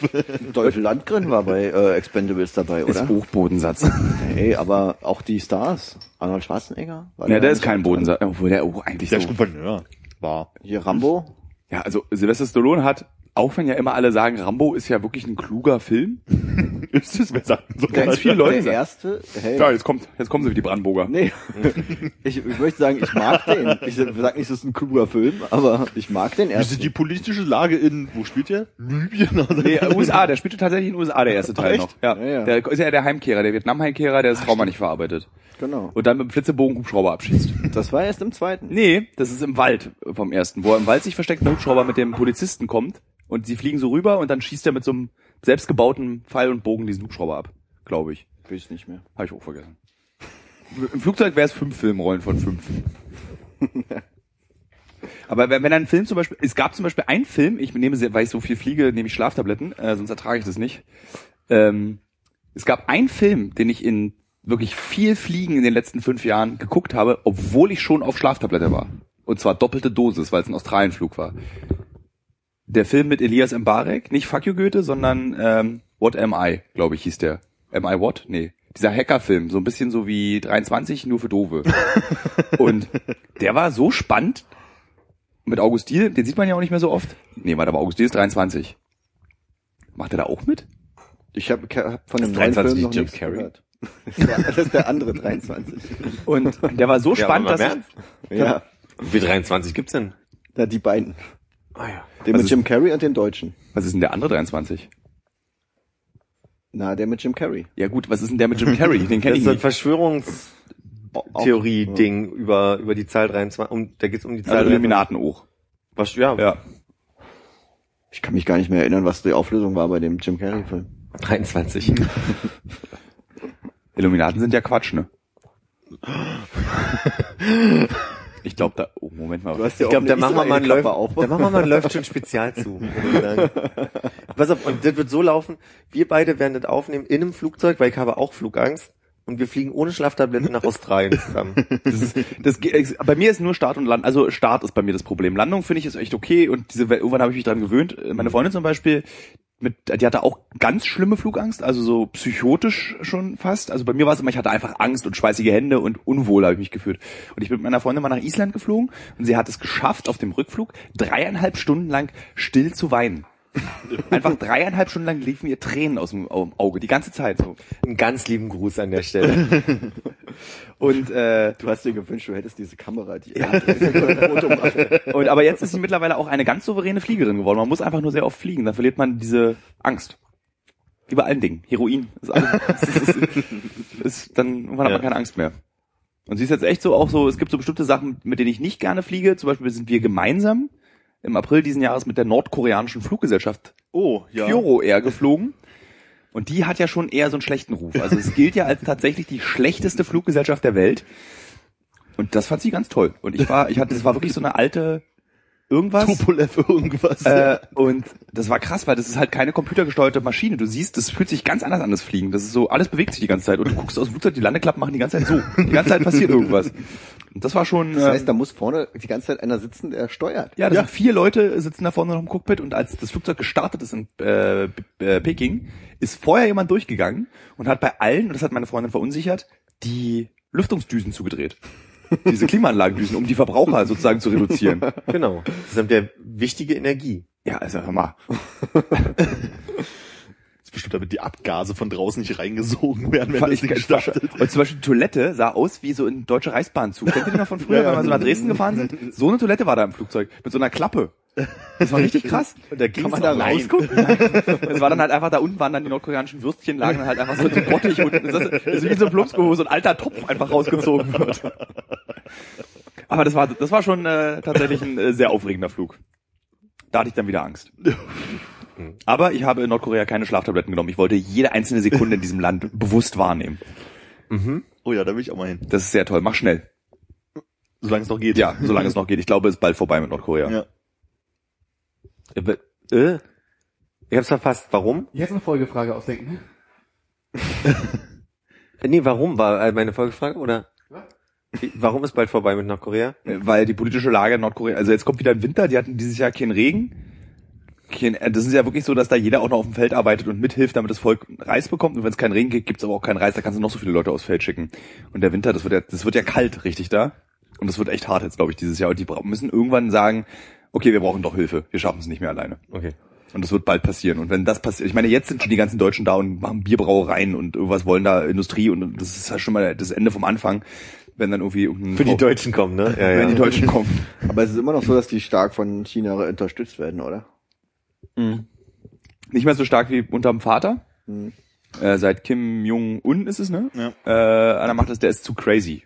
Dolph Landgren war bei äh, Expendables dabei, ist oder? hoch Bodensatz. Hey, aber auch die Stars. Arnold Schwarzenegger? War Ja, der nicht ist kein so Bodensatz. Obwohl der oh, eigentlich so. Gouverneur war. dran? Hier Rambo? Ja, also Sylvester Stallone hat, auch wenn ja immer alle sagen, Rambo ist ja wirklich ein kluger Film. Ist es, wer sagt so Ganz viele Leute Der sagen. erste? Hey. Ja, jetzt kommt, jetzt kommen sie wie die Brandenburger. Nee. ich, ich möchte sagen, ich mag den. Ich sag nicht, es ist ein kluger Film, aber ich mag den Wie ist ersten. die politische Lage in, wo spielt der? Libyen? Also [laughs] Nee, USA, der spielte tatsächlich in den USA, der erste Teil Echt? noch. Ja. Ja, ja. Der ist ja der Heimkehrer, der Vietnam-Heimkehrer, der das Trauma nicht verarbeitet. Genau. Und dann mit dem Flitzebogen Hubschrauber abschießt. Das war erst im zweiten. Nee, das ist im Wald vom ersten, wo er im Wald sich versteckt, ein Hubschrauber mit dem Polizisten kommt und sie fliegen so rüber und dann schießt er mit so einem selbstgebauten Pfeil und Bogen diesen Hubschrauber ab, glaube ich. Weiß nicht mehr. Habe ich auch vergessen. Im Flugzeug wäre es fünf Filmrollen von fünf. Aber wenn, wenn ein Film zum Beispiel, es gab zum Beispiel einen Film, ich nehme, sehr- weil ich so viel fliege, nehme ich Schlaftabletten, äh, sonst ertrage ich das nicht. Ähm, es gab einen Film, den ich in wirklich viel Fliegen in den letzten fünf Jahren geguckt habe, obwohl ich schon auf Schlaftablette war. Und zwar doppelte Dosis, weil es ein Australienflug war. Der Film mit Elias Mbarek, nicht Fuck You Goethe, sondern ähm, What Am I, glaube ich, hieß der. Am I What? Nee. Dieser Hackerfilm, so ein bisschen so wie 23, nur für [laughs] Dove. Und der war so spannend mit August Diel, den sieht man ja auch nicht mehr so oft. Nee, warte, aber August Diel ist 23. Macht er da auch mit? Ich habe hab von Das dem neuen 23 Film noch Jim nichts Carrey. gehört. [laughs] Ja, das ist der andere 23. Und der war so [laughs] Ja, spannend, aber mal dass im ich, Ja, Wie viel 23 gibt's denn? na, die beiden. Ah ja. Den Was mit ist- Jim Carrey und den Deutschen. Was ist denn der andere 23? Na, der mit Jim Carrey. Ja gut, was ist denn der mit Jim Carrey? Den Das kenne ich ist ein nicht. Verschwörungstheorie-Ding Oh, über, über die Zahl 23. Um, da geht's um die Zahl Also 23. Illuminaten auch. Was, ja, Ja. Ich kann mich gar nicht mehr erinnern, was die Auflösung war bei dem Jim Carrey-Film. 23. Illuminaten sind ja Quatsch, ne? Ich glaube da. Oh, Moment mal. hast Ich glaube, da machen wir mal einen Läuft, auf. da machen wir mal einen Läuft schon spezial zu. muss ich [laughs] sagen. Pass auf, und das wird so laufen, wir beide werden das aufnehmen in einem Flugzeug, weil ich habe auch Flugangst und wir fliegen ohne Schlaftabletten nach Australien zusammen. [laughs] Das ist, das, ge- ex- bei mir ist nur Start und Land, also Start ist bei mir das Problem. Landung finde ich ist echt okay und diese Wel- irgendwann habe ich mich dran gewöhnt. Äh, Meine Freundin zum Beispiel, mit, die hatte auch ganz schlimme Flugangst, also so psychotisch schon fast. Also bei mir war es immer, ich hatte einfach Angst und schweißige Hände und unwohl habe ich mich gefühlt. Und ich bin mit meiner Freundin mal nach Island geflogen und sie hat es geschafft, auf dem Rückflug dreieinhalb Stunden lang still zu weinen. Einfach dreieinhalb Stunden lang liefen ihr Tränen aus dem Au- Auge, die ganze Zeit so. Einen ganz lieben Gruß an der Stelle. Und äh, Du hast dir gewünscht, du hättest diese Kamera, die ja. [laughs] Foto machen. Und aber jetzt ist sie mittlerweile auch eine ganz souveräne Fliegerin geworden. Man muss einfach nur sehr oft fliegen, dann verliert man diese Angst. Wie bei allen Dingen. Heroin ist, [laughs] alles, ist, ist, ist dann irgendwann hat man keine Angst mehr. Und sie ist jetzt echt so auch so, es gibt so bestimmte Sachen, mit denen ich nicht gerne fliege. Zum Beispiel sind wir gemeinsam im April diesen Jahres mit der nordkoreanischen Fluggesellschaft Oh, ja. Pyro Air geflogen. Und die hat ja schon eher so einen schlechten Ruf. Also es gilt ja als tatsächlich die schlechteste Fluggesellschaft der Welt. Und das fand sie ganz toll. Und ich war, ich hatte, das war wirklich so eine alte irgendwas. Tupolev irgendwas. Äh, und das war krass, weil das ist halt keine computergesteuerte Maschine. Du siehst, das fühlt sich ganz anders an, das Fliegen. Das ist so, alles bewegt sich die ganze Zeit. Und du guckst aus dem Flugzeug, die Landeklappen machen die ganze Zeit so. Die ganze Zeit passiert irgendwas. Und das war schon. Das heißt, ähm, da muss vorne die ganze Zeit einer sitzen, der steuert. ja, das sind vier Leute sitzen da vorne noch im Cockpit und als das Flugzeug gestartet ist in äh, B- äh, Peking, ist vorher jemand durchgegangen und hat bei allen, und das hat meine Freundin verunsichert, die Lüftungsdüsen zugedreht. Diese Klimaanlagendüsen, um die Verbraucher sozusagen zu [laughs] reduzieren. genau. Das ist ja wichtige Energie. Ja, also hör mal. bestimmt, damit die Abgase von draußen nicht reingesogen [laughs] werden, wenn War das ich Ding ganz überrascht. gestartet Und zum Beispiel die Toilette sah aus wie so ein deutscher Reichsbahnzug. Kennt ihr die noch von früher, Ja, ja. wenn wir so nach Dresden gefahren sind? So eine Toilette war da im Flugzeug. Mit so einer Klappe. Das war richtig krass. [laughs] Und da ging's Kann man da auch rein. rausgucken? Nein. Es war dann halt einfach, da unten waren dann die nordkoreanischen Würstchen, lagen dann halt einfach so im Bottich unten. Das ist, das ist wie so ein Plumpsko, wo so ein alter Topf einfach rausgezogen wird. Aber das war, das war schon äh, tatsächlich ein äh, sehr aufregender Flug. Da hatte ich dann wieder [laughs] Angst. Aber ich habe in Nordkorea keine Schlaftabletten genommen. Ich wollte jede einzelne Sekunde in diesem Land bewusst wahrnehmen. Oh ja, da will ich auch mal hin. Das ist sehr toll. Mach schnell. Solange es noch geht. Ja, solange es noch geht. Ich glaube, es ist bald vorbei mit Nordkorea. Ja. Äh, ich hab's verpasst. Warum? Jetzt eine Folgefrage ne? ausdenken. Äh, Nee, warum war äh, meine Folgefrage, oder? Was? Wie- Warum ist bald vorbei mit Nordkorea? Weil die politische Lage in Nordkorea, also jetzt kommt wieder ein Winter, die hatten dieses Jahr keinen Regen. Kein, äh, das ist ja wirklich so, dass da jeder auch noch auf dem Feld arbeitet und mithilft, damit das Volk Reis bekommt. Und wenn es keinen Regen gibt, gibt's aber auch keinen Reis, da kannst du noch so viele Leute aufs Feld schicken. Und der Winter, das wird ja, das wird ja kalt, richtig da. Und das wird echt hart jetzt, glaube ich, dieses Jahr. Und die bra- müssen irgendwann sagen, okay, wir brauchen doch Hilfe. Wir schaffen es nicht mehr alleine. Okay. Und das wird bald passieren. Und wenn das passiert, ich meine, jetzt sind schon die ganzen Deutschen da und machen Bierbrauereien und irgendwas wollen da Industrie und das ist ja schon mal das Ende vom Anfang, wenn dann irgendwie irgendein Für die Frau- Deutschen kommen, ne? Ja, wenn die Deutschen kommen. Aber es ist immer noch so, dass die stark von China unterstützt werden, oder? Nicht mehr so stark wie unterm Vater. Mhm. Äh, seit Kim Jong-un ist es, ne? Ja. Äh, einer macht das, der ist zu crazy.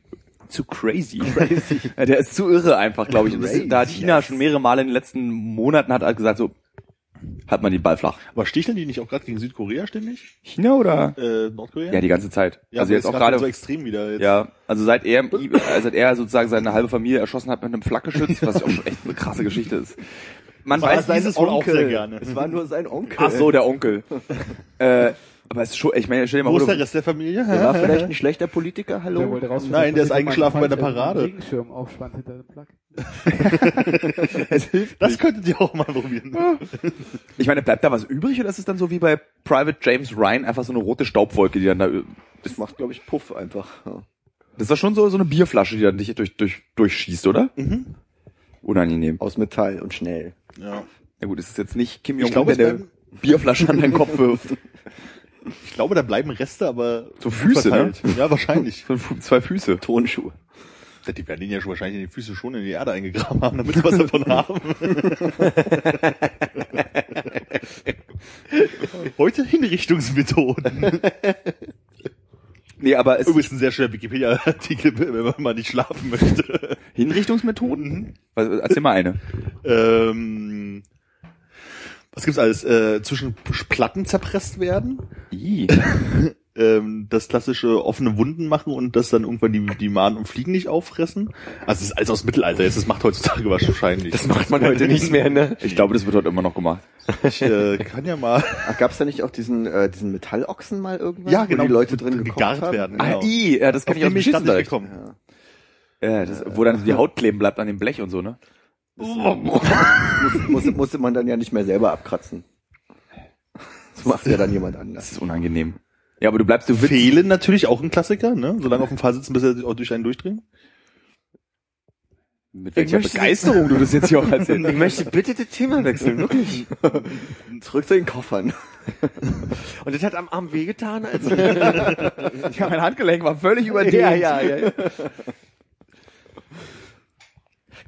Zu crazy. [laughs] crazy. der ist zu irre einfach, glaube ich. Und das, da hat China schon mehrere Male in den letzten Monaten hat halt gesagt, so, hat man den Ball flach. Aber sticheln die nicht auch gerade gegen Südkorea ständig? China oder? Äh, Nordkorea? Ja, die ganze Zeit. Ja, also aber jetzt ist auch gerade so extrem wieder. Jetzt. Ja, also seit er, im I- äh, seit er sozusagen seine halbe Familie erschossen hat mit einem Flakgeschütz, was ja auch schon echt eine krasse Geschichte ist. Man Aber weiß sein dieses Onkel- Onkel. Sehr gerne. Es war nur sein Onkel. Ach so, der Onkel. [laughs] äh, aber es ist schon, ich meine, stell dir mal Wo ist vor, der du, Rest der Familie? Er war [laughs] vielleicht ein schlechter Politiker, hallo? Der wollte rausfinden, Nein, der ob ist sich eingeschlafen mein bei der Feind Parade. einen Regenschirm aufspannt hinter dem Plug. Das könntet ihr auch mal probieren. ich meine, bleibt da was übrig oder ist es dann so wie bei Private James Ryan einfach so eine rote Staubwolke, die dann da, ü- Das macht, glaube ich, Puff einfach. Ja. das ist doch schon so, so eine Bierflasche, die dann dich durch, durch, durchschießt, oder? Mhm. Unangenehm. Aus Metall und schnell. Ja. Na gut, es ist jetzt nicht Kim Ich Jong-un, glaube, der es eine Bierflasche an deinen Kopf [laughs] wirft. Ich glaube, da bleiben Reste, aber So Füße, ne? verteilt. Ja, wahrscheinlich. [laughs] So Fu- Zwei Füße. Tonschuhe. Die werden ihn ja schon wahrscheinlich in die Füße schon in die Erde eingegraben haben, damit sie was [laughs] davon haben. Heute Hinrichtungsmethoden. Nee, aber es Übrigens ein sehr schöner Wikipedia-Artikel, wenn man nicht schlafen möchte. Hinrichtungsmethoden? Was, erzähl mal [laughs] eine. Ähm, was gibt's alles? Äh, zwischen Platten zerpresst werden, Ih. ähm, das klassische offene Wunden machen und dass dann irgendwann die, die Maden und Fliegen nicht auffressen. Also es ist alles aus dem Mittelalter jetzt, das macht heutzutage wahrscheinlich. Das macht Man heute nicht mehr, ne? Ich glaube, das wird heute immer noch gemacht. Ich äh, kann ja mal Ach, gab's da nicht auch diesen, äh, diesen Metallochsen mal irgendwann? Ja, genau, Wo die Leute mit- drin gekocht gegart haben? werden. Ah, Genau. Ah, i, ja, das kann auf ich die aus dem mich grad Schissen nicht direkt. gekommen. Ja. Ja, das, wo dann die Haut kleben bleibt an dem Blech und so, ne? Muss, muss, musste man dann ja nicht mehr selber abkratzen. Das macht ja dann jemand Das [laughs] anders. ist unangenehm. Ja, aber du bleibst, du willst. Fehlen natürlich auch ein Klassiker, ne? Solange auf dem Fall sitzen, bis er auch durch einen durchdrehen. Mit welcher Begeisterung du das jetzt hier [laughs] auch Ich erzählst. möchte bitte das Thema wechseln, wirklich. Zurück zu den [laughs] Koffern. Und das hat am Arm wehgetan, also als ja, mein Handgelenk war völlig überdehnt. Ja, ja, ja, ja.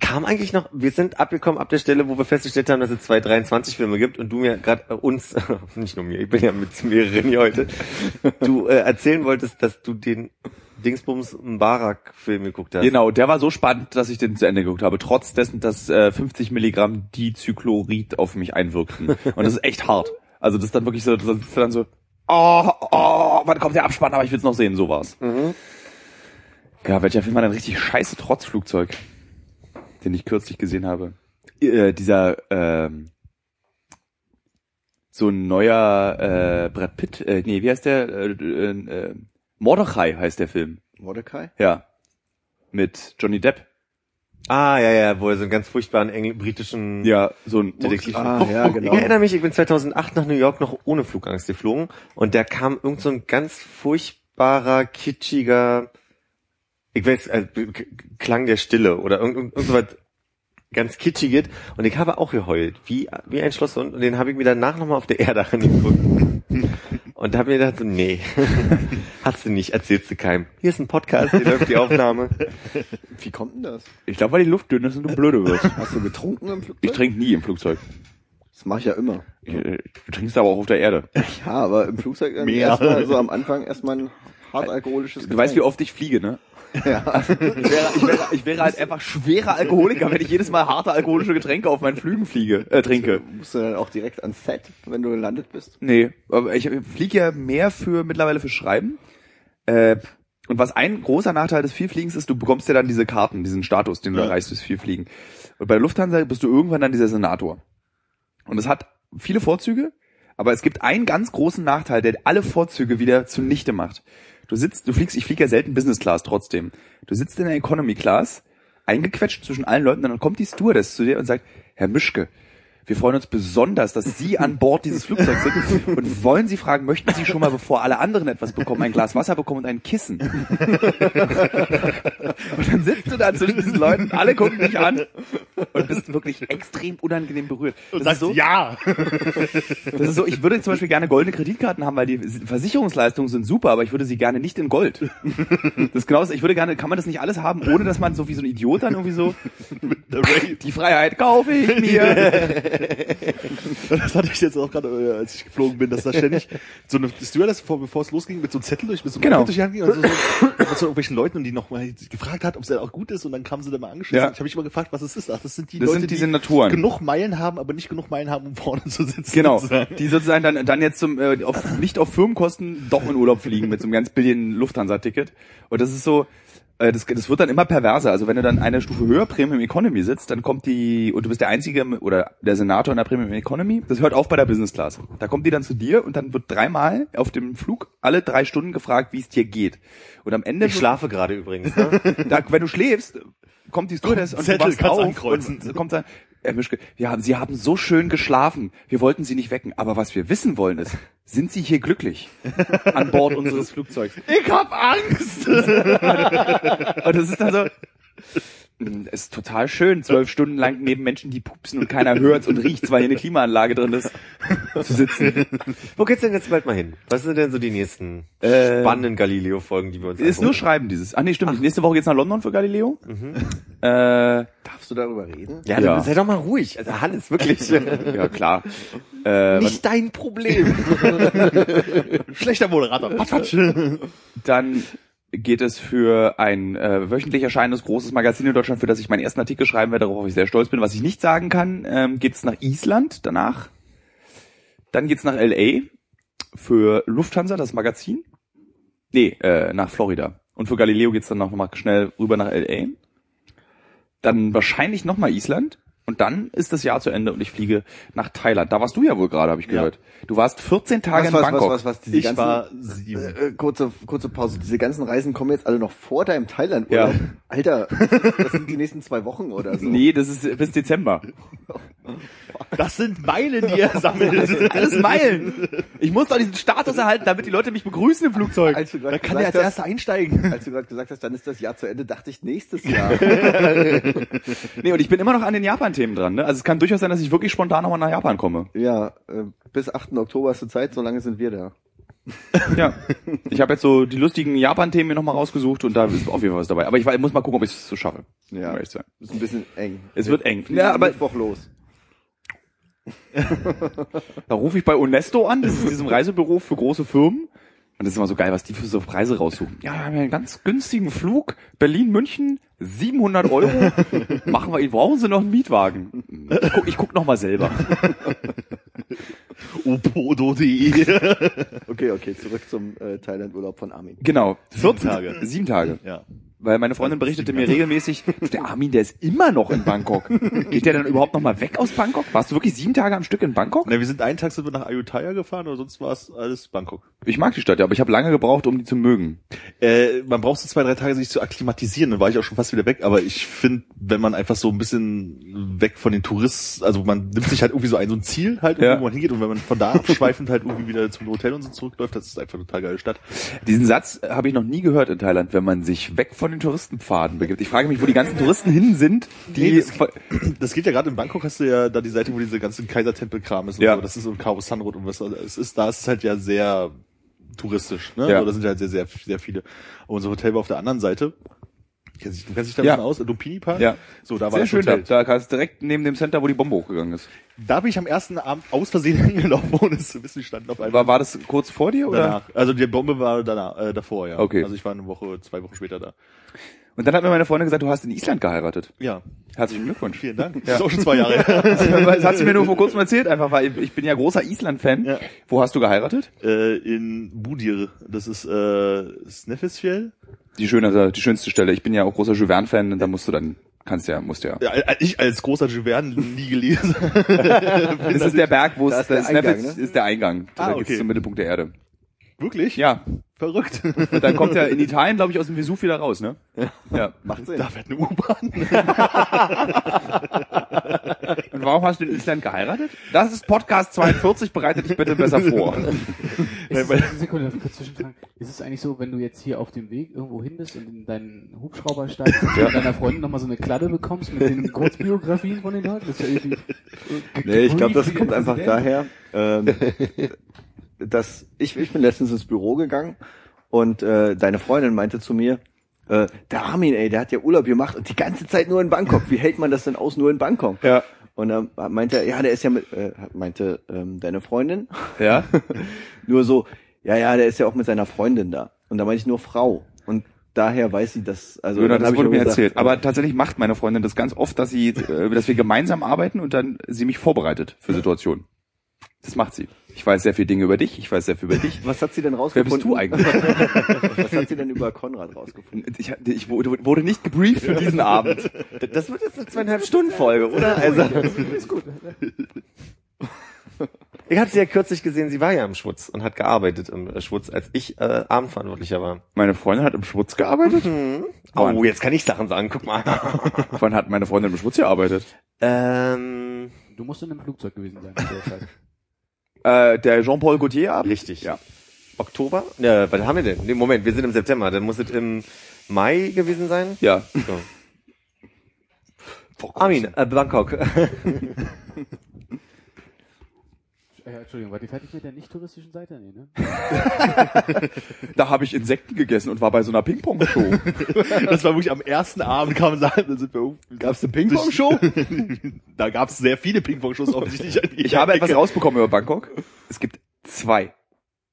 Kam eigentlich noch, wir sind abgekommen ab der Stelle, wo wir festgestellt haben, dass es zwei 23 Filme gibt und du mir gerade äh, uns, [laughs] nicht nur mir, ich bin ja mit mehreren [laughs] hier heute, du äh, erzählen wolltest, dass du den Dingsbums Mbarak-Film geguckt hast. Genau, der war so spannend, dass ich den zu Ende geguckt habe, trotz dessen, dass äh, 50 Milligramm Dicyklorid auf mich einwirkten. Und das ist echt hart. Also das ist dann wirklich so, das ist dann so, oh, oh, wann kommt der Abspann, aber ich will es noch sehen, so war's. Ja, welcher Film war denn richtig scheiße trotz Flugzeug, den ich kürzlich gesehen habe? Äh, dieser, ähm, so ein neuer äh, Brad Pitt, äh, nee, wie heißt der? Äh, äh, äh, Mordechai heißt der Film. Mordecai? Ja. Mit Johnny Depp. Ah, ja, ja, wo er so einen ganz furchtbaren engl britischen Ja, so ein Detektiv. Ah, ja, genau. Ich erinnere mich, ich bin 2008 nach New York noch ohne Flugangst geflogen und da kam irgend so ein ganz furchtbarer, kitschiger, ich weiß, äh, K- K- Klang der Stille oder irgend, irgend, irgend so was ganz kitschiges und ich habe auch geheult, wie, wie ein Schlosshund und den habe ich mir danach nochmal auf der Erde [laughs] angeguckt. Und da hab mir gedacht, so, nee, [laughs] hast du nicht, erzählst du keinem. Hier ist ein Podcast, hier läuft die Aufnahme. Wie kommt denn das? Ich glaube, weil die Luft dünn ist und du blöde [laughs] wirst. Hast du getrunken im Flugzeug? Ich trinke nie im Flugzeug. Das mache ich ja immer. Ich, äh, du trinkst aber auch auf der Erde. Ja, aber im Flugzeug dann Mehr. erstmal so am Anfang erstmal ein hart alkoholisches Du weißt, wie oft ich fliege, ne? [laughs] Ja. Ich wäre, ich, wäre, ich wäre halt einfach schwerer Alkoholiker, wenn ich jedes Mal harte alkoholische Getränke auf meinen Flügen fliege, äh, trinke. Musst du dann auch direkt ans Set, wenn du gelandet bist? Nee, aber ich fliege ja mehr für mittlerweile für Schreiben. Äh, und was ein großer Nachteil des Vielfliegens ist, du bekommst ja dann diese Karten, diesen Status, den du Ja. erreichst durchs Vielfliegen. Und bei der Lufthansa bist du irgendwann dann dieser Senator. Und es hat viele Vorzüge, aber es gibt einen ganz großen Nachteil, der alle Vorzüge wieder zunichte macht. Du sitzt, du fliegst, ich fliege ja selten Business Class trotzdem. Du sitzt in der Economy Class, eingequetscht zwischen allen Leuten, und dann kommt die Stewardess zu dir und sagt, Herr Mischke, wir freuen uns besonders, dass Sie an Bord dieses Flugzeugs sind und wollen Sie fragen, möchten Sie schon mal, bevor alle anderen etwas bekommen, ein Glas Wasser bekommen und ein Kissen? Und dann sitzt du da zwischen diesen Leuten, alle gucken dich an und bist wirklich extrem unangenehm berührt. Und Das ist sagst, so, ja. das ist so, ich würde zum Beispiel gerne goldene Kreditkarten haben, weil die Versicherungsleistungen sind super, aber ich würde sie gerne nicht in Gold. [laughs] Das ist genau das, ich würde gerne, kann man das nicht alles haben, ohne dass man so wie so ein Idiot dann irgendwie [laughs] so, die Freiheit kaufe ich [laughs] mir. Das hatte ich jetzt auch gerade, äh, als ich geflogen bin, dass da ständig so eine Stewardess, vor, bevor es losging, mit so einem Zettel durch, mit so einem Genau. Zettel durch die Hand ging, also so, mit so irgendwelchen Leuten, und die noch mal gefragt hat, ob es denn auch gut ist, und dann kamen sie dann mal angeschissen. Ja. Ich habe mich immer gefragt, was es ist. Ach, das sind die Das Leute, sind diese Naturen. genug Meilen haben, aber nicht genug Meilen haben, um vorne zu sitzen. Genau, sozusagen. die sozusagen dann, dann jetzt zum, äh, auf, nicht auf Firmenkosten doch in Urlaub fliegen mit so einem ganz billigen Lufthansa-Ticket. Und das ist so, äh, das, das wird dann immer perverser. Also wenn du dann eine Stufe höher Premium Economy sitzt, dann kommt die, und du bist der Einzige im- oder der Senator in der Premium Economy, das hört auf bei der Business Class. Da kommt die dann zu dir und dann wird dreimal auf dem Flug alle drei Stunden gefragt, wie es dir geht. Und am Ende, Ich schlafe gerade übrigens. Ne? da, wenn du schläfst, kommt die Stewardess und Zettel, du wachst kannst auf ankreuzen. und kommt dann, Herr Mischke, wir haben, Sie haben so schön geschlafen. Wir wollten Sie nicht wecken. Aber was wir wissen wollen ist, sind Sie hier glücklich an [laughs] Bord unseres Flugzeugs? Ich hab Angst! [laughs] und das ist dann so, "Mm, ist total schön, zwölf Stunden lang neben Menschen, die pupsen und keiner hört's und riecht's, weil hier eine Klimaanlage drin ist, zu sitzen. Wo geht's denn jetzt bald mal hin? Was sind denn so die nächsten spannenden Galileo-Folgen, die wir uns Ist nur angucken? Schreiben dieses. Ach Mhm. nee, stimmt. Nächste Woche geht's nach London für Galileo. Äh, Darfst du darüber reden? Ja, Ja. dann sei doch mal ruhig. Also Hannes, [laughs] wirklich. ja, klar. Äh, nicht dein Problem. Schlechter Moderator. Patsch. Dann geht es für ein äh, wöchentlich erscheinendes großes Magazin in Deutschland, für das ich meinen ersten Artikel schreiben werde, worauf ich sehr stolz bin. Was ich nicht sagen kann, ähm, geht es nach Island danach. Dann geht's nach L.A. für Lufthansa, das Magazin. Nee, äh, nach Florida. Und für Galileo geht's dann nochmal schnell rüber nach L.A. Dann wahrscheinlich nochmal Island. Und dann ist das Jahr zu Ende und ich fliege nach Thailand. Da warst du ja wohl gerade, habe ich gehört. Du warst 14 Tage in Bangkok. was, diese Ich ganzen- war sieben. Äh, äh, kurze, kurze Pause. Diese ganzen Reisen kommen jetzt alle noch vor deinem Thailand, oder? Ja. Alter, das sind die nächsten zwei Wochen oder so. Nee, das ist äh, bis Dezember. Das sind Meilen, die er sammelt. Alles Meilen. Ich muss doch diesen Status erhalten, damit die Leute mich begrüßen im Flugzeug. Als du Da gerade kann er gesagt, als hast- erster [laughs] einsteigen. als du gerade gesagt hast, dann ist das Jahr zu Ende, dachte ich nächstes [laughs] Jahr. Nee, und ich bin immer noch an den Japan-Themen dran. Ne? Also es kann durchaus sein, dass ich wirklich spontan nochmal nach Japan komme. ja, äh, bis 8. Oktober hast du Zeit, so lange sind wir da. Ja. Ich habe jetzt so die lustigen Japan-Themen mir nochmal rausgesucht und da ist auf jeden Fall was dabei. Aber ich wa- muss mal gucken, ob ich es so schaffe. Ja. Um ehrlich zu sein. Ist ein bisschen eng. Es wird eng. Fliegen Ja, am aber Mittwoch los. da rufe ich bei Onesto an, das ist diesem Reisebüro für große Firmen. Und das ist immer so geil, was die für so Preise raussuchen. Ja, wir haben ja einen ganz günstigen Flug. Berlin-München, 700 Euro. Machen wir, brauchen Sie noch einen Mietwagen? Ich guck, ich guck nochmal selber. Opodo.de. Okay, okay, zurück zum äh, Thailand-Urlaub von Armin. Genau. 14 Tage. Sieben Tage. Ja. Weil meine Freundin berichtete mir regelmäßig, der Armin, der ist immer noch in Bangkok. Geht der dann überhaupt noch mal weg aus Bangkok? Warst du wirklich sieben Tage am Stück in Bangkok? Na, wir sind einen Tag sind wir nach Ayutthaya gefahren, aber sonst war es alles Bangkok. Ich mag die Stadt ja, aber ich habe lange gebraucht, um die zu mögen. Äh, man braucht so zwei, drei Tage, sich zu akklimatisieren. Dann war ich auch schon fast wieder weg. Aber ich finde, wenn man einfach so ein bisschen weg von den Touristen, also man nimmt sich halt irgendwie so ein, so ein Ziel halt, Ja. wo man hingeht. Und wenn man [laughs] von da abschweifend halt irgendwie wieder zum Hotel und so zurückläuft, das ist einfach eine total geile Stadt. Diesen Satz habe ich noch nie gehört in Thailand, wenn man sich weg von den Touristenpfaden begibt. Ich frage mich, wo die ganzen Touristen hin sind, Nee, die... das- Das geht ja gerade in Bangkok, hast du ja da die Seite, wo diese ganze Kaisertempel-Kram ist. Und Ja. So. Das ist so ein Karo Sanrod und was da- es ist. Da ist es halt ja sehr touristisch. Ne? Ja. So, das sind halt sehr, sehr, sehr viele. Und unser Hotel war auf der anderen Seite. Kennst du- Du kennst dich da ein Ja. bisschen aus, Lumpini Park. Ja. So, da war Sehr das schön, da, Hotel. da kannst du direkt neben dem Center, wo die Bombe hochgegangen ist. Da bin ich am ersten Abend aus Versehen [laughs] hingelaufen, ohne es zu wissen, die standen auf einmal. War, war das kurz vor dir oder? danach. Also die Bombe war danach, äh, davor, ja. Okay. Also ich war eine Woche, zwei Wochen später da. Und dann hat mir meine Freundin gesagt, du hast in Island geheiratet. Ja, Herzlichen Glückwunsch. vielen Dank. Ja. [laughs] Das ist auch schon zwei Jahre her. Das hat sie mir nur vor kurzem erzählt, einfach weil ich bin ja großer Island-Fan. Ja. Wo hast du geheiratet? [laughs] äh, in Budir. Das ist äh, Sneffisfjell. Die schöne, die schönste Stelle. Ich bin ja auch großer Juvern-Fan und da musst du dann, kannst ja, musst ja. Ja, äh, ich als großer Juvern nie gelesen. [laughs] Das ist der Berg, wo es, Da das ist der Eingang, Sneffels ne? ist der Eingang. Ah, Da geht's okay. zum Mittelpunkt der Erde. Wirklich? Ja. Verrückt. Und dann kommt ja in Italien, glaube ich, aus dem Vesuv wieder raus, ne? Ja. Macht Sinn. Da fährt eine U-Bahn. Und warum hast du in Island geheiratet? Das ist Podcast 42, bereite dich bitte besser [laughs] vor. Ist weil- es, Sekunde, darf ich kurz zwischenfragen. Ist es eigentlich so, wenn du jetzt hier auf dem Weg irgendwo hin bist und in deinen Hubschrauber steigst und von deiner Freundin nochmal so eine Kladde bekommst mit den Kurzbiografien von den Leuten? Das ist ja irgendwie, äh, Nee, ich glaube, das gebrieft wie kommt der einfach Präsident. daher, ähm, [laughs] dass ich, ich bin letztens ins Büro gegangen und äh, deine Freundin meinte zu mir, äh, der Armin, ey, der hat ja Urlaub gemacht und die ganze Zeit nur in Bangkok. Wie hält man das denn aus, nur in Bangkok? Ja. Und dann meinte er, ja, der ist ja mit, äh, meinte ähm, deine Freundin, Ja? nur so, ja, ja, der ist ja auch mit seiner Freundin da. Und da meinte ich nur Frau. Und daher weiß sie das. Also Also, dann das hab ich wurde nur mir gesagt, erzählt. Aber tatsächlich macht meine Freundin das ganz oft, dass sie, äh, dass wir gemeinsam arbeiten und dann sie mich vorbereitet für Situationen. Das macht sie. Ich weiß sehr viel Dinge über dich, ich weiß sehr viel über dich. was hat sie denn Wer rausgefunden? bist du eigentlich? [laughs] Was hat sie denn über Konrad rausgefunden? Ich, ich wurde wurde nicht gebrieft für diesen Abend. Das wird jetzt eine zweieinhalb Stunden Folge, oder? Also, Ist gut. ich hatte sie ja kürzlich gesehen, sie war ja im Schwutz und hat gearbeitet im äh, Schwutz, als ich äh, Abendverantwortlicher war. Meine Freundin hat im Schwutz gearbeitet? Mhm. Oh, jetzt kann ich Sachen sagen, guck mal. Wann hat meine Freundin im Schwutz gearbeitet? [laughs] ähm, Du musst in einem Flugzeug gewesen sein. zu der Zeit. Äh, der Jean-Paul Gaultier ab? richtig. Ja. Oktober? Ja, was haben wir denn? Nee, Moment, wir sind im September, dann muss es im Mai gewesen [laughs] sein. Ja. So. Armin, äh, Bangkok. Äh, Entschuldigung, war die fertig mit der nicht touristischen Seite? Nee, ne? Da habe ich Insekten gegessen und war bei so einer Ping-Pong-Show. [laughs] Das war wirklich am ersten Abend kam sagen, dann sind wir um. Gab's eine Ping-Pong-Show? [laughs] Da gab es sehr viele Ping-Pong-Shows offensichtlich. an Ich jeder habe etwas Ecke. rausbekommen über Bangkok. Es gibt zwei.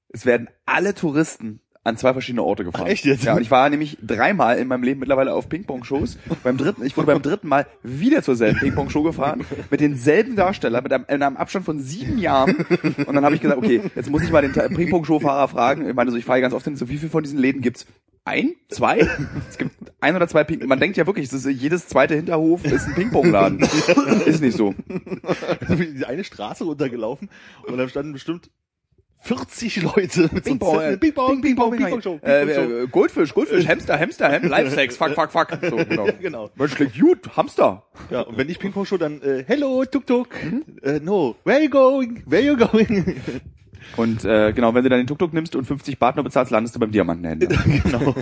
Es werden alle Touristen an zwei verschiedene Orte gefahren. Ach, echt jetzt? Ja, und ich war nämlich dreimal in meinem Leben mittlerweile auf Ping-Pong-Shows. Beim dritten, ich wurde beim dritten Mal wieder zur selben Ping-Pong-Show gefahren, mit denselben Darsteller, mit einem, in einem Abstand von sieben Jahren. Und dann habe ich gesagt, okay, jetzt muss ich mal den Ta- Ping-Pong-Show-Fahrer fragen. Ich meine, so, ich fahre ganz oft hin, so wie viel von diesen Läden gibt's? Ein? Zwei? Es gibt ein oder zwei Ping. Man denkt ja wirklich, das ist, jedes zweite Hinterhof ist ein Ping-Pong-Laden. ist nicht so. bin ich eine Straße runtergelaufen und da standen bestimmt 40 Leute mit so einem Zettel. Ping Pong, Ping Pong, Ping Ping-Pong-Show, Pong. Äh, Ping-Pong-Show. äh, Goldfisch, Goldfisch, Hamster, Hamster, Hamster, [laughs] Lifestacks, fuck, fuck, fuck. So, genau. Genau. Mensch, klingt gut, Hamster. Ja, und wenn nicht Ping-Pong-Show, dann äh, Hello, Tuk-Tuk. Äh, no, where you going? Where you going? [laughs] Und äh, genau, wenn du dann den Tuk-Tuk nimmst und 50 Baht nur bezahlst, landest du beim Diamantenhändler. genau.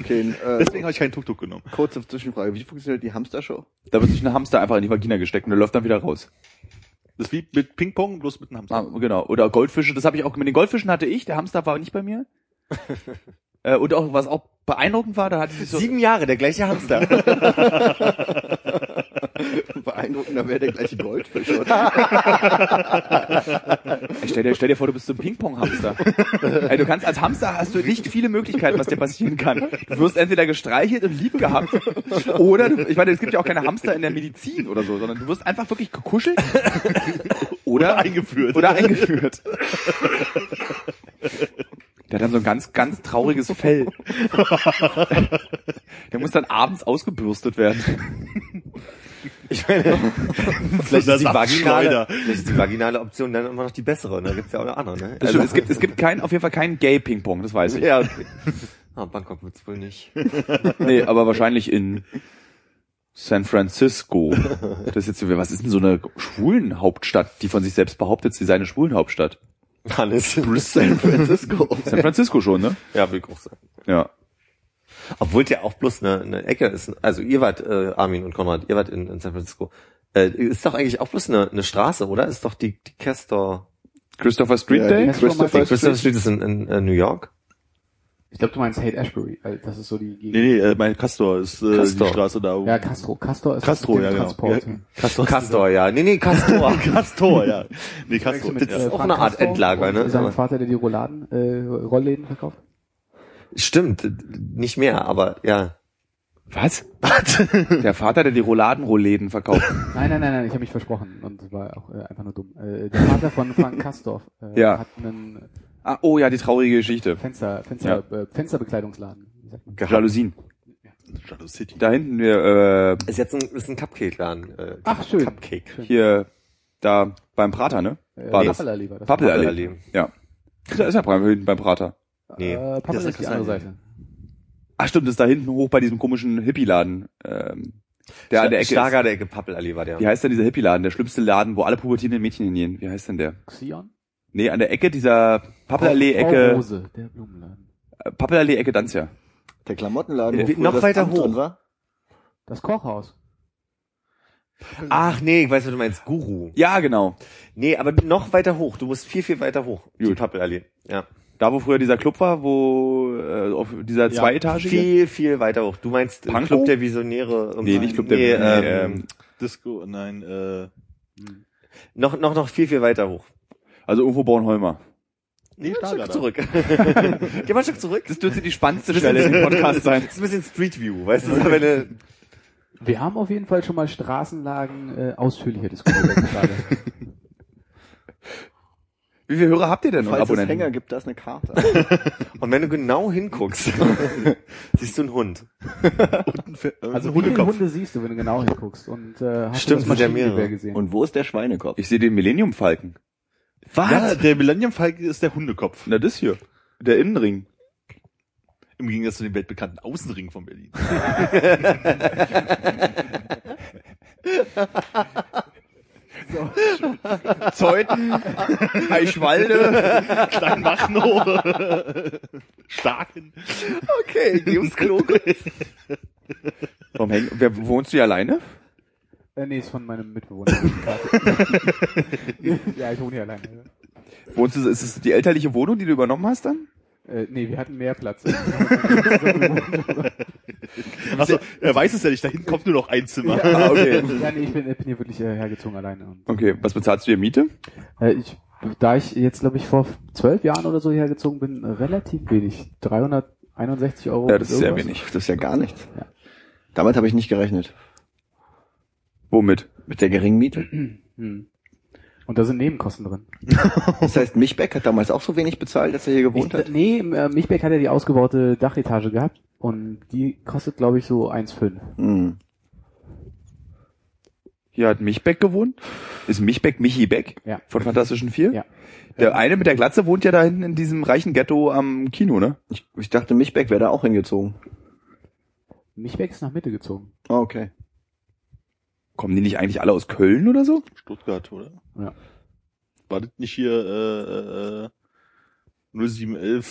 Okay, äh, Deswegen habe ich keinen Tuk-Tuk genommen. [laughs] kurze Zwischenfrage. Wie funktioniert die Hamstershow? Da wird sich ein Hamster einfach in die Vagina gesteckt und der läuft dann wieder raus. Das ist wie mit Ping-Pong, bloß mit einem Hamster. Ah, genau. Oder Goldfische, das habe ich auch, mit den Goldfischen hatte ich, der Hamster war nicht bei [laughs] mir. äh, und auch, was auch beeindruckend war, da hatte ich so... Sieben Jahre, der [laughs] gleiche Hamster. Beeindruckender wäre der gleiche Goldfisch, [laughs] oder? Ey, Stell dir, stell dir vor, du bist so ein Ping-Pong-Hamster. Ey, du kannst als Hamster hast du nicht viele Möglichkeiten, was dir passieren kann. Du wirst entweder gestreichelt und lieb gehabt, oder du, ich meine, es gibt ja auch keine Hamster in der Medizin oder so, sondern du wirst einfach wirklich gekuschelt oder, eingeführt. oder eingeführt. [laughs] Der hat dann so ein ganz, ganz trauriges Fell. Der muss dann abends ausgebürstet werden. Ich meine, vielleicht Das ist, die sagt vaginale, Schleuder. vielleicht ist die vaginale Option dann immer noch die bessere. Da gibt's ja auch noch andere, ne? Das stimmt, Also es gibt, es gibt kein, auf jeden Fall keinen Gay-Ping-Pong, das weiß ich. ja, okay. Ah, Bangkok wird's wohl nicht. [laughs] Nee, aber wahrscheinlich in San Francisco. Das ist jetzt, so- was ist denn so eine Schwulenhauptstadt, die von sich selbst behauptet, sie sei eine Schwulenhauptstadt? Hannes. San Francisco. San Francisco schon, ne? Ja, will ich auch sagen. Ja. Obwohl der auch bloß eine, eine Ecke ist. Also ihr wart, äh, Armin und Konrad, ihr wart in, in San Francisco. Äh, ist doch eigentlich auch bloß eine, eine Straße, oder? Ist doch die, die Castor. Christopher Street Ja, Day? die- Christopher Christopher Street, ist in, in, äh, New York. Ich glaube, du meinst Haight Ashbury. weil Das ist so die Gegend. Nee, nee, äh, mein Castor ist äh, Castor. die Straße da. wo- [laughs] Ja, Castro. Castro ist Castro, mit dem ja, genau. Transport. Ja. Castor. Castor, ja. Nee, nee, Castor. Castor, ja. [laughs] Nee, Castor. Mit, Ja. äh, auch Frank eine Art Castro Endlager, und ne? Sein Aber- Vater, der die Rolladen, äh, Rollläden verkauft. Stimmt, nicht mehr, aber ja. Was? der Vater, der die Rouladen-Roläden verkauft. Nein, nein, nein, nein, ich habe mich versprochen und war auch äh, einfach nur dumm. Äh, der Vater von Frank Kastorf äh, Ja. hat einen [laughs] ah, oh ja, die traurige Geschichte. Fenster, Fenster, äh, Fensterbekleidungsladen. Wie sagt man? Jalousien. Shadow City. Da hinten, wir, Ist jetzt ein, ist ein Cupcake-Laden. Äh, Ach, schön. Cupcake. äh, hier, da beim Prater, ne? Äh, war das? Pappelallee war das. Pappelallee. Pappelallee. Ja. Da ist ja beim, hinten beim Prater. Nee. Äh, Pappelallee Das ist ist die andere Seite. Ach stimmt, das ist da hinten hoch bei diesem komischen Hippie-Laden. Ähm, der an der Ecke Starker ist. der Ecke, Pappelallee war der. Wie heißt denn dieser Hippie-Laden? Der schlimmste Laden, wo alle pubertierenden Mädchen hingehen. Wie heißt denn der? Xion? Nee, an der Ecke dieser Frau Pappelallee-Ecke. Rose, der Blumenladen. äh, Pappelallee-Ecke Danzia. Der Klamottenladen, Äh, früher noch das weiter Amt hoch. drin war. Das Kochhaus. Ach nee, ich weiß, was du meinst. Guru. Ja, genau. Nee, aber noch weiter hoch. Du musst viel, viel weiter hoch. Die Gut. Pappelallee. Ja. Da, wo früher dieser Club war, wo äh, auf dieser zweietagige. Viel, viel weiter hoch. Du meinst äh, Pankow? Club der Visionäre. irgendwann. Nee, nicht Club der Visionäre, Nee, ähm, ähm, Disco, nein, äh, noch, noch, noch viel, viel weiter hoch. Also irgendwo Bornholmer. Geh nee, mal ein Stück Stargard. zurück. Geh mal ein Stück zurück. Das dürfte die spannendste Stelle im Podcast sein. Das ist ein bisschen Street View, weißt du? Wenn du Wir haben auf jeden Fall schon mal Straßenlagen äh, ausführlicher diskutiert [laughs] gerade. Wie viele Hörer habt ihr denn und Falls es Abonnenten? Hänger gibt, da ist eine Karte. Und wenn du genau [laughs] hinguckst, siehst du einen Hund. Also ein wie viele Hundekopf. Hunde siehst du, wenn du genau hinguckst und äh, hast Stimmt, du sind das ja Maschinengewehr mehrere. gesehen. Und wo ist der Schweinekopf? Ich sehe den Millennium-Falken. Was? Ja, der Millennium Falcon ist der Hundekopf. ne? Na, das hier. Der Innenring. Im Gegensatz zu dem weltbekannten Außenring von Berlin. Zeuthen, Heischwalde. Kleinmachnow. Starken. Okay, geh ums Klo. Warum hängen? Wer, wohnst du hier alleine? Äh, nee, ist von meinem [laughs] Mitbewohner. [laughs] ja, ich wohne hier alleine. Wohnst du, ist es die elterliche Wohnung, die du übernommen hast dann? Äh, nee, wir hatten mehr [laughs] Platz. [laughs] Achso, er weiß es ja nicht, dahin kommt nur noch ein Zimmer. Ah, [laughs] okay. ja, nee, ich bin, ich bin hier wirklich äh, hergezogen alleine. Und, Okay, was bezahlst du hier Miete? äh, ich, da ich jetzt, glaube ich, vor zwölf Jahren oder so hergezogen bin, äh, relativ wenig. 361 Euro. Ja, das ist sehr irgendwas. wenig. Das ist ja gar nichts. Damit habe ich nicht gerechnet. Womit? Mit der geringen Miete. Hm. Und da sind Nebenkosten drin. Das heißt, Michbeck hat damals auch so wenig bezahlt, dass er hier Ich, halt. gewohnt hat. nee, äh, Michbeck hat ja die ausgebaute Dachetage gehabt und die kostet, glaube ich, so 1,5. Hm. Hier hat Michbeck gewohnt. Ist Michbeck Michi Beck? Ja. Von Fantastischen Vier? Ja. Der eine mit der Glatze wohnt ja da hinten in diesem reichen Ghetto am Kino, ne? Ich, ich dachte, Michbeck wäre da auch hingezogen. Michbeck ist nach Mitte gezogen. Ah, okay. Kommen die nicht eigentlich alle aus Köln oder so? Stuttgart, oder? Ja. War das nicht hier äh, äh, äh, 0711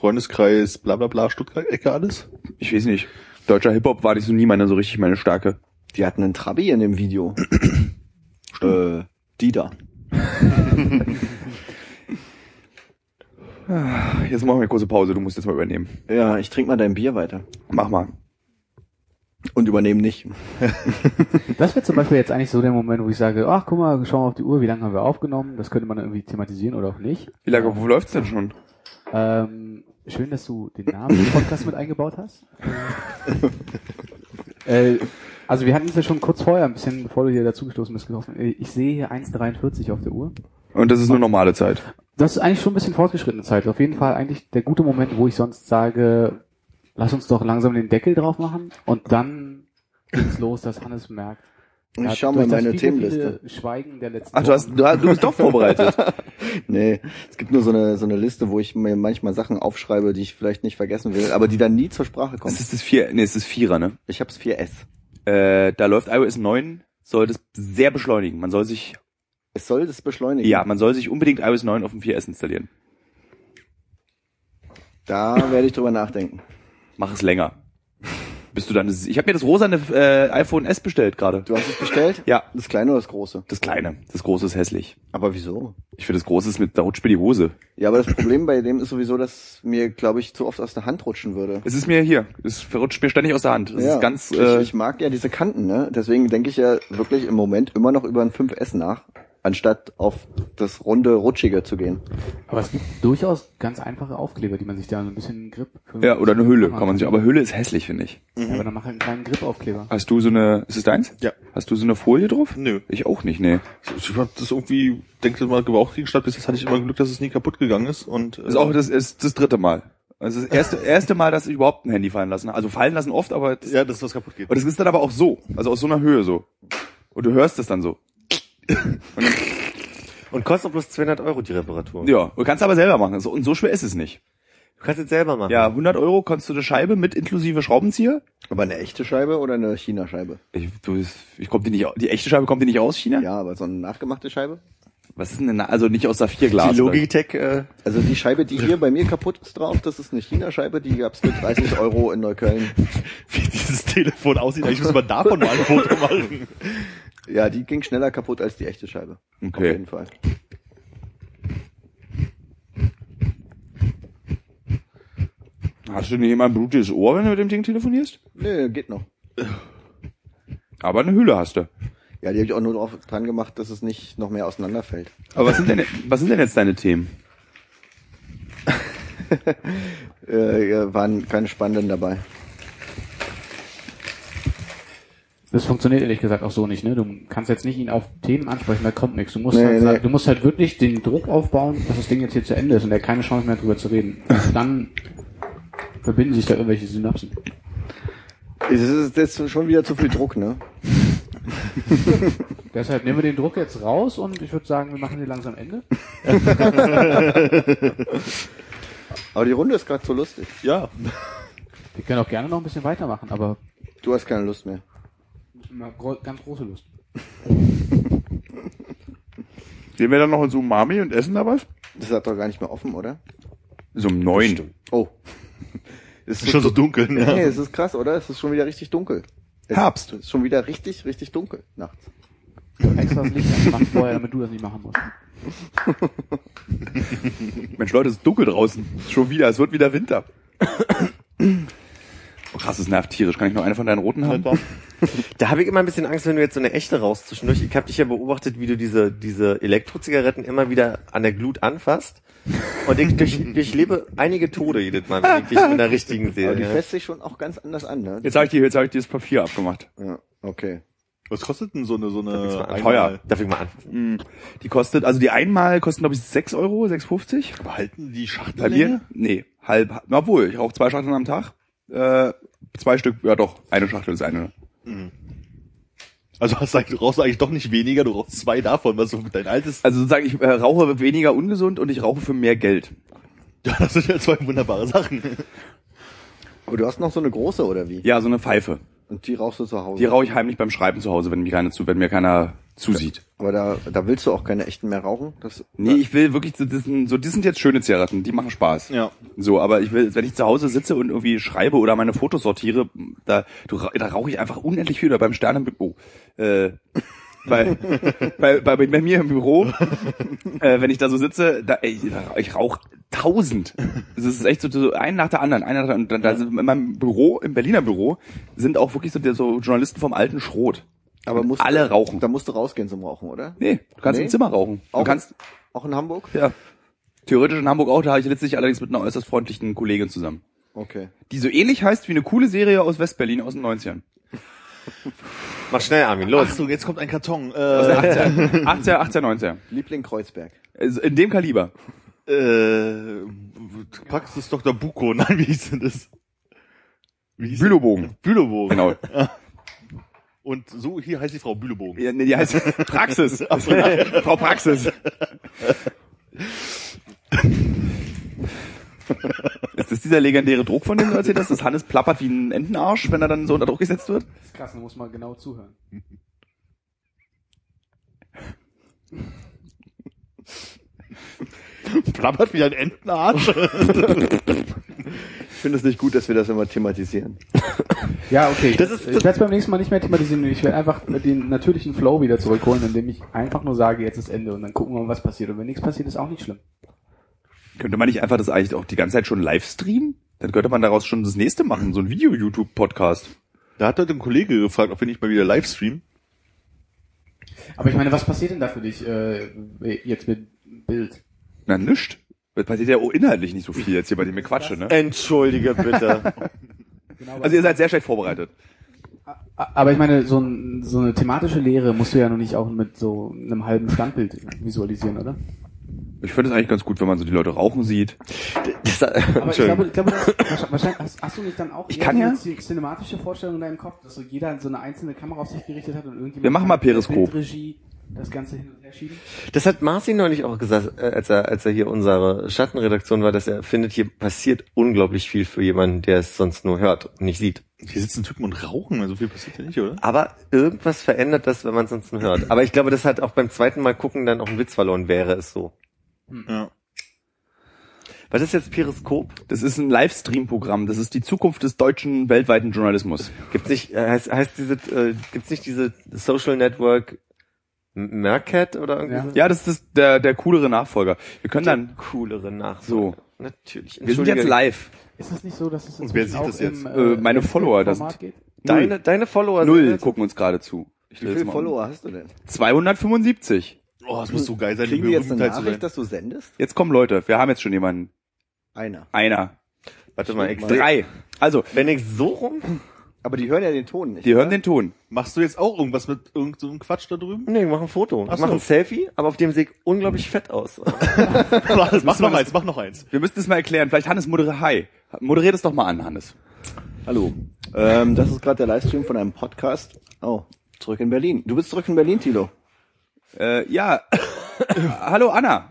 Freundeskreis, bla bla bla, Stuttgart-Ecke alles? Ich weiß nicht. Deutscher Hip-Hop war nicht so nie meine so richtig meine starke. Die hatten einen Trabi in dem Video. [clears throat] äh, die da. Jetzt machen wir eine kurze Pause, du musst jetzt mal übernehmen. Ja, ich trinke mal dein Bier weiter. Mach mal. Und übernehmen nicht. Das wäre zum Beispiel jetzt eigentlich so der Moment, wo ich sage, ach guck mal, schauen wir auf die Uhr, wie lange haben wir aufgenommen, das könnte man irgendwie thematisieren oder auch nicht. Wie lange wo läuft's denn schon? Ähm, schön, dass du den Namen des Podcasts mit eingebaut hast. äh, also wir hatten es ja schon kurz vorher, ein bisschen bevor du hier dazugestoßen bist, getroffen. Äh, Ich sehe hier 1,43 auf der Uhr. Und das ist nur normale Zeit. Das ist eigentlich schon ein bisschen fortgeschrittene Zeit. Auf jeden Fall eigentlich der gute Moment, wo ich sonst sage, lass uns doch langsam den Deckel drauf machen und dann geht's los, dass Hannes merkt. er Ich hat schau mal durch das meine viele, Themenliste. Viele Schweigen der letzten Ach, du hast, Wochen- du, hast- du bist doch [laughs] vorbereitet. [laughs] Nee, es gibt nur so eine, so eine Liste, wo ich mir manchmal Sachen aufschreibe, die ich vielleicht nicht vergessen will, aber die dann nie zur Sprache kommen. Es ist das vier, nee, es ist Vierer, ne? Ich hab's 4S. Äh, da läuft iOS 9, soll das sehr beschleunigen. Man soll sich, Es soll das beschleunigen. ja, man soll sich unbedingt iOS 9 auf dem 4S installieren. Da werde ich drüber nachdenken. Mach es länger. Bist du dann? Ich habe mir das rosane äh, iPhone S bestellt gerade. Du hast es bestellt? Ja. Das kleine oder das große? Das kleine. Das große ist hässlich. Aber wieso? Ich finde das große ist mit da rutscht mir die Hose. Ja, aber das Problem bei dem ist sowieso, dass mir, glaube ich, zu oft aus der Hand rutschen würde. Es ist mir hier. Es verrutscht mir ständig aus der Hand. Es ja, ist ganz. ich, Äh, ich mag ja diese Kanten, ne? Deswegen denke ich ja wirklich im Moment immer noch über ein 5S nach, anstatt auf das runde, rutschige zu gehen. Aber es gibt durchaus ganz einfache Aufkleber, die man sich da so ein bisschen Grip. ja oder eine Hülle kann man sich. Aber Hülle ist hässlich finde ich. Ja, aber dann mach halt einen kleinen Grip-Aufkleber. Hast du so eine? Ist es deins? Ja. Hast du so eine Folie drauf? Nö. Ich auch nicht. Nee. Ich, ich hab das irgendwie, denke mal, Gebrauch gegen statt. Bis jetzt hatte ich immer Glück, dass es nie kaputt gegangen ist. Und äh, Das ist auch das ist das dritte Mal. Also das erste erste Mal, dass ich überhaupt ein Handy fallen lassen. habe. Also fallen lassen oft, aber das, ja, dass was kaputt geht. Und es ist dann aber auch so, also aus so einer Höhe so. Und du hörst es dann so. Und kostet auch bloß 200 Euro die Reparatur. Ja, du kannst aber selber machen. So- Und so schwer ist es nicht. Du kannst es selber machen. Ja, 100 Euro kannst du eine Scheibe mit inklusive Schraubenzieher. Aber eine echte Scheibe oder eine China-Scheibe? Ich, du, ich komm die nicht, au- die echte Scheibe kommt die nicht aus China? Ja, aber so eine nachgemachte Scheibe? Was ist denn, eine- also nicht aus Saphirglas? Die Logitech, äh, Also die Scheibe, die hier bei mir kaputt ist drauf, das ist eine China-Scheibe, die gab's für 30 Euro in Neukölln. [laughs] Wie dieses Telefon aussieht, eigentlich muss man davon mal ein Foto machen. Ja, die ging schneller kaputt als die echte Scheibe. Auf Okay. jeden Fall. Hast du nicht immer ein blutiges Ohr, wenn du mit dem Ding telefonierst? Nö, geht noch. Aber eine Hülle hast du. Ja, die habe ich auch nur drauf dran gemacht, dass es nicht noch mehr auseinanderfällt. Aber was sind denn, was sind denn jetzt deine Themen? Äh, ja, waren keine spannenden dabei. Das funktioniert ehrlich gesagt auch so nicht, ne? Du kannst jetzt nicht ihn auf Themen ansprechen, da kommt nichts. Du musst, Nee, halt, nee. sagen- du musst halt wirklich den Druck aufbauen, dass das Ding jetzt hier zu Ende ist und er keine Chance mehr hat, drüber zu [laughs] reden. Dann verbinden sich da irgendwelche Synapsen. Es ist jetzt schon wieder zu viel Druck, ne? Deshalb nehmen wir den Druck jetzt raus und ich würde sagen, wir machen hier langsam Ende. Aber die Runde ist gerade so lustig. Ja. Wir können auch gerne noch ein bisschen weitermachen, aber Du hast keine Lust mehr. mal gro ganz große Lust. Gehen wir dann noch ins Umami und essen da was? Das hat doch gar nicht mehr offen, oder? So um neun. Oh. [laughs] Es [laughs] Ist schon so dunkel, Nee, ne? es ist krass, oder? Es ist schon wieder richtig dunkel. Es Herbst. Es ist schon wieder richtig, richtig dunkel nachts. Ich hab extra das Licht angemacht vorher, damit du das nicht machen musst. Mensch, Leute, es ist dunkel draußen. Schon wieder, es wird wieder [coughs] Winter. Oh, krass, das nervt tierisch. Kann ich noch eine von deinen roten Halt haben? da habe ich immer ein bisschen Angst, wenn du jetzt so eine echte rauchst zwischendurch. Ich habe dich ja beobachtet, wie du diese, diese Elektrozigaretten immer wieder an der Glut anfasst. Und ich durch, durchlebe einige Tode jedes Mal, wenn ich dich mit der richtigen Aber sehe. die ja. fässt sich schon auch ganz anders an, ne? Jetzt habe ich, dir- jetzt hab ich dir das Papier abgemacht. Ja, okay. Was kostet denn so eine, so Darf ich's eine mal an- teuer. Darf ich mal anfangen? Die kostet, also die einmal kosten, glaube ich, 6 Euro, 6,50. Behalten die Schachtel Bei mir? Nee, halb. na, Obwohl, ich rauche zwei Schachteln am Tag. Äh, zwei Stück, ja doch, eine Schachtel ist eine. Also hast du eigentlich, rauchst du eigentlich doch nicht weniger, du rauchst zwei davon, was so dein altes. [laughs] Also sozusagen, ich äh, rauche weniger ungesund und ich rauche für mehr Geld. Ja, das sind ja zwei wunderbare Sachen. Aber du hast noch so eine große, oder wie? Ja, so eine Pfeife. Und die rauchst du zu Hause. Die rauche ich heimlich beim Schreiben zu Hause, wenn mir keiner, zu, wenn mir keiner zusieht. Aber da, da willst du auch keine echten mehr rauchen. Das, Nee, ich will wirklich, so, das sind, so, das sind jetzt schöne Zigaretten, die machen Spaß. Ja. So, aber ich will, wenn ich zu Hause sitze und irgendwie schreibe oder meine Fotos sortiere, da, du, ra- da rauche ich einfach unendlich viel. Oder beim Stern im Büro. Äh, bei, [laughs] bei, bei, bei mir im Büro, äh, wenn ich da so sitze, da, ey, da- ich rauche tausend. Es ist echt so, so ein nach der anderen, ein nach der anderen. Und dann, da sind in meinem Büro, im Berliner Büro, sind auch wirklich so, die- so Journalisten vom alten Schrot. aber Und musst du- alle rauchen. Da musst du rausgehen zum Rauchen, oder? Nee, du kannst Nee. im Zimmer rauchen. Du Auch- kannst Auch in Hamburg? ja. Theoretisch in Hamburg auch, da habe ich letztlich allerdings mit einer äußerst freundlichen Kollegin zusammen. Okay. Die so ähnlich heißt wie eine coole Serie aus Westberlin aus den 90ern. Mach schnell, Armin, los. Achso, jetzt kommt ein Karton. Aus Äh, der 80er, 80er, 80er 90er. Liebling Kreuzberg. Also in dem Kaliber. äh, Praxis Dr. Buko, nein, [laughs] wie hieß denn das? Wie hieß Bülowbogen. Bülobogen. Genau. Und so hier heißt die Frau Bülobogen. Ja, nee, die heißt Praxis. Frau Praxis. Ist das dieser legendäre Druck, von dem du erzählt hast, dass Hannes plappert wie ein Entenarsch, wenn er dann so unter Druck gesetzt wird? Das ist krass, da muss man genau zuhören. Plappert wie ein Entenarsch. Ich finde es nicht gut, dass wir das immer thematisieren. Ja, okay. Ich, Das ist- ich werde es beim nächsten Mal nicht mehr thematisieren. Ich werde einfach den natürlichen Flow wieder zurückholen, indem ich einfach nur sage, jetzt ist Ende und dann gucken wir mal, was passiert. Und wenn nichts passiert, ist auch nicht schlimm. Könnte man nicht einfach das eigentlich auch die ganze Zeit schon live streamen? Dann könnte man daraus schon das nächste machen, so ein Video-YouTube-Podcast. [laughs] Da hat heute ein Kollege gefragt, ob wir nicht mal wieder live streamen. Aber ich meine, was passiert denn da für dich äh, jetzt mit Bild? Na, nischt. Das passiert ja auch inhaltlich nicht so viel jetzt hier, bei dem ich quatsche, ne? Entschuldige bitte. Genau, Also ihr seid sehr schlecht vorbereitet. aber ich meine, so, ein, so eine thematische Lehre musst du ja noch nicht auch mit so einem halben Standbild visualisieren, oder? Ich finde es eigentlich ganz gut, wenn man so die Leute rauchen sieht. äh, Das, Entschuldigung. Aber ich glaube, ich glaube das, wahrscheinlich hast, hast du nicht dann auch Ich eher kann so ja. eine zin- cinematische Vorstellung in deinem Kopf, dass so jeder so eine einzelne Kamera auf sich gerichtet hat und irgendjemand Wir machen mal Periskop. Regie das Ganze hin und her schieben. [laughs] Das hat Marci neulich auch gesagt, äh, als er, als er hier unsere Schattenredaktion war, dass er findet, hier passiert unglaublich viel für jemanden, der es sonst nur hört und nicht sieht. Hier sitzen Typen und rauchen, also viel passiert ja nicht, oder? Aber irgendwas verändert das, wenn man es sonst nur hört. Aber ich glaube, das hat auch beim zweiten Mal gucken dann auch ein Witz verloren, wäre es so. Ja. Was ist jetzt Periskop? Das ist ein Livestream-Programm. Das ist die Zukunft des deutschen weltweiten Journalismus. Gibt's nicht, äh, heißt, heißt diese, äh, gibt's nicht diese Social Network M- Mercat oder irgendwie? Ja. so? Ja, das ist der, der coolere Nachfolger. Wir können Der dann... coolere Nachricht. So. Natürlich. Wir sind jetzt live. Ist das nicht so, dass es Und wer inzwischen sieht auch das jetzt? im, Äh, meine Follower, das Format geht? Deine, deine Follower Null sind äh, jetzt- gucken uns gerade zu. Ich Wie stell viele jetzt mal um. Follower hast du denn? 275. Oh, es muss so geil sein, Kriegen die um jetzt eine Berühmtheit zu sein. Nachricht, dass du sendest? Jetzt kommen Leute. Wir haben jetzt schon jemanden. Einer. Einer. Warte mal, extra. Drei. Also, Wenn ich so rum. Aber die hören ja den Ton nicht. die hören den Ton. Machst du jetzt auch irgendwas mit irgendeinem so einem Quatsch da drüben? Nee, ich mach ein Foto. Ach Ich mach so. ein Selfie, aber auf dem sehe ich unglaublich fett aus. mach noch eins, mach noch eins. Wir müssen das mal erklären. Vielleicht Hannes moderiert. Hi. Moderier das doch mal an, Hannes. Hallo. Ähm, das ist gerade der Livestream von einem Podcast. Oh, zurück in Berlin. Du bist zurück in Berlin, Tilo. Äh, [coughs] ja. hallo Anna.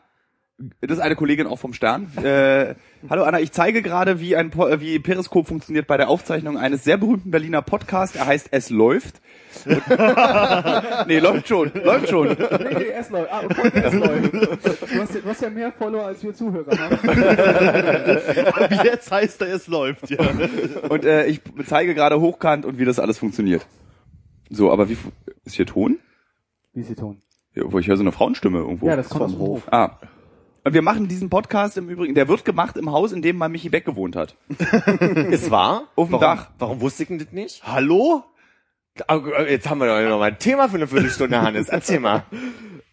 Das ist eine Kollegin auch vom Stern. Äh, hallo Anna, ich zeige gerade, wie ein po äh, wie Periscope funktioniert bei der Aufzeichnung eines sehr berühmten Berliner Podcasts. Er heißt Es läuft. [laughs] Und, nee, läuft schon, läuft schon. Nee, nee, erst läuft. Ah, okay, [laughs] erst läuft. Du hast, ja- du hast ja mehr Follower, als wir Zuhörer ne? haben. Wie jetzt heißt er, es läuft, ja. Und äh, ich zeige gerade hochkant und wie das alles funktioniert. So, aber wie fu- ist hier Ton? Wie ist der Ton? Ja, wo ich höre so eine Frauenstimme irgendwo. Ja, das kommt aus dem Hof. Ah. Und wir machen diesen Podcast im Übrigen, der wird gemacht im Haus, in dem mal Michi Beck gewohnt hat. Ist wahr? Auf dem warum, Dach. Warum wusste ich denn das nicht? Hallo? Aber Jetzt haben wir doch noch mal ein Thema für eine [laughs] Viertelstunde, Hannes. Erzähl mal.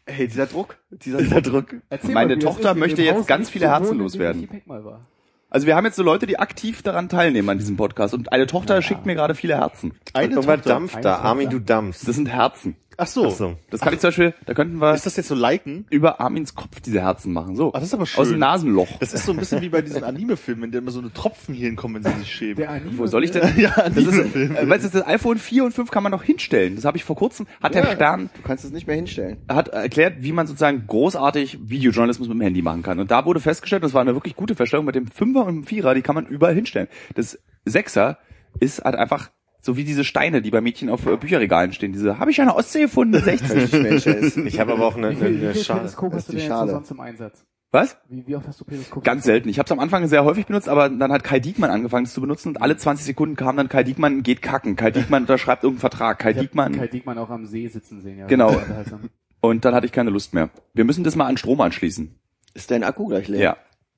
Hey, dieser Druck. Dieser Dieser Druck. Erzähl Meine wie das Tochter ist, in möchte dem jetzt Haus ganz nicht viele zu Herzen wohnen, in dem loswerden. Michi Peck mal war. Also wir haben jetzt so Leute, die aktiv daran teilnehmen an diesem Podcast. Und eine Tochter Ja. schickt mir gerade viele Herzen. Eine Irgendwann Tochter. dampft Eine da. Tochter. Armin, du dampfst. Das sind Herzen. Ach so. Ach so. Das kann ich zum Beispiel, da könnten wir Ist das jetzt so liken? über Armins Kopf diese Herzen machen. So. Ah, das ist aber Aus dem schön. Nasenloch. Das ist so ein bisschen wie bei diesen Anime-Filmen, in denen immer so eine Tropfen hier hinkommen, wenn sie sich schämen. Der Anime Wo soll ich denn? [laughs] Ja, das ist, Anime-Film. äh, weißt du, das iPhone 4 und 5 kann man noch hinstellen. Das habe ich vor kurzem, hat der Stern Du kannst es nicht mehr hinstellen. hat erklärt, wie man sozusagen großartig Videojournalismus mit dem Handy machen kann. Und da wurde festgestellt, und das war eine wirklich gute Feststellung, mit dem Fünfer und dem Vierer, die kann man überall hinstellen. Das Sechser ist halt einfach so wie diese Steine, die bei Mädchen auf äh, Bücherregalen stehen. Diese, habe ich an der Ostsee gefunden, [laughs] 60. Nicht mehr hinstellen. Ich habe aber auch eine, Wie Äh, eine, viel, eine wie viel Schale. Periskop Das hast ist die du denn jetzt so Schale. sonst im Einsatz? Was? Wie, wie oft hast du Periskop? Ganz selten. Ich habe es am Anfang sehr häufig benutzt, aber dann hat Kai Diekmann angefangen, es zu benutzen und alle 20 Sekunden kam dann Kai Diekmann geht kacken. Kai Diekmann unterschreibt irgendeinen Vertrag. Kai Ich hab Kai Diekmann. Diekmann auch am See sitzen sehen, ja. Genau. Das ist unterhaltsam. Und dann hatte ich keine Lust mehr. Wir müssen das mal an Strom anschließen. Ist dein Akku gleich leer? Ja.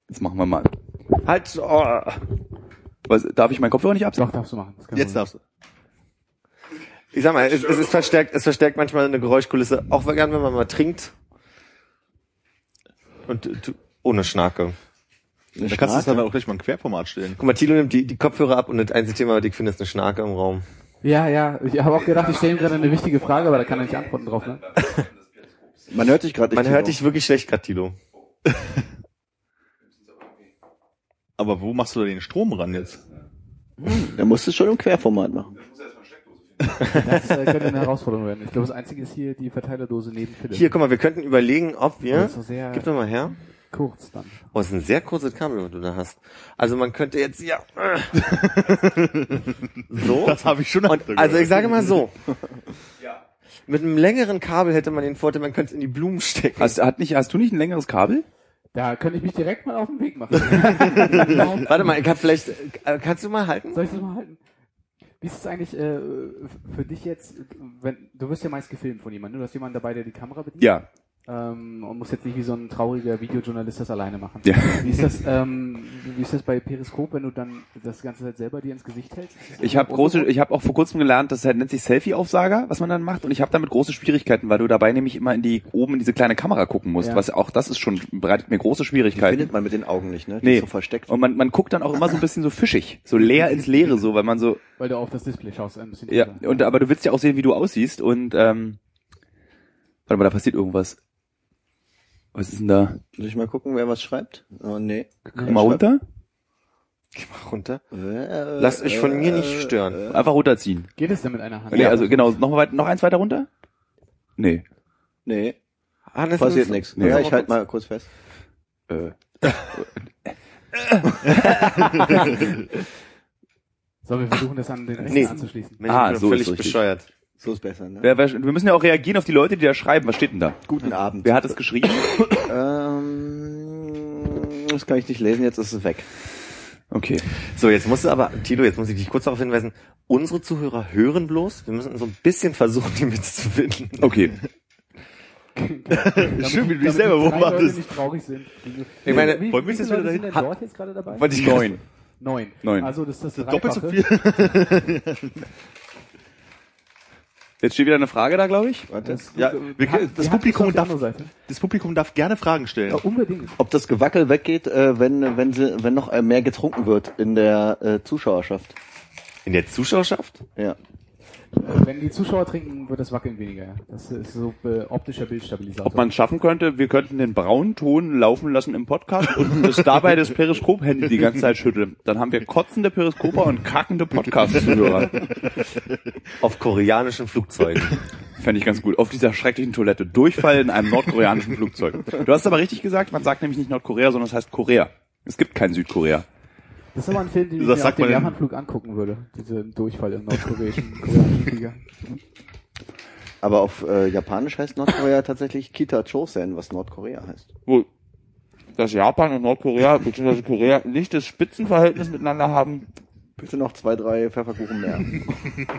Jetzt machen wir mal. Halt, oh. Was, darf ich meinen Kopfhörer nicht absagen? Doch, darfst du machen. Das kann Jetzt man- darfst du. Ich sag mal, es, es ist verstärkt, es verstärkt manchmal eine Geräuschkulisse. Auch gern, wenn man mal trinkt. Und äh, tu- ohne Schnarke. Eine Da kannst du es dann Schnarke? auch gleich mal ein Querformat stellen. Guck mal, Thilo nimmt die, die Kopfhörer ab und das einzige Thema, was ich finde, ist eine Schnarke im Raum. Ja, ja. Ich habe auch gedacht, ich stelle ihm gerade eine wichtige Frage, aber da kann er nicht antworten drauf, ne? Man hört dich gerade nicht. Man hört Tilo. dich wirklich schlecht gerade, Thilo. Aber wo machst du da den Strom ran jetzt? Da musst du es schon im Querformat machen. Das äh, könnte eine Herausforderung werden. Ich glaube, das Einzige ist hier die Verteilerdose neben Philipp. Hier, guck mal, wir könnten überlegen, ob wir... Das ist doch sehr Gib doch mal her. kurz dann. Oh, das ist ein sehr kurzes Kabel, was du da hast. Also man könnte jetzt ja. so. Das habe ich schon Und, also ich sage mal so. Mit einem längeren Kabel hätte man den Vorteil, man könnte es in die Blumen stecken. Hast, hat nicht, hast du nicht ein längeres Kabel? Da könnte ich mich direkt mal auf [laughs] den Weg machen. Genau. Warte mal, ich hab vielleicht. äh, Kannst du mal halten? Soll ich das mal halten? Wie ist es eigentlich äh, f- für dich jetzt, wenn du wirst ja meist gefilmt von jemandem, ne? du hast jemanden dabei, der die Kamera bedient Ja, ähm, und musst jetzt nicht wie so ein trauriger Videojournalist das alleine machen. Ja. Wie ist das, ähm, wie ist das bei Periskop, wenn du dann das ganze Zeit selber dir ins Gesicht hältst? Ist das ich habe irgendwie große, ungewohnt? ich habe auch vor kurzem gelernt, das nennt sich Selfie-Aufsager, was man dann macht, und ich habe damit große Schwierigkeiten, weil du dabei nämlich immer in die oben in diese kleine Kamera gucken musst, Ja. was auch das ist schon bereitet mir große Die Schwierigkeiten. findet man mit den Augen nicht, ne? Die Nee. Oh. ist so versteckt. Und man, man guckt dann auch immer so ein bisschen so fischig, so leer ins Leere, so, weil man so, Weil du auf das Display schaust äh, ein bisschen. ja, drüber. und aber du willst ja auch sehen, wie du aussiehst und ähm, warte mal, da passiert irgendwas. Was ist denn da? Soll ich mal gucken, wer was schreibt? Oh, nee. Guck mal runter? Geh mal runter. Äh, Lasst euch von äh, mir nicht stören. äh, Einfach runterziehen. Geht es denn mit einer Hand? Nee, also genau, noch, mal weit, noch eins weiter runter? Nee. Nee, Hannes, passiert nichts. Nee. Ja, ich halt mal kurz fest. Sollen wir versuchen, das an den Rechner Nee. anzuschließen? Nee, Ah, ah, so so ist völlig richtig. bescheuert. So ist besser, ne? Wer- wer- Wir müssen ja auch reagieren auf die Leute, die da schreiben. Was steht denn da? Hm. Guten Abend. Wer hat es geschrieben? Ähm, das kann ich nicht lesen, jetzt ist es weg. Okay. So, jetzt musst du aber, Tilo, jetzt muss ich dich kurz darauf hinweisen, unsere Zuhörer hören bloß, wir müssen so ein bisschen versuchen, die mitzufinden. Okay. Damit- Schön, wie du dich damit selber die drei Leute beobachtest. nicht traurig sind. Ich meine, wie, wollen wir wie uns jetzt viele wieder Leute sind denn dahin- dort jetzt gerade dabei? Wollte ich Neun. Neun. Neun. Also das ist das Doppelt so Dreifache. viel. Jetzt steht wieder eine Frage da, glaube ich. Warte. Das, Ja, wir- Ha- das die Publikum Hand ist auf die darf- andere Seite. Oh. Das Publikum darf gerne Fragen Ja, stellen. unbedingt. Ob das Gewackel weggeht, äh, wenn, wenn, sie, wenn noch äh, mehr getrunken wird in der äh, Zuschauerschaft. In der Zuschauerschaft? Ja. Wenn die Zuschauer trinken, wird das Wackeln weniger. Das ist so äh, optischer Bildstabilisator. Ob man es schaffen könnte, wir könnten den braunen Ton laufen lassen im Podcast und das dabei das Periskop-Handy die ganze Zeit schütteln. Dann haben wir kotzende Periskoper und kackende Podcast-Zuhörer. Auf koreanischen Flugzeugen. Fände ich ganz gut. Auf dieser schrecklichen Toilette. Durchfall in einem nordkoreanischen Flugzeug. Du hast aber richtig gesagt, man sagt nämlich nicht Nordkorea, sondern es heißt Korea. Es gibt kein Südkorea. das ist aber ein Film, den ich Das mir auf sagt dem man in- Japanflug angucken würde. Diesen Durchfall im nordkoreanischen [laughs] koreanischen Flieger. Aber auf äh, Japanisch heißt Nordkorea tatsächlich Kita Chosen, was Nordkorea heißt. Wo dass Japan und Nordkorea bzw. Korea nicht das Spitzenverhältnis miteinander haben, Bitte noch zwei, drei Pfefferkuchen mehr.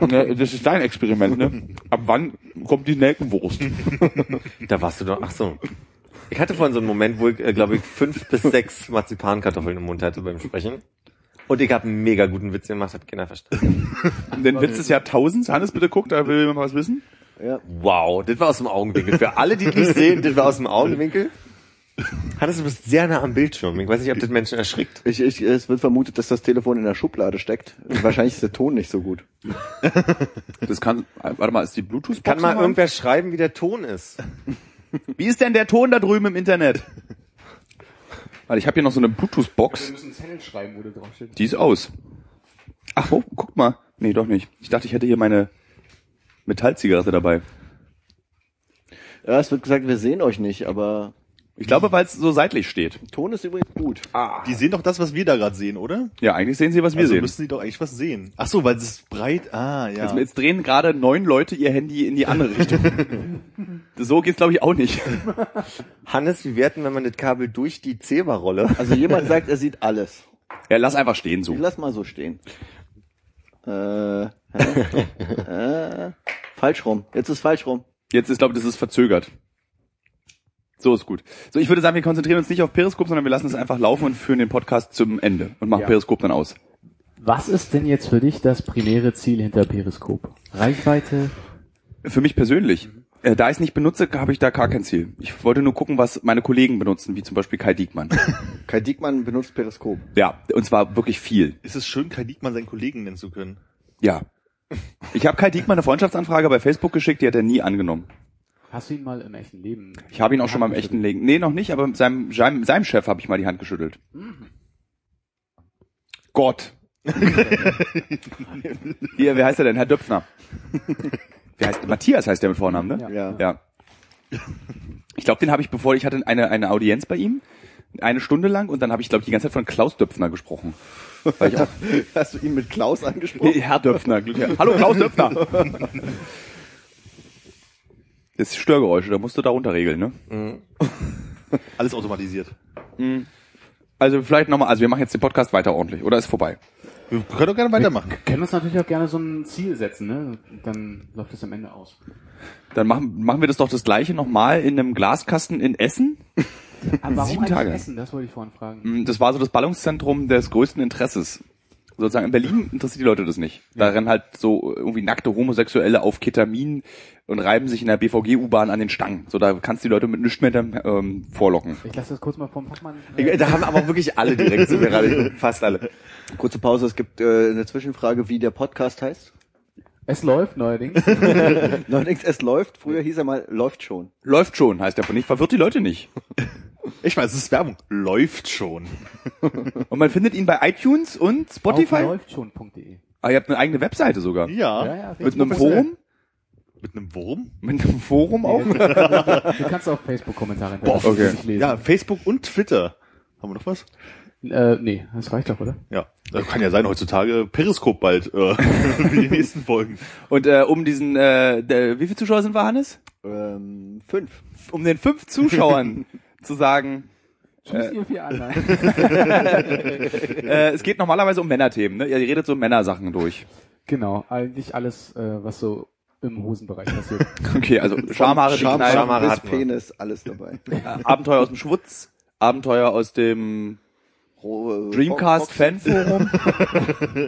ne, das ist dein Experiment, ne? Ab wann kommt die [laughs] Nelkenwurst? da warst du doch, ach so. Ich hatte vorhin so einen Moment, wo ich, äh, glaube ich, fünf bis sechs Marzipankartoffeln im Mund hatte beim Sprechen. Und ich habe einen mega guten Witz gemacht, hat keiner verstanden. Den Witz des Jahrtausends, Hannes, bitte guck, da will jemand was wissen. Ja. Wow, das war aus dem Augenwinkel. Für alle, die dich sehen, das war aus dem Augenwinkel. Hannes, du bist sehr nah am Bildschirm. Ich weiß nicht, ob das Menschen erschrickt. Ich, ich, es wird vermutet, dass das Telefon in der Schublade steckt. Wahrscheinlich ist der Ton nicht so gut. Das kann, warte mal, ist die Bluetooth-Box? Kann mal noch an? irgendwer schreiben, wie der Ton ist? Wie ist denn der Ton da drüben im Internet? Warte, ich habe hier noch so eine Bluetooth-Box. Wir müssen Zettel schreiben, wo du drauf steht. Die ist aus. Ach, oh, guck mal. Nee, doch nicht. Ich dachte, ich hätte hier meine Metallzigarette dabei. Ja, es wird gesagt, wir sehen euch nicht, aber Ich glaube, weil es so seitlich steht. Ton ist übrigens gut. Die sehen doch das, was wir da gerade sehen, oder? Ja, eigentlich sehen sie, was wir also sehen. Also müssen sie doch eigentlich was sehen. Ach so, weil es ist breit. Ah, ja. Jetzt, jetzt drehen gerade neun Leute ihr Handy in die andere Richtung. [laughs] so geht's, glaube ich, auch nicht. Hannes, wie werten, wenn man das Kabel durch die Zebra-Rolle? Also jemand sagt, er sieht alles. Ja, lass einfach stehen Ich so. lass mal so stehen. Äh, hä? äh, falsch rum. Jetzt ist falsch rum. Jetzt ist, glaube ich, das ist verzögert. So ist gut. So, ich würde sagen, wir konzentrieren uns nicht auf Periskop, sondern wir lassen es einfach laufen und führen den Podcast zum Ende und machen Ja. Periskop dann aus. Was ist denn jetzt für dich das primäre Ziel hinter Periskop? Reichweite? Für mich persönlich. Mhm. Äh, Da ich es nicht benutze, habe ich da gar kein Ziel. Ich wollte nur gucken, was meine Kollegen benutzen, wie zum Beispiel Kai Diekmann. [laughs] Kai Diekmann benutzt Periskop. ja, und zwar wirklich viel. Es ist schön, Kai Diekmann seinen Kollegen nennen zu können. Ja. Ich habe Kai Diekmann eine Freundschaftsanfrage bei Facebook geschickt, die hat er nie angenommen. Hast du ihn mal im echten Leben? Ich habe ihn auch schon mal im echten Leben. Nee, noch nicht, aber mit seinem, seinem, seinem Chef habe ich mal die Hand geschüttelt. Gott. Hier, wer heißt er denn? Herr Döpfner. Wer heißt, Matthias heißt der mit Vornamen, ne? Ja. Ja. Ja. Ich glaube, den habe ich, bevor ich hatte eine, eine Audienz bei ihm, eine Stunde lang und dann habe ich, glaube ich, die ganze Zeit von Klaus Döpfner gesprochen. Weil ich auch, Hast du ihn mit Klaus angesprochen? nee, Herr Döpfner, Glück gehabt. Hallo Klaus Döpfner! Das ist Störgeräusche, da musst du da runterregeln, ne? Alles automatisiert. Also vielleicht nochmal, also wir machen jetzt den Podcast weiter ordentlich, oder ist vorbei? Wir können doch gerne weitermachen. können uns natürlich auch gerne so ein Ziel setzen, ne? Dann läuft das am Ende aus. Dann machen, machen wir das doch das gleiche nochmal in einem Glaskasten in Essen. Aber warum Sieben eigentlich Tage. Essen? Das wollte ich vorhin fragen. Mm, Das war so das Ballungszentrum des größten Interesses. Sozusagen in Berlin interessiert die Leute das nicht. Da rennen halt so irgendwie nackte Homosexuelle auf Ketamin und reiben sich in der BVG-U-Bahn an den Stangen. So, da kannst du die Leute mit nichts mehr ähm, vorlocken. Ich lasse das kurz mal vom Fachmann. äh, Ich- Da haben aber wirklich alle direkt so gerade, [laughs] fast alle. Kurze Pause, es gibt äh, eine Zwischenfrage, wie der Podcast heißt. [laughs] Es läuft neuerdings. Neuerdings, es läuft, früher hieß er mal, läuft schon. Läuft schon, heißt der von nicht, verwirrt die Leute nicht. Ich weiß, es ist Werbung. Läuft schon. Und man findet ihn bei iTunes und Auf [laughs] Spotify. läuft schon.de. Ah, ihr habt eine eigene Webseite sogar. Ja. E. Ja, ja, auf Mit jeden einem Forum? Mit einem Wurm? Mit einem Forum auch? Fall. Du kannst auch Facebook-Kommentare Boah, okay. die sich lesen. Ja, Facebook und Twitter. Haben wir noch was? Äh, nee, das reicht doch, Äh. oder? Ja. Das kann ja sein, heutzutage Periskop bald. Äh, [laughs] für die nächsten Folgen. Und äh, um diesen, äh, der, wie viele Zuschauer sind wir, Hannes? Ähm, fünf. Um den fünf Zuschauern [laughs] zu sagen, Tschüss, ihr vier anderen. äh, es geht normalerweise um Männerthemen. Ne? Ihr redet so Männersachen durch. [laughs] [laughs] Genau, eigentlich alles, äh, was so im Hosenbereich [laughs] passiert. Okay, also Schamhaare, die Scham- knallen, Schamhaare. Bis Kameraden. Penis, alles dabei. Abenteuer aus dem Schwutz, Abenteuer aus dem Ro- äh, Dreamcast Fox- Fanforum. [laughs]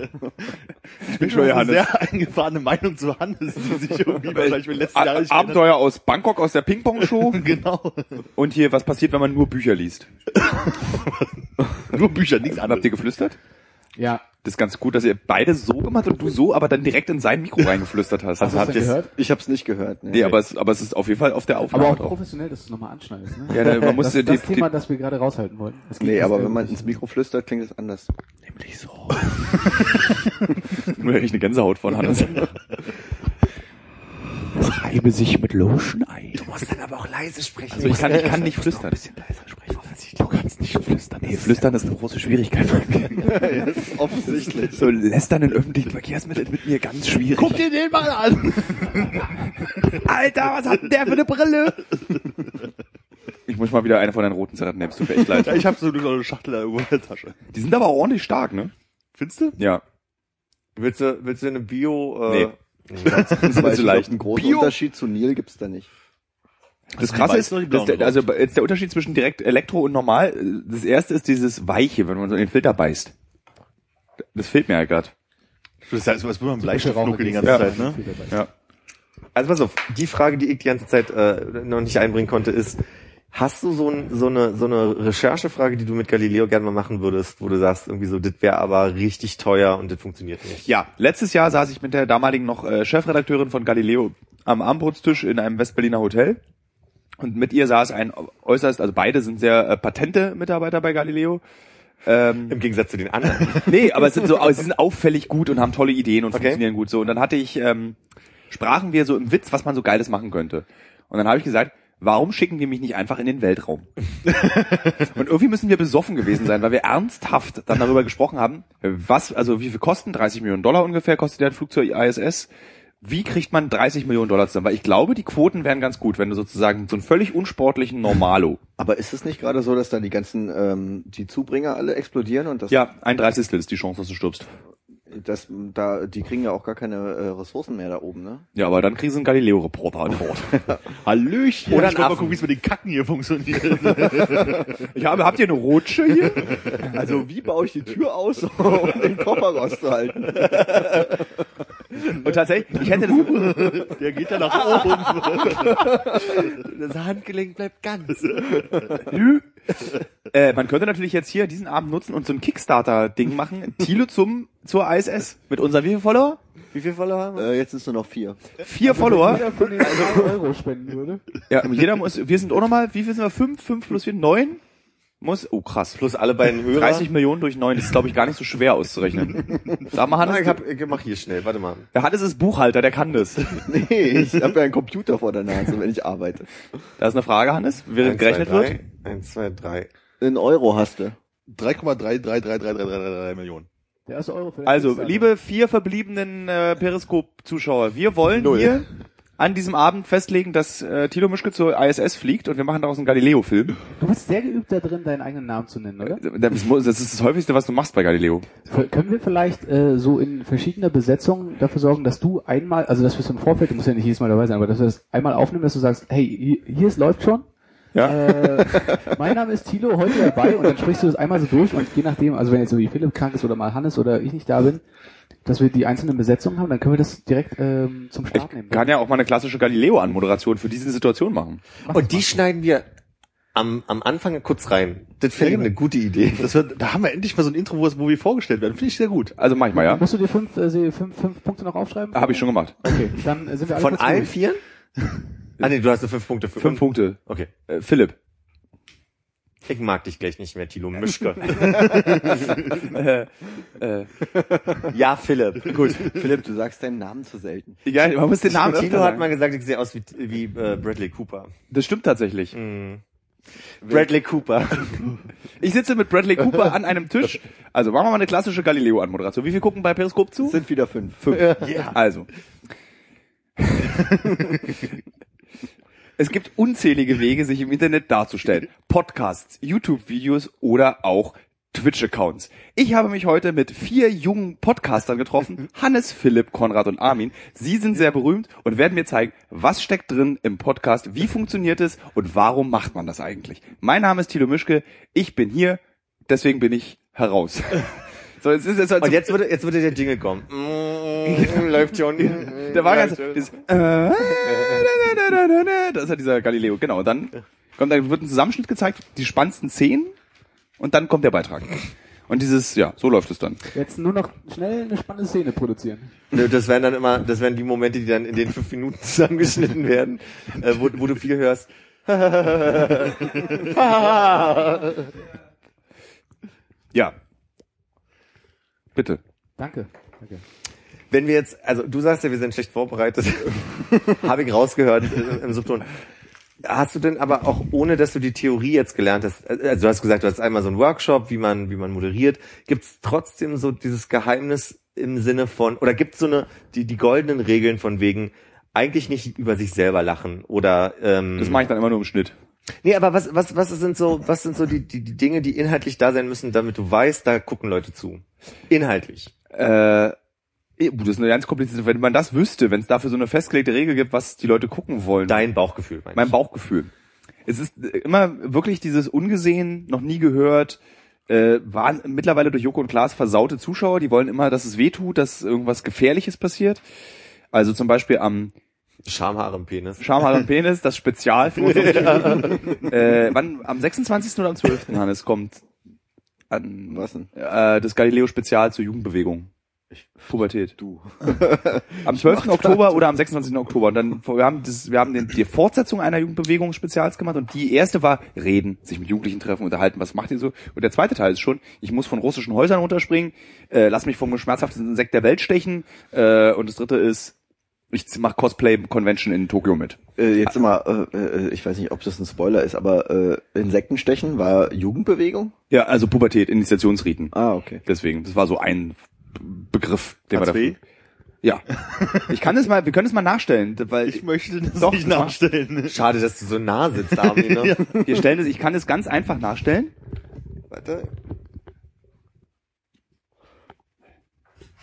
Ich schon bin schon eine Johannes. sehr [laughs] eingefahrene Meinung zu Hannes, die sich irgendwie [laughs] wahrscheinlich mit den letzten A- Jahren nicht geändert Abenteuer aus Bangkok aus der Ping Pong [laughs] Show hat. [laughs] Genau. und hier was passiert, wenn man nur Bücher [laughs] liest. Nur Bücher, nichts Habt anderes. ihr geflüstert? ja, Das ist ganz gut, dass ihr beide so gemacht habt, du so, aber dann direkt in sein Mikro reingeflüstert hast. Also hast du das denn gehört? Ich hab's nicht gehört. Ne? Nee, aber es, aber es ist auf jeden Fall auf der Aufnahme Aber auch drauf. professionell, dass du nochmal anschneidest. Ne? Ja, da- man muss das die- ist das die- Thema, das wir gerade raushalten wollten. Das geht Nee, nicht aber irgendwie. wenn man ins Mikro flüstert, klingt es anders. [laughs] Nur krieg ich eine Gänsehaut von Hannes. Reibe sich mit Lotion ein. Du musst dann aber auch leise sprechen. Also ich kann, ich kann nicht flüstern. Ein bisschen leiser sprechen. Du kannst nicht flüstern. Nee, flüstern ist eine [laughs] große Schwierigkeit bei mir. [laughs] Offensichtlich. So lästern in öffentlichen Verkehrsmitteln mit mir ganz schwierig. Guck dir den mal an. Alter, was hat denn der für eine Brille? Ich muss mal wieder eine von deinen roten Zerretten nehmen. Es tut mir echt [laughs] Ja, leid. ich habe so eine Schachtel da irgendwo in der Tasche. Die sind aber auch ordentlich stark, ne? Findest du? Ja. Willst du, willst du eine Bio, Nee. äh, Das ist leicht. Einen großen Bio- Unterschied zu Nil gibt's da nicht. Das Die Krasse weißen ist, und die dass blauen der, also jetzt der Unterschied zwischen direkt Elektro und normal, das erste ist dieses Weiche, wenn man so in den Filter beißt. Das fehlt mir halt ja gerade. Das heißt, was will man Bleistift Rauchen nuckeln die geht's ganze Zeit, ne? viel dabei. Also pass auf, die Frage, die ich die ganze Zeit äh, noch nicht einbringen konnte, ist, hast du so, ein, so, eine, so eine Recherchefrage, die du mit Galileo gerne mal machen würdest, wo du sagst, irgendwie so, das wäre aber richtig teuer und das funktioniert nicht? Ja, letztes Jahr saß ich mit der damaligen noch äh, Chefredakteurin von Galileo am Armbrutstisch in einem Westberliner Hotel. Und mit ihr saß ein äußerst, also beide sind sehr äh, patente Mitarbeiter bei Galileo. Ähm, Im Gegensatz zu den anderen. Nee, aber es sind so, aber sie sind auffällig gut und haben tolle Ideen und Okay. funktionieren gut so. Und dann hatte ich, ähm, sprachen wir so im Witz, was man so Geiles machen könnte. Und dann habe ich gesagt, warum schicken wir mich nicht einfach in den Weltraum? und irgendwie müssen wir besoffen gewesen sein, weil wir ernsthaft dann darüber gesprochen haben, was, also wie viel kosten, 30 Millionen Dollar ungefähr kostet der Flug zur ISS. Wie kriegt man 30 Millionen Dollar zusammen? Weil ich glaube, die Quoten wären ganz gut, wenn du sozusagen so einen völlig unsportlichen Normalo. Aber ist es nicht gerade so, dass da die ganzen, ähm, die Zubringer alle explodieren und das, Ja, ein Dreißigstel ist die Chance, dass du stirbst. das da, die kriegen ja auch gar keine äh, Ressourcen mehr da oben, ne? Ja, aber dann kriegst du einen Galileo-Reporter an [laughs] Bord. Hallöchen. Oder ein ich wollte mal Affen. gucken, wie es mit den Kacken hier funktioniert. Ich habe, habt ihr eine Rutsche hier? [laughs] Also wie baue ich die Tür aus, [laughs] um den Koffer rauszuhalten? [laughs] Und tatsächlich, ich hätte das, [laughs] Der geht ja nach oben. [laughs] Das Handgelenk bleibt ganz. äh, man könnte natürlich jetzt hier diesen Abend nutzen und so ein Kickstarter-Ding machen. Thilo zum, zur ISS. Mit unseren, wie viele Follower? Wie viele Follower haben wir? Äh, jetzt sind nur noch vier. [laughs] Vier Also Follower. Jeder von den [laughs] 1 Euro spenden würde. Ja, jeder muss, wir sind auch nochmal, wie viel sind wir? Fünf, fünf plus vier, neun? Muss, oh krass. Plus alle beiden Hörer. 30 Millionen durch neun, das ist glaube ich gar nicht so schwer [laughs] auszurechnen. Sag mal, Nein, Hannes, ich, hab, ich mach hier schnell, warte mal. der Hannes ist Buchhalter, der kann das. Nee, ich habe ja einen Computer vor der Nase, wenn ich arbeite. Da ist eine Frage, Hannes, während gerechnet wird. Eins, zwei, drei. In Euro hast du. 3,3333333 Millionen. Der erste Euro für den Also, Kickstarter. liebe vier verbliebenen äh, Periskop-Zuschauer, wir wollen hier an diesem Abend festlegen, dass äh, Tilo Mischke zur ISS fliegt und wir machen daraus einen Galileo-Film. Du bist sehr geübt da drin, deinen eigenen Namen zu nennen, oder? Das muss- das ist das häufigste, was du machst bei Galileo. F- Können wir vielleicht äh, so in verschiedener Besetzung dafür sorgen, dass du einmal, also dass wir es im Vorfeld, du musst ja nicht jedes Mal dabei sein, aber dass wir das einmal aufnehmen, dass du sagst, hey, hi- hier es läuft schon. Ja. Äh, [laughs] mein Name ist Thilo, heute dabei und dann sprichst du das einmal so durch und je nachdem, also wenn jetzt so wie Philipp krank ist oder mal Hannes oder ich nicht da bin, dass wir die einzelnen Besetzungen haben, dann können wir das direkt ähm, zum Start nehmen. Ich kann ja auch mal eine klassische Galileo-Anmoderation für diese Situation machen. Und die schneiden wir am, am Anfang kurz rein. Das fände ich eine gute Idee. Das wird, da haben wir endlich mal so ein Intro, wo, es- wo wir vorgestellt werden. Finde ich sehr gut. Also manchmal, [laughs] ja. Musst du dir fünf, äh, sie- fünf, fünf Punkte noch aufschreiben? Habe ich schon gemacht. Okay, dann äh, sind wir alle Von kurz allen durch. vieren? Ah nee, du hast nur fünf Punkte. Für Fünf uns. Punkte. Okay. Äh, Philipp. Ich mag dich gleich nicht mehr, Thilo [laughs] Mischke. Äh, ja, Philipp. Gut. Philipp, du sagst deinen Namen zu selten. Ja, man muss den Namen öfter Tilo hat sagen. mal gesagt, ich sehe aus wie, wie äh, Bradley Cooper. Das stimmt tatsächlich. Bradley Cooper. Ich sitze mit Bradley Cooper an einem Tisch. Also machen wir mal eine klassische Galileo-Anmoderation. Wie viel gucken bei Periscope zu? Es sind wieder fünf. Fünf. Also. es gibt unzählige Wege, sich im Internet darzustellen. Podcasts, YouTube-Videos oder auch Twitch-Accounts. Ich habe mich heute mit vier jungen Podcastern getroffen. Hannes, Philipp, Konrad und Armin. Sie sind sehr berühmt und werden mir zeigen, was steckt drin im Podcast, wie funktioniert es und warum macht man das eigentlich. Mein Name ist Thilo Mischke. Ich bin hier, deswegen bin ich heraus. [laughs] So, es ist, es ist Und jetzt würde, jetzt würde der Jingle kommen. Mm, läuft schon. Der war Ja, ganz. schön. Dieses, äh, da, da, da, da, da, das ist ja dieser Galileo. Genau. Und dann kommt, dann wird ein Zusammenschnitt gezeigt, die spannendsten Szenen, und dann kommt der Beitrag. Und dieses, ja, so läuft es dann. Jetzt nur noch schnell eine spannende Szene produzieren. Nö, Das wären dann immer, das wären die Momente, die dann in den fünf Minuten [laughs] zusammengeschnitten werden, äh, wo, wo du viel hörst. Ja. Bitte. Danke. Danke. Wenn wir jetzt, also du sagst ja, wir sind schlecht [laughs] vorbereitet, habe ich rausgehört im, im Subton. Hast du denn aber auch ohne, dass du die Theorie jetzt gelernt hast, also du hast gesagt, du hast einmal so einen Workshop, wie man, wie man moderiert, gibt's trotzdem so dieses Geheimnis im Sinne von, oder gibt's so eine, die, die goldenen Regeln von wegen, eigentlich nicht über sich selber lachen oder ähm, Das mache ich dann immer nur im Schnitt. Nee, aber was, was, was sind so, was sind so die, die, die Dinge, die inhaltlich da sein müssen, damit du weißt, da gucken Leute zu. Inhaltlich. Äh, eh, uh, das ist eine ganz komplizierte. Wenn man das wüsste, wenn es dafür so eine festgelegte Regel gibt, was die Leute gucken wollen. Dein Bauchgefühl, meinst mein Bauchgefühl. Es ist äh, immer wirklich dieses ungesehen, noch nie gehört, äh, waren mittlerweile durch Joko und Klaas versaute Zuschauer, die wollen immer, dass es weh tut, dass irgendwas Gefährliches passiert. Also zum Beispiel am Schamhaare im Penis. Schamhaar und Penis, das Spezial. [laughs] 55. äh, wann, am 26. oder am 12. Hannes kommt an, Was denn? äh, das Galileo-Spezial zur Jugendbewegung. Pubertät. Du. [laughs] Am 12. Oktober oder am 26. Oktober. Und dann, wir haben, das, wir haben den, die Fortsetzung einer Jugendbewegung Spezials gemacht und die erste war reden, sich mit Jugendlichen treffen, unterhalten, was macht ihr so? Und der zweite Teil ist schon, ich muss von russischen Häusern runterspringen, äh, lass mich vom schmerzhaftesten Insekt der Welt stechen äh, und das dritte ist, ich mach Cosplay-Convention in Tokio mit. Äh, jetzt mal, äh, äh, ich weiß nicht, ob das ein Spoiler ist, aber äh, Insektenstechen war Jugendbewegung? Ja, also Pubertät, Initiationsriten. Ah, okay. Deswegen, das war so ein Begriff, den Hat's weh? wir Ja. Ich kann das mal, wir können es mal nachstellen, weil Ich möchte das Doch, nicht das war- nachstellen. Schade, dass du so nah sitzt, Armin. [laughs] Ne? wir stellen das, ich kann es ganz einfach nachstellen. Warte.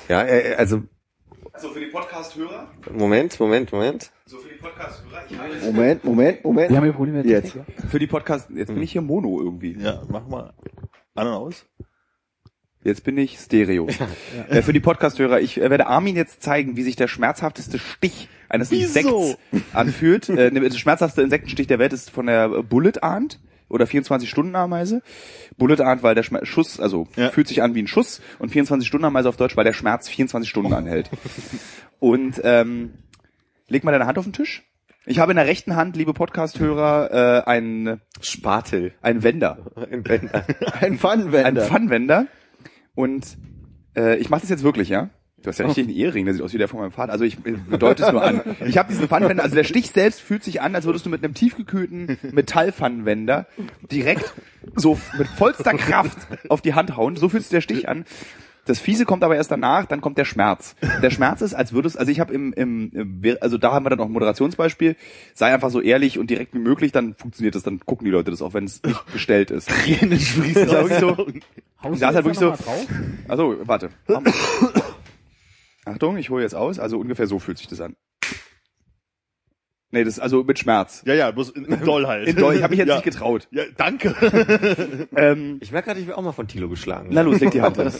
Ja, äh, also, Also für die Podcast-Hörer, Moment, Moment, Moment. so für die Podcast-Hörer, ich habe Moment, Moment, Moment. Wir haben hier Probleme mit der Jetzt. Technik, ja? Für die Podcast, jetzt bin ich hier Mono irgendwie. Ja, mach mal an und aus. Jetzt bin ich [laughs] Stereo. Äh, für die Podcast-Hörer, ich äh, werde Armin jetzt zeigen, wie sich der schmerzhafteste Stich eines Wieso? Insekts anfühlt. Äh, ne, der schmerzhafteste Insektenstich der Welt ist von der äh, Bullet Ant oder 24-Stunden-Ameise. Bullet Ant, weil der Schmerz, Schuss, also Ja. fühlt sich an wie ein Schuss und 24-Stunden-Ameise auf Deutsch, weil der Schmerz 24 Oh. Stunden anhält. Und ähm, leg mal deine Hand auf den Tisch. Ich habe in der rechten Hand, liebe Podcast-Hörer, äh, einen, Spatel. einen Wender Ein Bänder. Ein Pfannenwender. ein Pfannwender. Und äh, ich mache das jetzt wirklich, ja? Du hast ja Oh. richtig einen Ehering, der sieht aus wie der von meinem Vater. Also ich äh, deute es nur an. Ich habe diesen Pfannwender, also der Stich selbst fühlt sich an, als würdest du mit einem tiefgekühlten Metallpfannwender direkt so f- mit vollster Kraft auf die Hand hauen. So fühlt sich der Stich an. Das Fiese kommt aber erst danach, dann kommt der Schmerz. Der Schmerz ist, als würdest, also ich habe im, im, im, also da haben wir dann auch ein Moderationsbeispiel, sei einfach so ehrlich und direkt wie möglich, dann funktioniert das, dann gucken die Leute das auch, wenn es nicht gestellt ist. Tränen sprießen aus den Augen. Haust Da ist halt jetzt wirklich da noch mal [laughs] drauf? Also, warte. Achtung, ich hole jetzt aus, also ungefähr so fühlt sich das an. Nee, das also mit Schmerz. Ja, ja, bloß in, in doll halt. In Deu- ich habe mich jetzt ja. nicht getraut. Ja, [laughs] danke. Ähm, Ich merke gerade, ich werde auch mal von Thilo geschlagen. na los, leg die Hand an.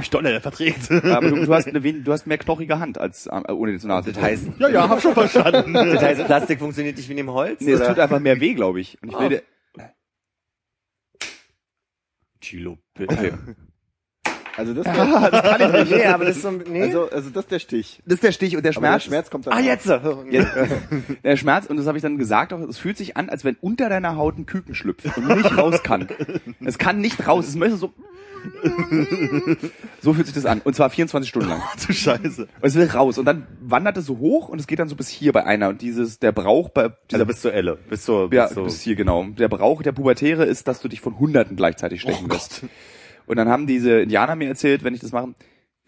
Stolle, der verträgt. Aber du, du, hast eine, wen- du hast mehr knochige Hand als äh, ohne den Sonar. Das heißt, Ja, ja, hab schon verstanden. das heißt, also Plastik funktioniert nicht wie in dem Holz? Nee, es oder? tut einfach mehr weh, glaube ich. Und ich will Ah. dir, Thilo, okay. Also das, Nee, aber das ist so ein, nee. also, also das ist der Stich. Das ist der Stich und der Aber der Schmerz. Schmerz kommt dann. ah, jetzt! Der Schmerz, und das habe ich dann gesagt, auch, es fühlt sich an, als wenn unter deiner Haut ein Küken schlüpft und nicht raus kann. Es kann nicht raus, es möchte so. So fühlt sich das an. Und zwar 24 Stunden lang. du Scheiße. Und es will raus. Und dann wandert es so hoch und es geht dann so bis hier bei einer. Und dieses, der Brauch bei dieser Also bis zur Elle. Bis zur, bis ja, zur bis hier genau. Der Brauch der Pubertäre ist, dass du dich von Hunderten gleichzeitig stechen lässt. Und dann haben diese Indianer mir erzählt, wenn ich das mache,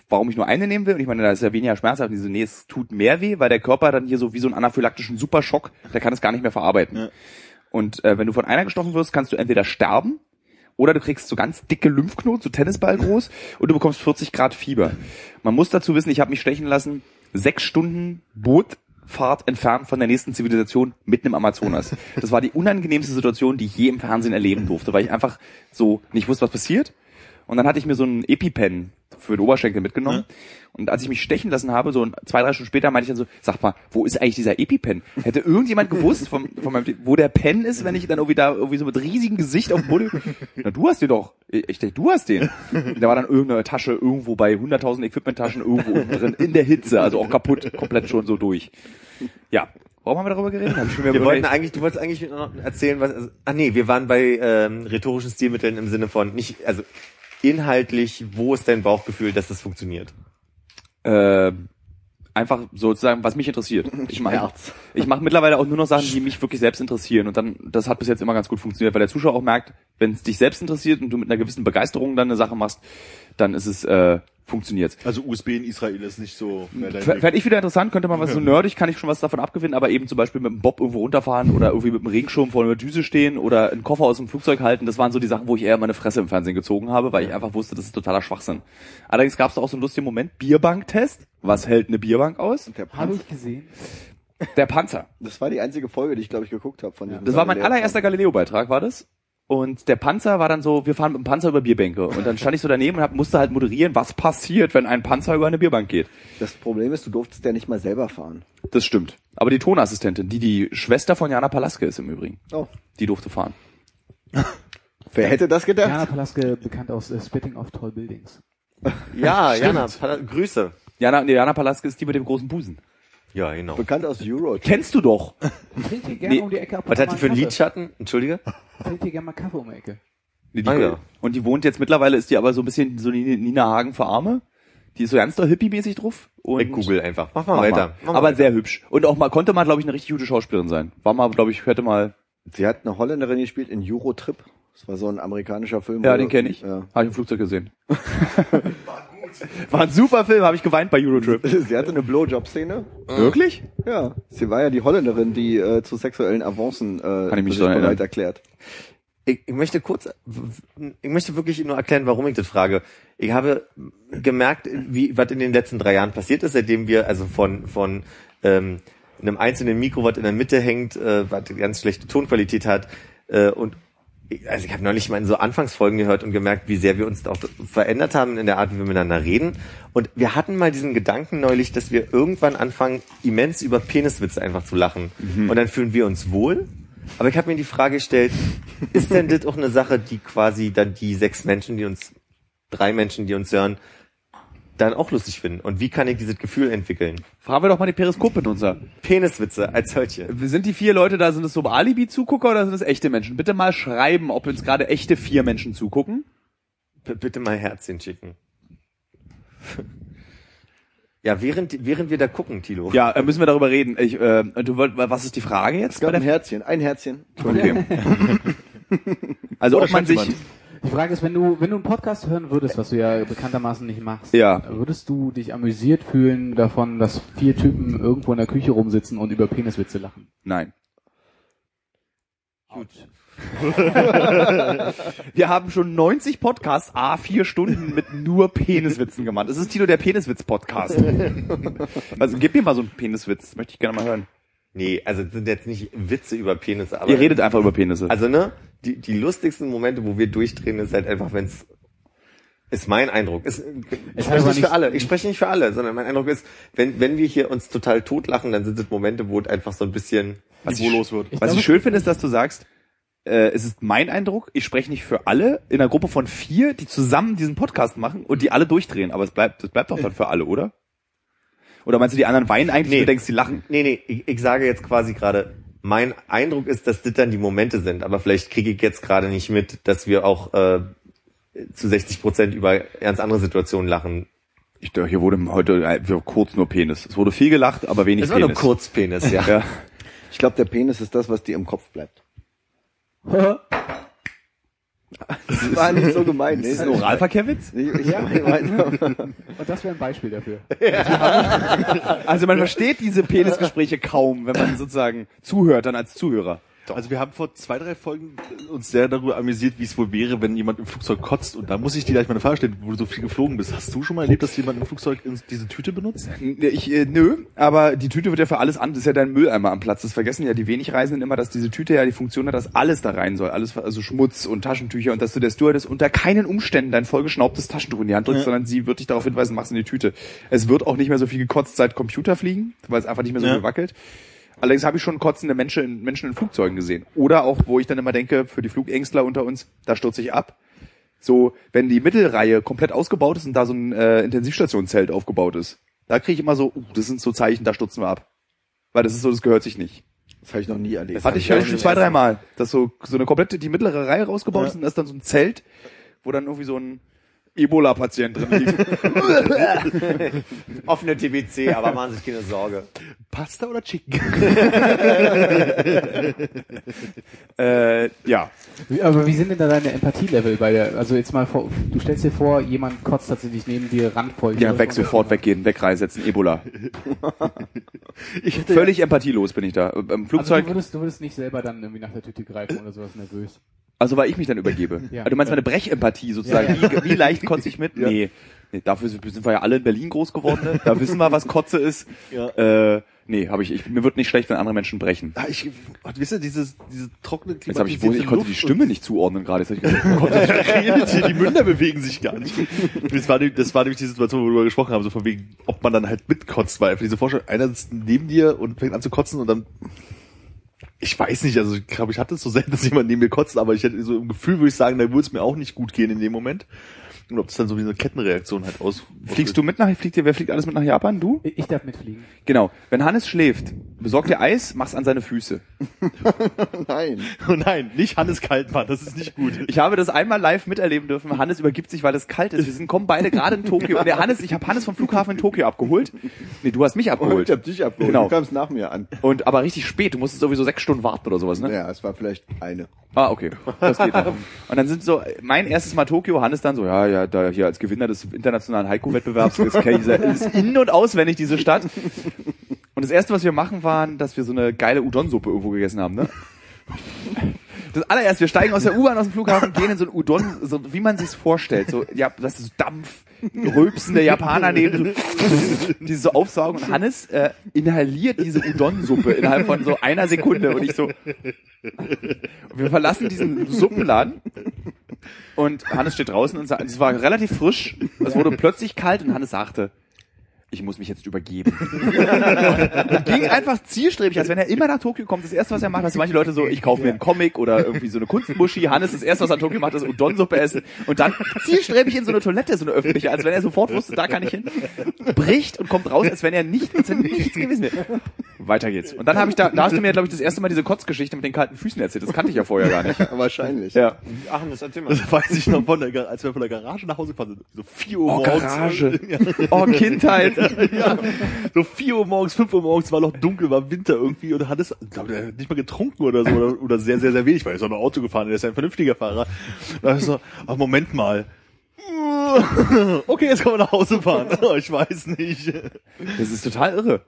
warum ich nur eine nehmen will. Und ich meine, da ist ja weniger schmerzhaft. Und die so, nee, es tut mehr weh, weil der Körper dann hier so wie so einen anaphylaktischen Superschock, der kann es gar nicht mehr verarbeiten. Ja. Und äh, wenn du von einer gestochen wirst, kannst du entweder sterben oder du kriegst so ganz dicke Lymphknoten, so Tennisball groß, und du bekommst 40 Grad Fieber. Man muss dazu wissen, ich habe mich stechen lassen, sechs Stunden Bootfahrt entfernt von der nächsten Zivilisation mitten im Amazonas. Das war die unangenehmste Situation, die ich je im Fernsehen erleben durfte, weil ich einfach so nicht wusste, was passiert. Und dann hatte ich mir so einen EpiPen für den Oberschenkel mitgenommen. Und als ich mich stechen lassen habe, so ein- zwei, drei Stunden später, meinte ich dann so, sag mal, wo ist eigentlich dieser EpiPen? Hätte irgendjemand gewusst, vom, von meinem, wo der Pen ist, wenn ich dann irgendwie da irgendwie so mit riesigem Gesicht auf dem Boden... Na, du hast den doch. Ich denke, du hast den. Und da war dann irgendeine Tasche irgendwo bei 100.000 Equipment-Taschen irgendwo unten drin, in der Hitze, also auch kaputt, komplett schon so durch. Ja. Warum haben wir darüber geredet? Hab ich schon wieder Wir wollten überlegt. eigentlich, du wolltest eigentlich noch erzählen, was. Also, ah nee, wir waren bei ähm, rhetorischen Stilmitteln im Sinne von nicht, also inhaltlich, wo ist dein Bauchgefühl, dass das funktioniert? Ähm, einfach sozusagen, was mich interessiert. Ich mache ich mache mittlerweile auch nur noch Sachen, die mich wirklich selbst interessieren. Und dann, das hat bis jetzt immer ganz gut funktioniert, weil der Zuschauer auch merkt, wenn es dich selbst interessiert und du mit einer gewissen Begeisterung dann eine Sache machst, dann ist es äh, funktioniert. Also USB in Israel ist nicht so. mehr dein Ding. Fände ich wieder interessant, könnte man was so nerdig, kann ich schon was davon abgewinnen, aber eben zum Beispiel mit dem Bob irgendwo runterfahren oder irgendwie mit dem Regenschirm vor einer Düse stehen oder einen Koffer aus dem Flugzeug halten, das waren so die Sachen, wo ich eher meine Fresse im Fernsehen gezogen habe, weil ich einfach wusste, das ist totaler Schwachsinn. Allerdings gab es auch so einen lustigen Moment, Bierbanktest. Was hält eine Bierbank aus? Der Habe Panzer. ich gesehen. Der Panzer. Das war die einzige Folge, die ich glaube ich geguckt habe von diesem Das war mein Galileo-Film. allererster Galileo-Beitrag, war das? Und der Panzer war dann so, wir fahren mit dem Panzer über Bierbänke. Und dann stand ich so daneben und hab, musste halt moderieren, was passiert, wenn ein Panzer über eine Bierbank geht. Das Problem ist, du durftest ja nicht mal selber fahren. Das stimmt. Aber die Tonassistentin, die die Schwester von Jana Palaske ist im Übrigen, Oh. die durfte fahren. Wer hätte das Jana gedacht? Palaske, bekannt aus äh, Spitting of Tall Buildings. [laughs] Ja, Jana, Pala- Grüße. Jana, nee, Jana Palaske ist die mit dem großen Busen. Ja, genau. Bekannt aus Euro. Kennst du doch. Ah, Ich trinke hier gerne Nee. um die Ecke ab. Was und hat mal die für einen Kaffee. Lidschatten? Entschuldige? Ich trinke hier gerne mal Kaffee um die Ecke. Nee, die Ah, ja. Und die wohnt jetzt mittlerweile, ist die aber so ein bisschen so die Nina Hagen für Arme. Die ist so ganz doll hippie-mäßig drauf. Und Ich google einfach. Mach mal Mach weiter. mal. Mach mal Aber weiter. sehr hübsch. Und auch mal, konnte mal, glaube ich, eine richtig gute Schauspielerin sein. War mal, glaube ich, hätte mal Sie hat eine Holländerin gespielt in Eurotrip. Das war so ein amerikanischer Film. Ja, wo- den kenne ich. Ja. [laughs] Habe ich im Flugzeug gesehen. War ein super Film, habe ich geweint bei Eurotrip. Sie hatte eine Blowjob-Szene. Wirklich? Ja. Sie war ja die Holländerin, die äh, zu sexuellen Avancen äh, ich mich sich dran erinnern. bereit erklärt. ich, ich möchte kurz, ich möchte wirklich nur erklären, warum ich das frage. Ich habe gemerkt, wie, was in den letzten drei Jahren passiert ist, seitdem wir also von, von ähm, einem einzelnen Mikro, was in der Mitte hängt, äh, was eine ganz schlechte Tonqualität hat äh, und ich- also ich habe neulich mal in so Anfangsfolgen gehört und gemerkt, wie sehr wir uns auch verändert haben in der Art, wie wir miteinander reden. Und wir hatten mal diesen Gedanken neulich, dass wir irgendwann anfangen, immens über Peniswitze einfach zu lachen. Und dann fühlen wir uns wohl. Aber ich habe mir die Frage gestellt, ist denn das auch eine Sache, die quasi dann die sechs Menschen, die uns, drei Menschen, die uns hören, dann auch lustig finden? Und wie kann ich dieses Gefühl entwickeln? Fragen wir doch mal die Periskop-Benutzer. Peniswitze als solche. Sind die vier Leute da, sind es so Alibi-Zugucker oder sind es echte Menschen? Bitte mal schreiben, ob uns gerade echte vier Menschen zugucken. B bitte mal Herzchen schicken. Ja, während, während wir da gucken, Tilo. Ja, äh, müssen wir darüber reden. Ich, äh, du wollt, was ist die Frage Es jetzt? gab ein Herzchen. Ein Herzchen. Okay. also ob man sich, Die Frage ist, wenn du, wenn du einen Podcast hören würdest, was du ja bekanntermaßen nicht machst, Ja. würdest du dich amüsiert fühlen davon, dass vier Typen irgendwo in der Küche rumsitzen und über Peniswitze [laughs] lachen? Nein. [laughs] Wir haben schon 90 Podcasts, a vier Stunden mit nur Peniswitzen gemacht. Es ist Tino der Peniswitz-Podcast. Also gib mir mal so einen Peniswitz, möchte ich gerne mal hören. Nee, also es sind jetzt nicht Witze über Penisse, aber. Ihr redet einfach über Penisse. Also ne, die, die lustigsten Momente, wo wir durchdrehen, ist halt einfach, wenn es ist mein Eindruck. Ist, ich hat aber spreche nicht nicht- für alle. Ich spreche nicht für alle, sondern mein Eindruck ist, wenn wenn wir hier uns total totlachen, dann sind es Momente, wo es einfach so ein bisschen Was ich- niveaulos wird. Was ich schön finde, ist, dass du sagst, äh, es ist mein Eindruck, ich spreche nicht für alle, in einer Gruppe von vier, die zusammen diesen Podcast machen und die alle durchdrehen. Aber es bleibt, es bleibt doch dann für alle, oder? Oder meinst du, die anderen weinen eigentlich, Nee. und du denkst, die lachen? Nee, nee, ich, ich sage jetzt quasi gerade, mein Eindruck ist, dass das dann die Momente sind, aber vielleicht kriege ich jetzt gerade nicht mit, dass wir auch äh, zu 60 Prozent über ganz andere Situationen lachen. Ich dachte, hier wurde heute äh, kurz nur Penis. Es wurde viel gelacht, aber wenig Es war nur Penis. Kurzpenis, ja. [laughs] Ja. Ich glaube, der Penis ist das, was dir im Kopf bleibt. [laughs] Das war nicht so gemeint. Nee, Ist ein Oralverkehrwitz? Ich, [laughs] ich mein, Und das wäre ein Beispiel dafür. Also man versteht diese Penisgespräche kaum, wenn man sozusagen zuhört, dann als Zuhörer. Also wir haben vor zwei, drei Folgen uns sehr darüber amüsiert, wie es wohl wäre, wenn jemand im Flugzeug kotzt. Und da muss ich dir gleich mal eine Frage stellen, wo du so viel geflogen bist. Hast du schon mal erlebt, dass jemand im Flugzeug ins- diese Tüte benutzt? Ich, äh, nö, aber die Tüte wird ja für alles an, das ist ja dein Mülleimer am Platz. Das vergessen ja die wenig Reisenden immer, dass diese Tüte ja die Funktion hat, dass alles da rein soll. Alles, also Schmutz und Taschentücher und dass du der Stewardess unter keinen Umständen dein vollgeschnaubtes Taschentuch in die Hand drückst, sondern sie wird dich darauf hinweisen, mach's in die Tüte. Es wird auch nicht mehr so viel gekotzt seit Computer fliegen, weil es einfach nicht mehr so Ja. viel wackelt. Allerdings habe ich schon kotzende Menschen in, Menschen in Flugzeugen gesehen. Oder auch, wo ich dann immer denke, für die Flugängstler unter uns, da stürze ich ab. So, wenn die Mittelreihe komplett ausgebaut ist und da so ein äh, Intensivstationszelt aufgebaut ist, da kriege ich immer so, uh, das sind so Zeichen, da stürzen wir ab. Weil das ist so, das gehört sich nicht. das habe ich noch nie erlebt. Hatte ich ja hab ich auch schon nicht zwei, erst. dreimal, dass so, so eine komplette, die mittlere Reihe rausgebaut ist und da ist dann so ein Zelt, wo dann irgendwie so ein Ebola-Patient drin [laughs] liegt. Offene TBC, aber machen Sie sich keine Sorge. Pasta oder Chicken? äh, ja. Wie- Aber wie sind denn da deine Empathielevel bei der, also jetzt mal vor, du stellst dir vor, jemand kotzt tatsächlich neben dir randvoll. Also Ja, weg, sofort weggehen, [laughs] wegreisetzen, Ebola. Ich hätte Völlig empathielos bin ich da. Äh, Im Also Flugzeug, du würdest, du würdest nicht selber dann irgendwie nach der Tüte greifen oder sowas nervös. also weil ich mich dann übergebe. Ja. Also du meinst meine Brechempathie sozusagen. Ja, Wie, wie leicht kotze ich mit? Nee. nee. Dafür sind sind wir ja alle in Berlin groß geworden. Ne? Da wissen wir, was Kotze ist. Äh, nee, habe ich, ich. Mir wird nicht schlecht, wenn andere Menschen brechen. Ja, ich, oh, wisst ihr, dieses, diese trockene Jetzt habe ich, wohl- ich konnte die Stimme nicht zuordnen gerade. Jetzt hab [laughs] ich gesagt, Oh, die, die Münder bewegen sich gar nicht. Das war, die- das war nämlich die Situation, wo wir darüber gesprochen haben, so von wegen, ob man dann halt mitkotzt, weil einfach diese Vorstellung, einer sitzt neben dir und fängt an zu kotzen und dann, ich weiß nicht, also ich glaube, ich hatte es so selten, dass jemand neben mir kotzt, aber ich hätte so im Gefühl, würde ich sagen, da würde es mir auch nicht gut gehen in dem Moment. Und ob das dann so wie eine Kettenreaktion halt aus. Fliegst du mit nach, fliegt dir, wer fliegt alles mit nach Japan? Du? Ich ich darf mitfliegen. Genau. Wenn Hannes schläft, besorg dir Eis, mach's an seine Füße. Nein. [laughs] Oh [laughs] nein, nicht Hannes Kaltmann, das ist nicht gut. Ich habe das einmal live miterleben dürfen. Hannes übergibt sich, weil es kalt ist. Wir sind, kommen beide gerade in Tokio. Und der Hannes, ich habe Hannes vom Flughafen in Tokio abgeholt. Nee, du hast mich abgeholt. Ich habe dich abgeholt. Genau. Du kamst nach mir an. Und aber richtig spät, du musstest sowieso sechs Stunden warten oder sowas, ne? Naja, es war vielleicht [laughs] eine. Ah, okay. Das geht noch. Und dann sind so, mein erstes Mal Tokio, Hannes dann so, ja, ja, da hier als Gewinner des internationalen Heiko-Wettbewerbs ist, kenn ich- ist in- und auswendig diese Stadt. Und das erste, was wir machen, waren, dass wir so eine geile Udon-Suppe irgendwo gegessen haben, ne? Das allererste, wir steigen aus der U-Bahn aus dem Flughafen, gehen in so ein Udon, so wie man sich's vorstellt, so, ja, das ist so Dampf, rülpsende Japaner neben, so, die so aufsaugen und Hannes äh, inhaliert diese Udon-Suppe innerhalb von so einer Sekunde und ich so, wir verlassen diesen Suppenladen und Hannes steht draußen und sagt, es war relativ frisch, es wurde plötzlich kalt und Hannes sagte, ich muss mich jetzt übergeben. und ging einfach zielstrebig, als wenn er immer nach Tokio kommt, das erste, was er macht, was manche Leute so, ich kaufe mir einen Comic oder irgendwie so eine Kunstmuschi. Hannes, das erste, was er in Tokio macht, ist Udon-Suppe essen und dann zielstrebig in so eine Toilette, so eine öffentliche, als wenn er sofort wusste, da kann ich hin, bricht und kommt raus, als wenn er nicht, als wenn nichts gewesen wäre. Weiter geht's. Und dann habe ich da, da hast du mir, glaube ich, das erste Mal diese Kotzgeschichte mit den kalten Füßen erzählt. Das kannte ich ja vorher gar nicht. Wahrscheinlich. Ja. Ach, das erzähl mal. Das weiß ich noch von der, Gar- als wir von der Garage nach Hause gefahren sind, so 4 Uhr Oh, morgens. Garage. Oh, Kindheit. ja. So 4 Uhr morgens, 5 Uhr morgens war noch dunkel, war Winter irgendwie und hat es, glaub, der hat nicht mal getrunken oder so oder, oder sehr, sehr, sehr wenig, weil er ist auch noch Auto gefahren, der ist ja ein vernünftiger Fahrer. Da ist so, ach, Moment mal. Okay, jetzt kann man nach Hause fahren. [laughs] Oh, Ich weiß nicht. Das ist total irre.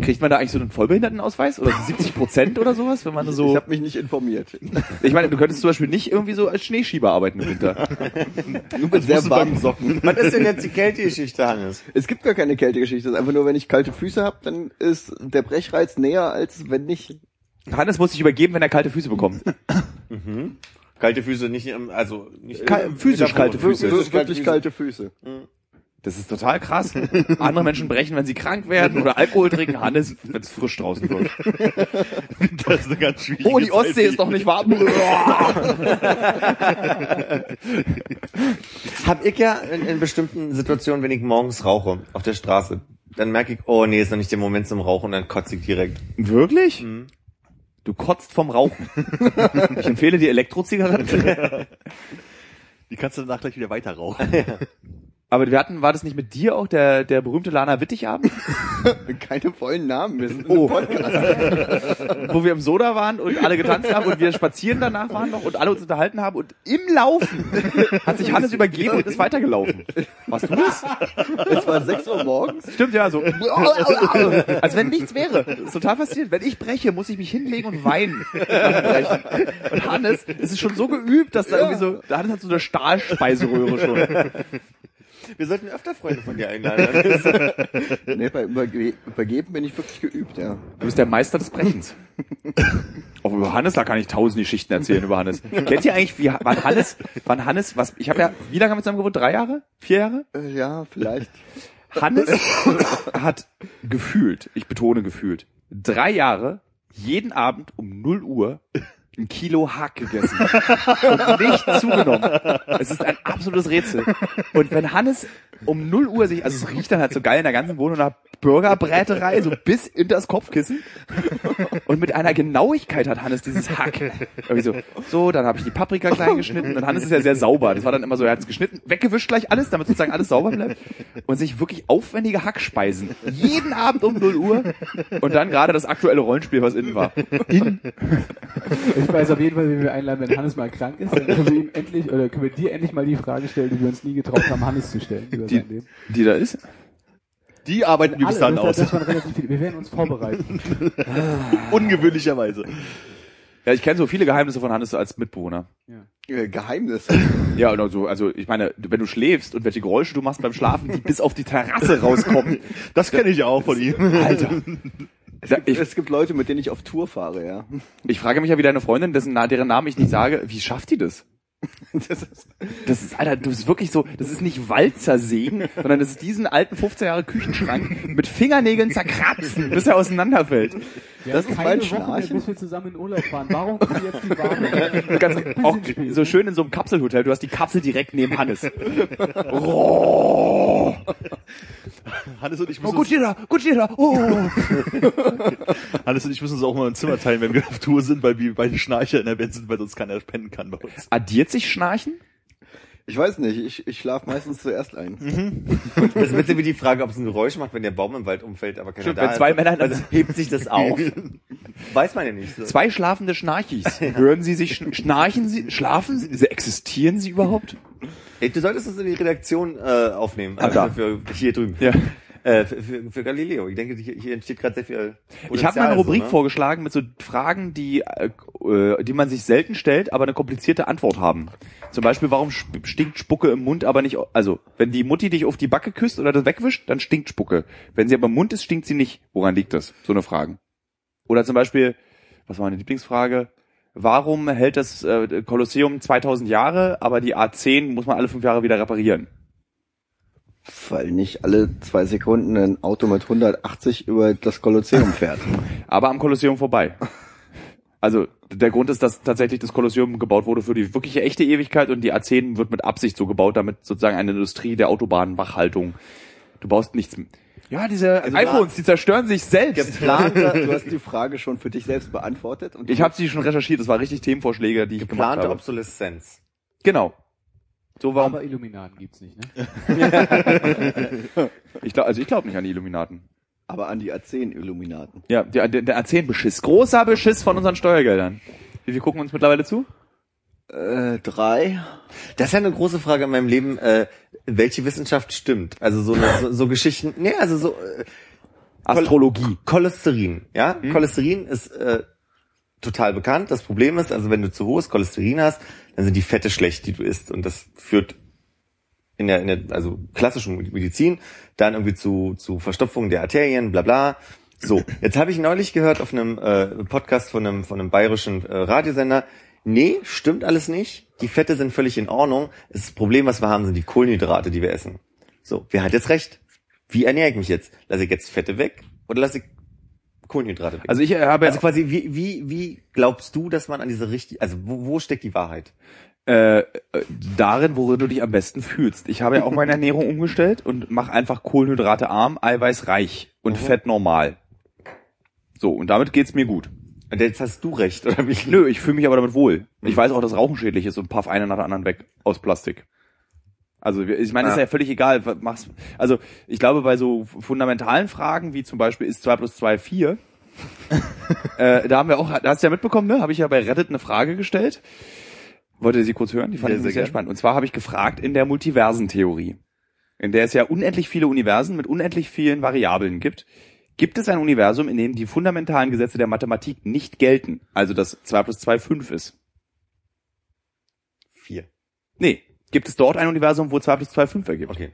Kriegt man da eigentlich so einen Vollbehindertenausweis oder so 70 Prozent oder sowas, wenn man so? Ich habe mich nicht informiert. Ich meine, du könntest zum Beispiel nicht irgendwie so als Schneeschieber arbeiten im Winter. Nur mit sehr warmen Socken. Was ist denn jetzt die Kältegeschichte, Hannes? Es gibt gar keine Kältegeschichte. Es ist einfach nur, wenn ich kalte Füße habe, dann ist der Brechreiz näher, als wenn äh, nicht. Hannes muss sich übergeben, wenn er kalte Füße bekommt. Kalte Füße nicht, im- also nicht Kal- physisch kalte Füße. Wirklich, wirklich kalte Füße. Das ist total krass. Andere Menschen brechen, wenn sie krank werden oder Alkohol trinken. Hannes, wenn es frisch draußen wird. Das ist eine ganz schwierige Oh, die Ostsee ist noch nicht [laughs] warm. Hab ich ja in, in bestimmten Situationen, wenn ich morgens rauche auf der Straße, dann merke ich, oh nee, ist noch nicht der Moment zum Rauchen, dann kotze ich direkt. Wirklich? Du kotzt vom [laughs] Rauchen. Ich empfehle dir Elektrozigaretten. Die kannst du danach gleich wieder weiter rauchen. Aber wir hatten, war das nicht mit dir auch der, der berühmte Lana [laughs] Wittig-Abend, Keine vollen Namen. Wir sind oh. Podcast. [laughs] wo wir im Soda waren und alle getanzt haben und wir spazieren danach waren noch und alle uns unterhalten haben und im Laufen hat sich Hannes übergeben und ist weitergelaufen. Warst du das? Es war 6 Uhr morgens. Stimmt, ja, so. Als wenn nichts wäre. Das ist total faszinierend. Wenn ich breche, muss ich mich hinlegen und weinen. beim Brechen. Und Hannes, es ist schon so geübt, dass da irgendwie so, Hannes hat so eine Stahlspeiseröhre schon. Wir sollten öfter Freunde von dir einladen. Äh. Nee, bei Überge Übergeben bin ich wirklich geübt, ja. Du bist der Meister des Brechens. Auch über Hannes, da kann ich tausend Geschichten erzählen über Hannes. Kennt ihr eigentlich, wie, wann Hannes, wann Hannes, was, ich habe ja, wie lange haben wir zusammen gewohnt? Drei Jahre? Vier Jahre? Äh, Ja, [laughs] vielleicht. Hannes hat gefühlt, ich betone gefühlt, drei Jahre jeden Abend um 0 Uhr ein Kilo Hack gegessen und nicht zugenommen. Es ist ein absolutes Rätsel. Und wenn Hannes um 0 Uhr sich, also es riecht dann halt so geil in der ganzen Wohnung nach Burgerbräterei, so bis in das Kopfkissen. Und mit einer Genauigkeit hat Hannes dieses Hack. Irgendwie so, so, dann habe ich die Paprika klein geschnitten. Und Hannes ist ja sehr sauber. Das war dann immer so, er hat es geschnitten, weggewischt gleich alles, damit sozusagen alles sauber bleibt. Und sich wirklich aufwendige Hackspeisen. Jeden Abend um 0 Uhr. Und dann gerade das aktuelle Rollenspiel, was innen war. In Ich weiß auf jeden Fall, wen wir einladen, wenn Hannes mal krank ist. Dann können wir ihm endlich, oder können wir dir endlich mal die Frage stellen, die wir uns nie getraut haben, Hannes zu stellen. Über sein Leben. die da ist. Die arbeiten ne? wir bis Alle, dann das- aus. Das waren relativ viele. Wir werden uns vorbereiten. Ungewöhnlicherweise. Ja, ich kenne so viele Geheimnisse von Hannes als Mitbewohner. Äh, Geheimnis. Ja, und also, also ich meine, wenn du schläfst und welche Geräusche du machst beim Schlafen, die bis auf die Terrasse rauskommen. Das kenne ich ja auch von ihm. Alter. Da, ich, Es gibt Leute, mit denen ich auf Tour fahre, ja. ich frage mich ja, wie deine Freundin, dessen, Na- deren Namen ich nicht sage, wie schafft [laughs] die das? Das ist, Das ist, Alter, du bist wirklich so, das ist nicht Walzersägen, sondern das ist diesen alten 15 Jahre Küchenschrank mit Fingernägeln zerkratzen, bis er auseinanderfällt. Wir Das haben ist keine mein Woche mehr, Schnarchen? bis wir zusammen in Urlaub fahren. Warum kommen jetzt die Warnung? [laughs] Ganz, auch so schön in so einem Kapselhotel, du hast die Kapsel direkt neben Hannes. Hannes und ich Oh, müssen, gut, jeder, gut, jeder, oh. uns, Hannes und ich müssen uns auch mal ein Zimmer teilen, wenn wir auf Tour sind, weil wir beide Schnarcher in der Band sind, weil sonst keiner spenden kann bei uns. Addiert sich Schnarchen? ich weiß nicht, ich, ich schlafe meistens zuerst ein. Das ist ein bisschen wie die Frage, ob es ein Geräusch macht, wenn der Baum im Wald umfällt, aber keiner Stimmt, da wenn ist. zwei Männer- also hebt sich [laughs] das auf. [laughs] Weiß man ja nicht. So. Zwei schlafende Schnarchis. Hören sie sich, schn- schnarchen sie, schlafen sie, existieren sie überhaupt? Ey, du solltest das in die Redaktion äh, aufnehmen. Also Ah, da. für, hier drüben. Ja. Äh, für, für, für Galileo. Ich denke, hier, hier entsteht gerade sehr viel. ne? Ich habe mal eine Rubrik vor. vorgeschlagen mit so Fragen, die, äh, äh, die man sich selten stellt, aber eine komplizierte Antwort haben. Zum Beispiel, warum sp- stinkt Spucke im Mund, aber nicht, au- also, wenn die Mutti dich auf die Backe küsst oder das wegwischt, dann stinkt Spucke. Wenn sie aber im Mund ist, stinkt sie nicht. Woran liegt das? So eine Fragen. Oder zum Beispiel, was war meine Lieblingsfrage? Warum hält das äh, Kolosseum 2000 Jahre, aber die A10 muss man alle fünf Jahre wieder reparieren? Weil nicht alle zwei Sekunden ein Auto mit 180 über das [laughs] Kolosseum fährt. aber am Kolosseum vorbei. Also der Grund ist, dass tatsächlich das Kolosseum gebaut wurde für die wirkliche echte Ewigkeit und die A10 wird mit Absicht so gebaut, damit sozusagen eine Industrie der Autobahnwachhaltung. Du baust nichts. m- Ja, diese iPhones, die zerstören sich selbst. Geplanter, du hast die Frage schon für dich selbst beantwortet. Und Ich habe sie schon recherchiert, das war richtig Themenvorschläge, die ich gemacht Geplante habe. Obsoleszenz. Genau. So, warum? Aber Illuminaten gibt's nicht, ne? Ich glaub, also ich glaube nicht an die Illuminaten. Aber an die A10-Illuminaten. Ja, der, der, der A10-Beschiss. Großer Beschiss von unseren Steuergeldern. Wie wir gucken uns mittlerweile zu? Äh, drei. Das ist ja eine große Frage in meinem Leben, äh, welche Wissenschaft stimmt. Also so, eine, so, so Geschichten, nee, also so äh, Astrologie. Cholesterin, ja? Cholesterin ist äh, total bekannt. Das Problem ist, also wenn du zu hohes Cholesterin hast, dann sind die Fette schlecht, die du isst und das führt in der, in der also klassischen Medizin dann irgendwie zu zu Verstopfung der Arterien, bla bla. So, jetzt habe ich neulich gehört auf einem äh, Podcast von einem von einem bayerischen äh, Radiosender, nee, stimmt alles nicht. Die Fette sind völlig in Ordnung. Das Problem, was wir haben, sind die Kohlenhydrate, die wir essen. So, wer hat jetzt recht? Wie ernähre ich mich jetzt? Lasse ich jetzt Fette weg oder lasse ich Kohlenhydrate weg? Also ich habe Also quasi, wie, wie, wie glaubst du, dass man an diese richtig, also wo, wo steckt die Wahrheit? äh, äh, darin, worin du dich am besten fühlst. Ich habe ja auch meine Ernährung umgestellt und mache einfach Kohlenhydrate arm, Eiweiß reich und Mhm. Fett normal. So, und damit geht's mir gut. Und jetzt hast du recht, oder wie? Mhm. Nö, ich fühle mich aber damit wohl. Ich weiß auch, dass Rauchen schädlich ist und puff eine nach der anderen weg aus Plastik. Also wir- ich meine, ist Ja. ja völlig egal. was Mach's. Also ich glaube, bei so fundamentalen Fragen wie zum Beispiel ist 2 plus 2 4, [laughs] äh, da haben wir auch, da hast du ja mitbekommen, ne? Habe ich ja bei Reddit eine Frage gestellt. Wollt ihr sie kurz hören? Die fand Ja, ich sehr sehr, sehr gerne. spannend. Und zwar habe ich gefragt in der Multiversentheorie, in der es ja unendlich viele Universen mit unendlich vielen Variablen gibt. Gibt es ein Universum, in dem die fundamentalen Gesetze der Mathematik nicht gelten? Also dass 2 plus 2 5 ist? Vier. Nee. Gibt es dort ein Universum, wo 2 plus 2 5 ergibt? Okay.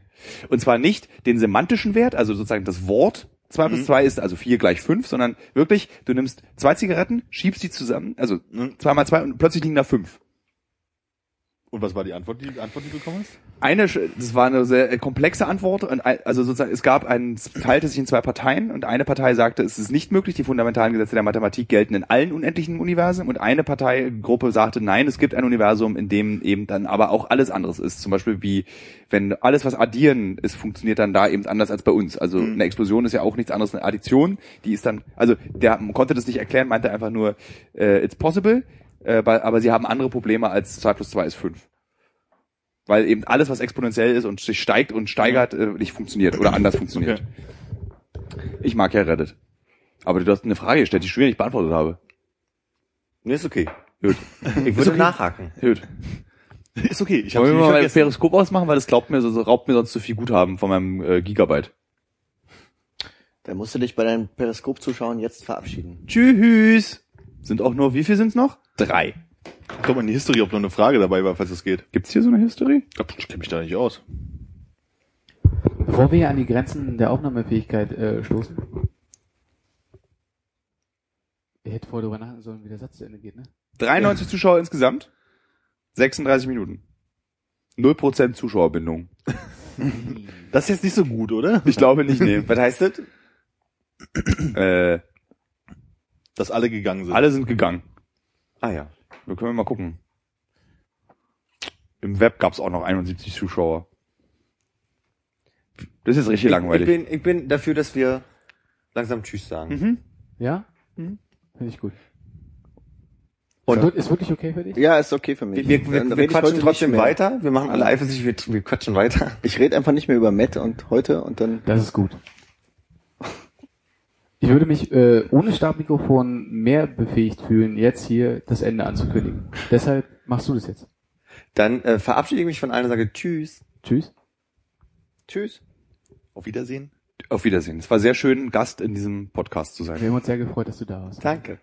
Und zwar nicht den semantischen Wert, also sozusagen das Wort 2 Mhm. plus 2 ist also 4 gleich 5, sondern wirklich, du nimmst zwei Zigaretten, schiebst die zusammen, also Mhm. 2 mal 2 und plötzlich liegen da 5. Und was war die Antwort, die Antwort, die du bekommen hast? Eine, sch- das war eine sehr äh, komplexe Antwort. Und ein- also sozusagen, es gab einen, es teilte sich in zwei Parteien und eine Partei sagte, es ist nicht möglich, die fundamentalen Gesetze der Mathematik gelten in allen unendlichen Universen und eine Parteigruppe sagte, nein, es gibt ein Universum, in dem eben dann aber auch alles anderes ist. Zum Beispiel wie, wenn alles, was addieren ist, funktioniert dann da eben anders als bei uns. Also Mhm. eine Explosion ist ja auch nichts anderes als eine Addition. Die ist dann, also der konnte das nicht erklären, meinte einfach nur, äh, it's possible, äh, aber aber sie haben andere Probleme als 2 plus 2 ist 5 weil eben alles, was exponentiell ist und sich steigt und steigert, äh, nicht funktioniert oder anders funktioniert. Ich mag ja Reddit. Aber du hast eine Frage gestellt, die ich schwierig beantwortet habe. Nee, ist okay. [laughs] Gut. Ich würde nachhaken. Gut. [laughs] Ist okay, ich habe Wollen wir sie nicht mal mein vergessen. Periskop ausmachen, weil das glaubt mir, so- so, raubt mir sonst zu viel Guthaben von meinem äh, Gigabyte. Dann musst du dich bei deinen Periskop-Zuschauern jetzt verabschieden. Tschüss. Sind auch nur, wie viel sind's noch? Drei. Kommt mal in die History, ob noch eine Frage dabei war, falls es geht. Gibt's hier so eine History? Ich kenne mich da nicht aus. Bevor wir hier an die Grenzen der Aufnahmefähigkeit äh, stoßen. Ich hätte vorher darüber nachdenken sollen, wie der Satz zu Ende geht, ne? 93 Zuschauer insgesamt. 36 Minuten. 0% Zuschauerbindung. Das ist jetzt nicht so gut, oder? Ich glaube nicht, nee. Was heißt das? äh, Dass alle gegangen sind. alle sind gegangen. Ah ja. Wir können mal gucken. Im Web gab's auch noch 71 Zuschauer. Das ist richtig langweilig. Ich bin, ich bin dafür, dass wir langsam Tschüss sagen. Mhm. Ja? Finde ich gut. Und- Und ist wirklich okay für dich? Ja, ist okay für mich. Wir, wir, Dann wir, red ich heute quatschen nicht trotzdem mehr. weiter. Wir machen alle eifersüchtig, wir, wir quatschen weiter. Ich rede einfach nicht mehr über Matt und heute und dann Das ist gut. Ich würde mich äh, ohne Stabmikrofon mehr befähigt fühlen, jetzt hier das Ende anzukündigen. Deshalb machst du das jetzt. Dann äh, verabschiede ich mich von allen und sage Tschüss. Tschüss. Tschüss. Auf Wiedersehen. Auf Wiedersehen. Es war sehr schön, Gast in diesem Podcast zu sein. Wir haben uns sehr gefreut, dass du da warst. Danke.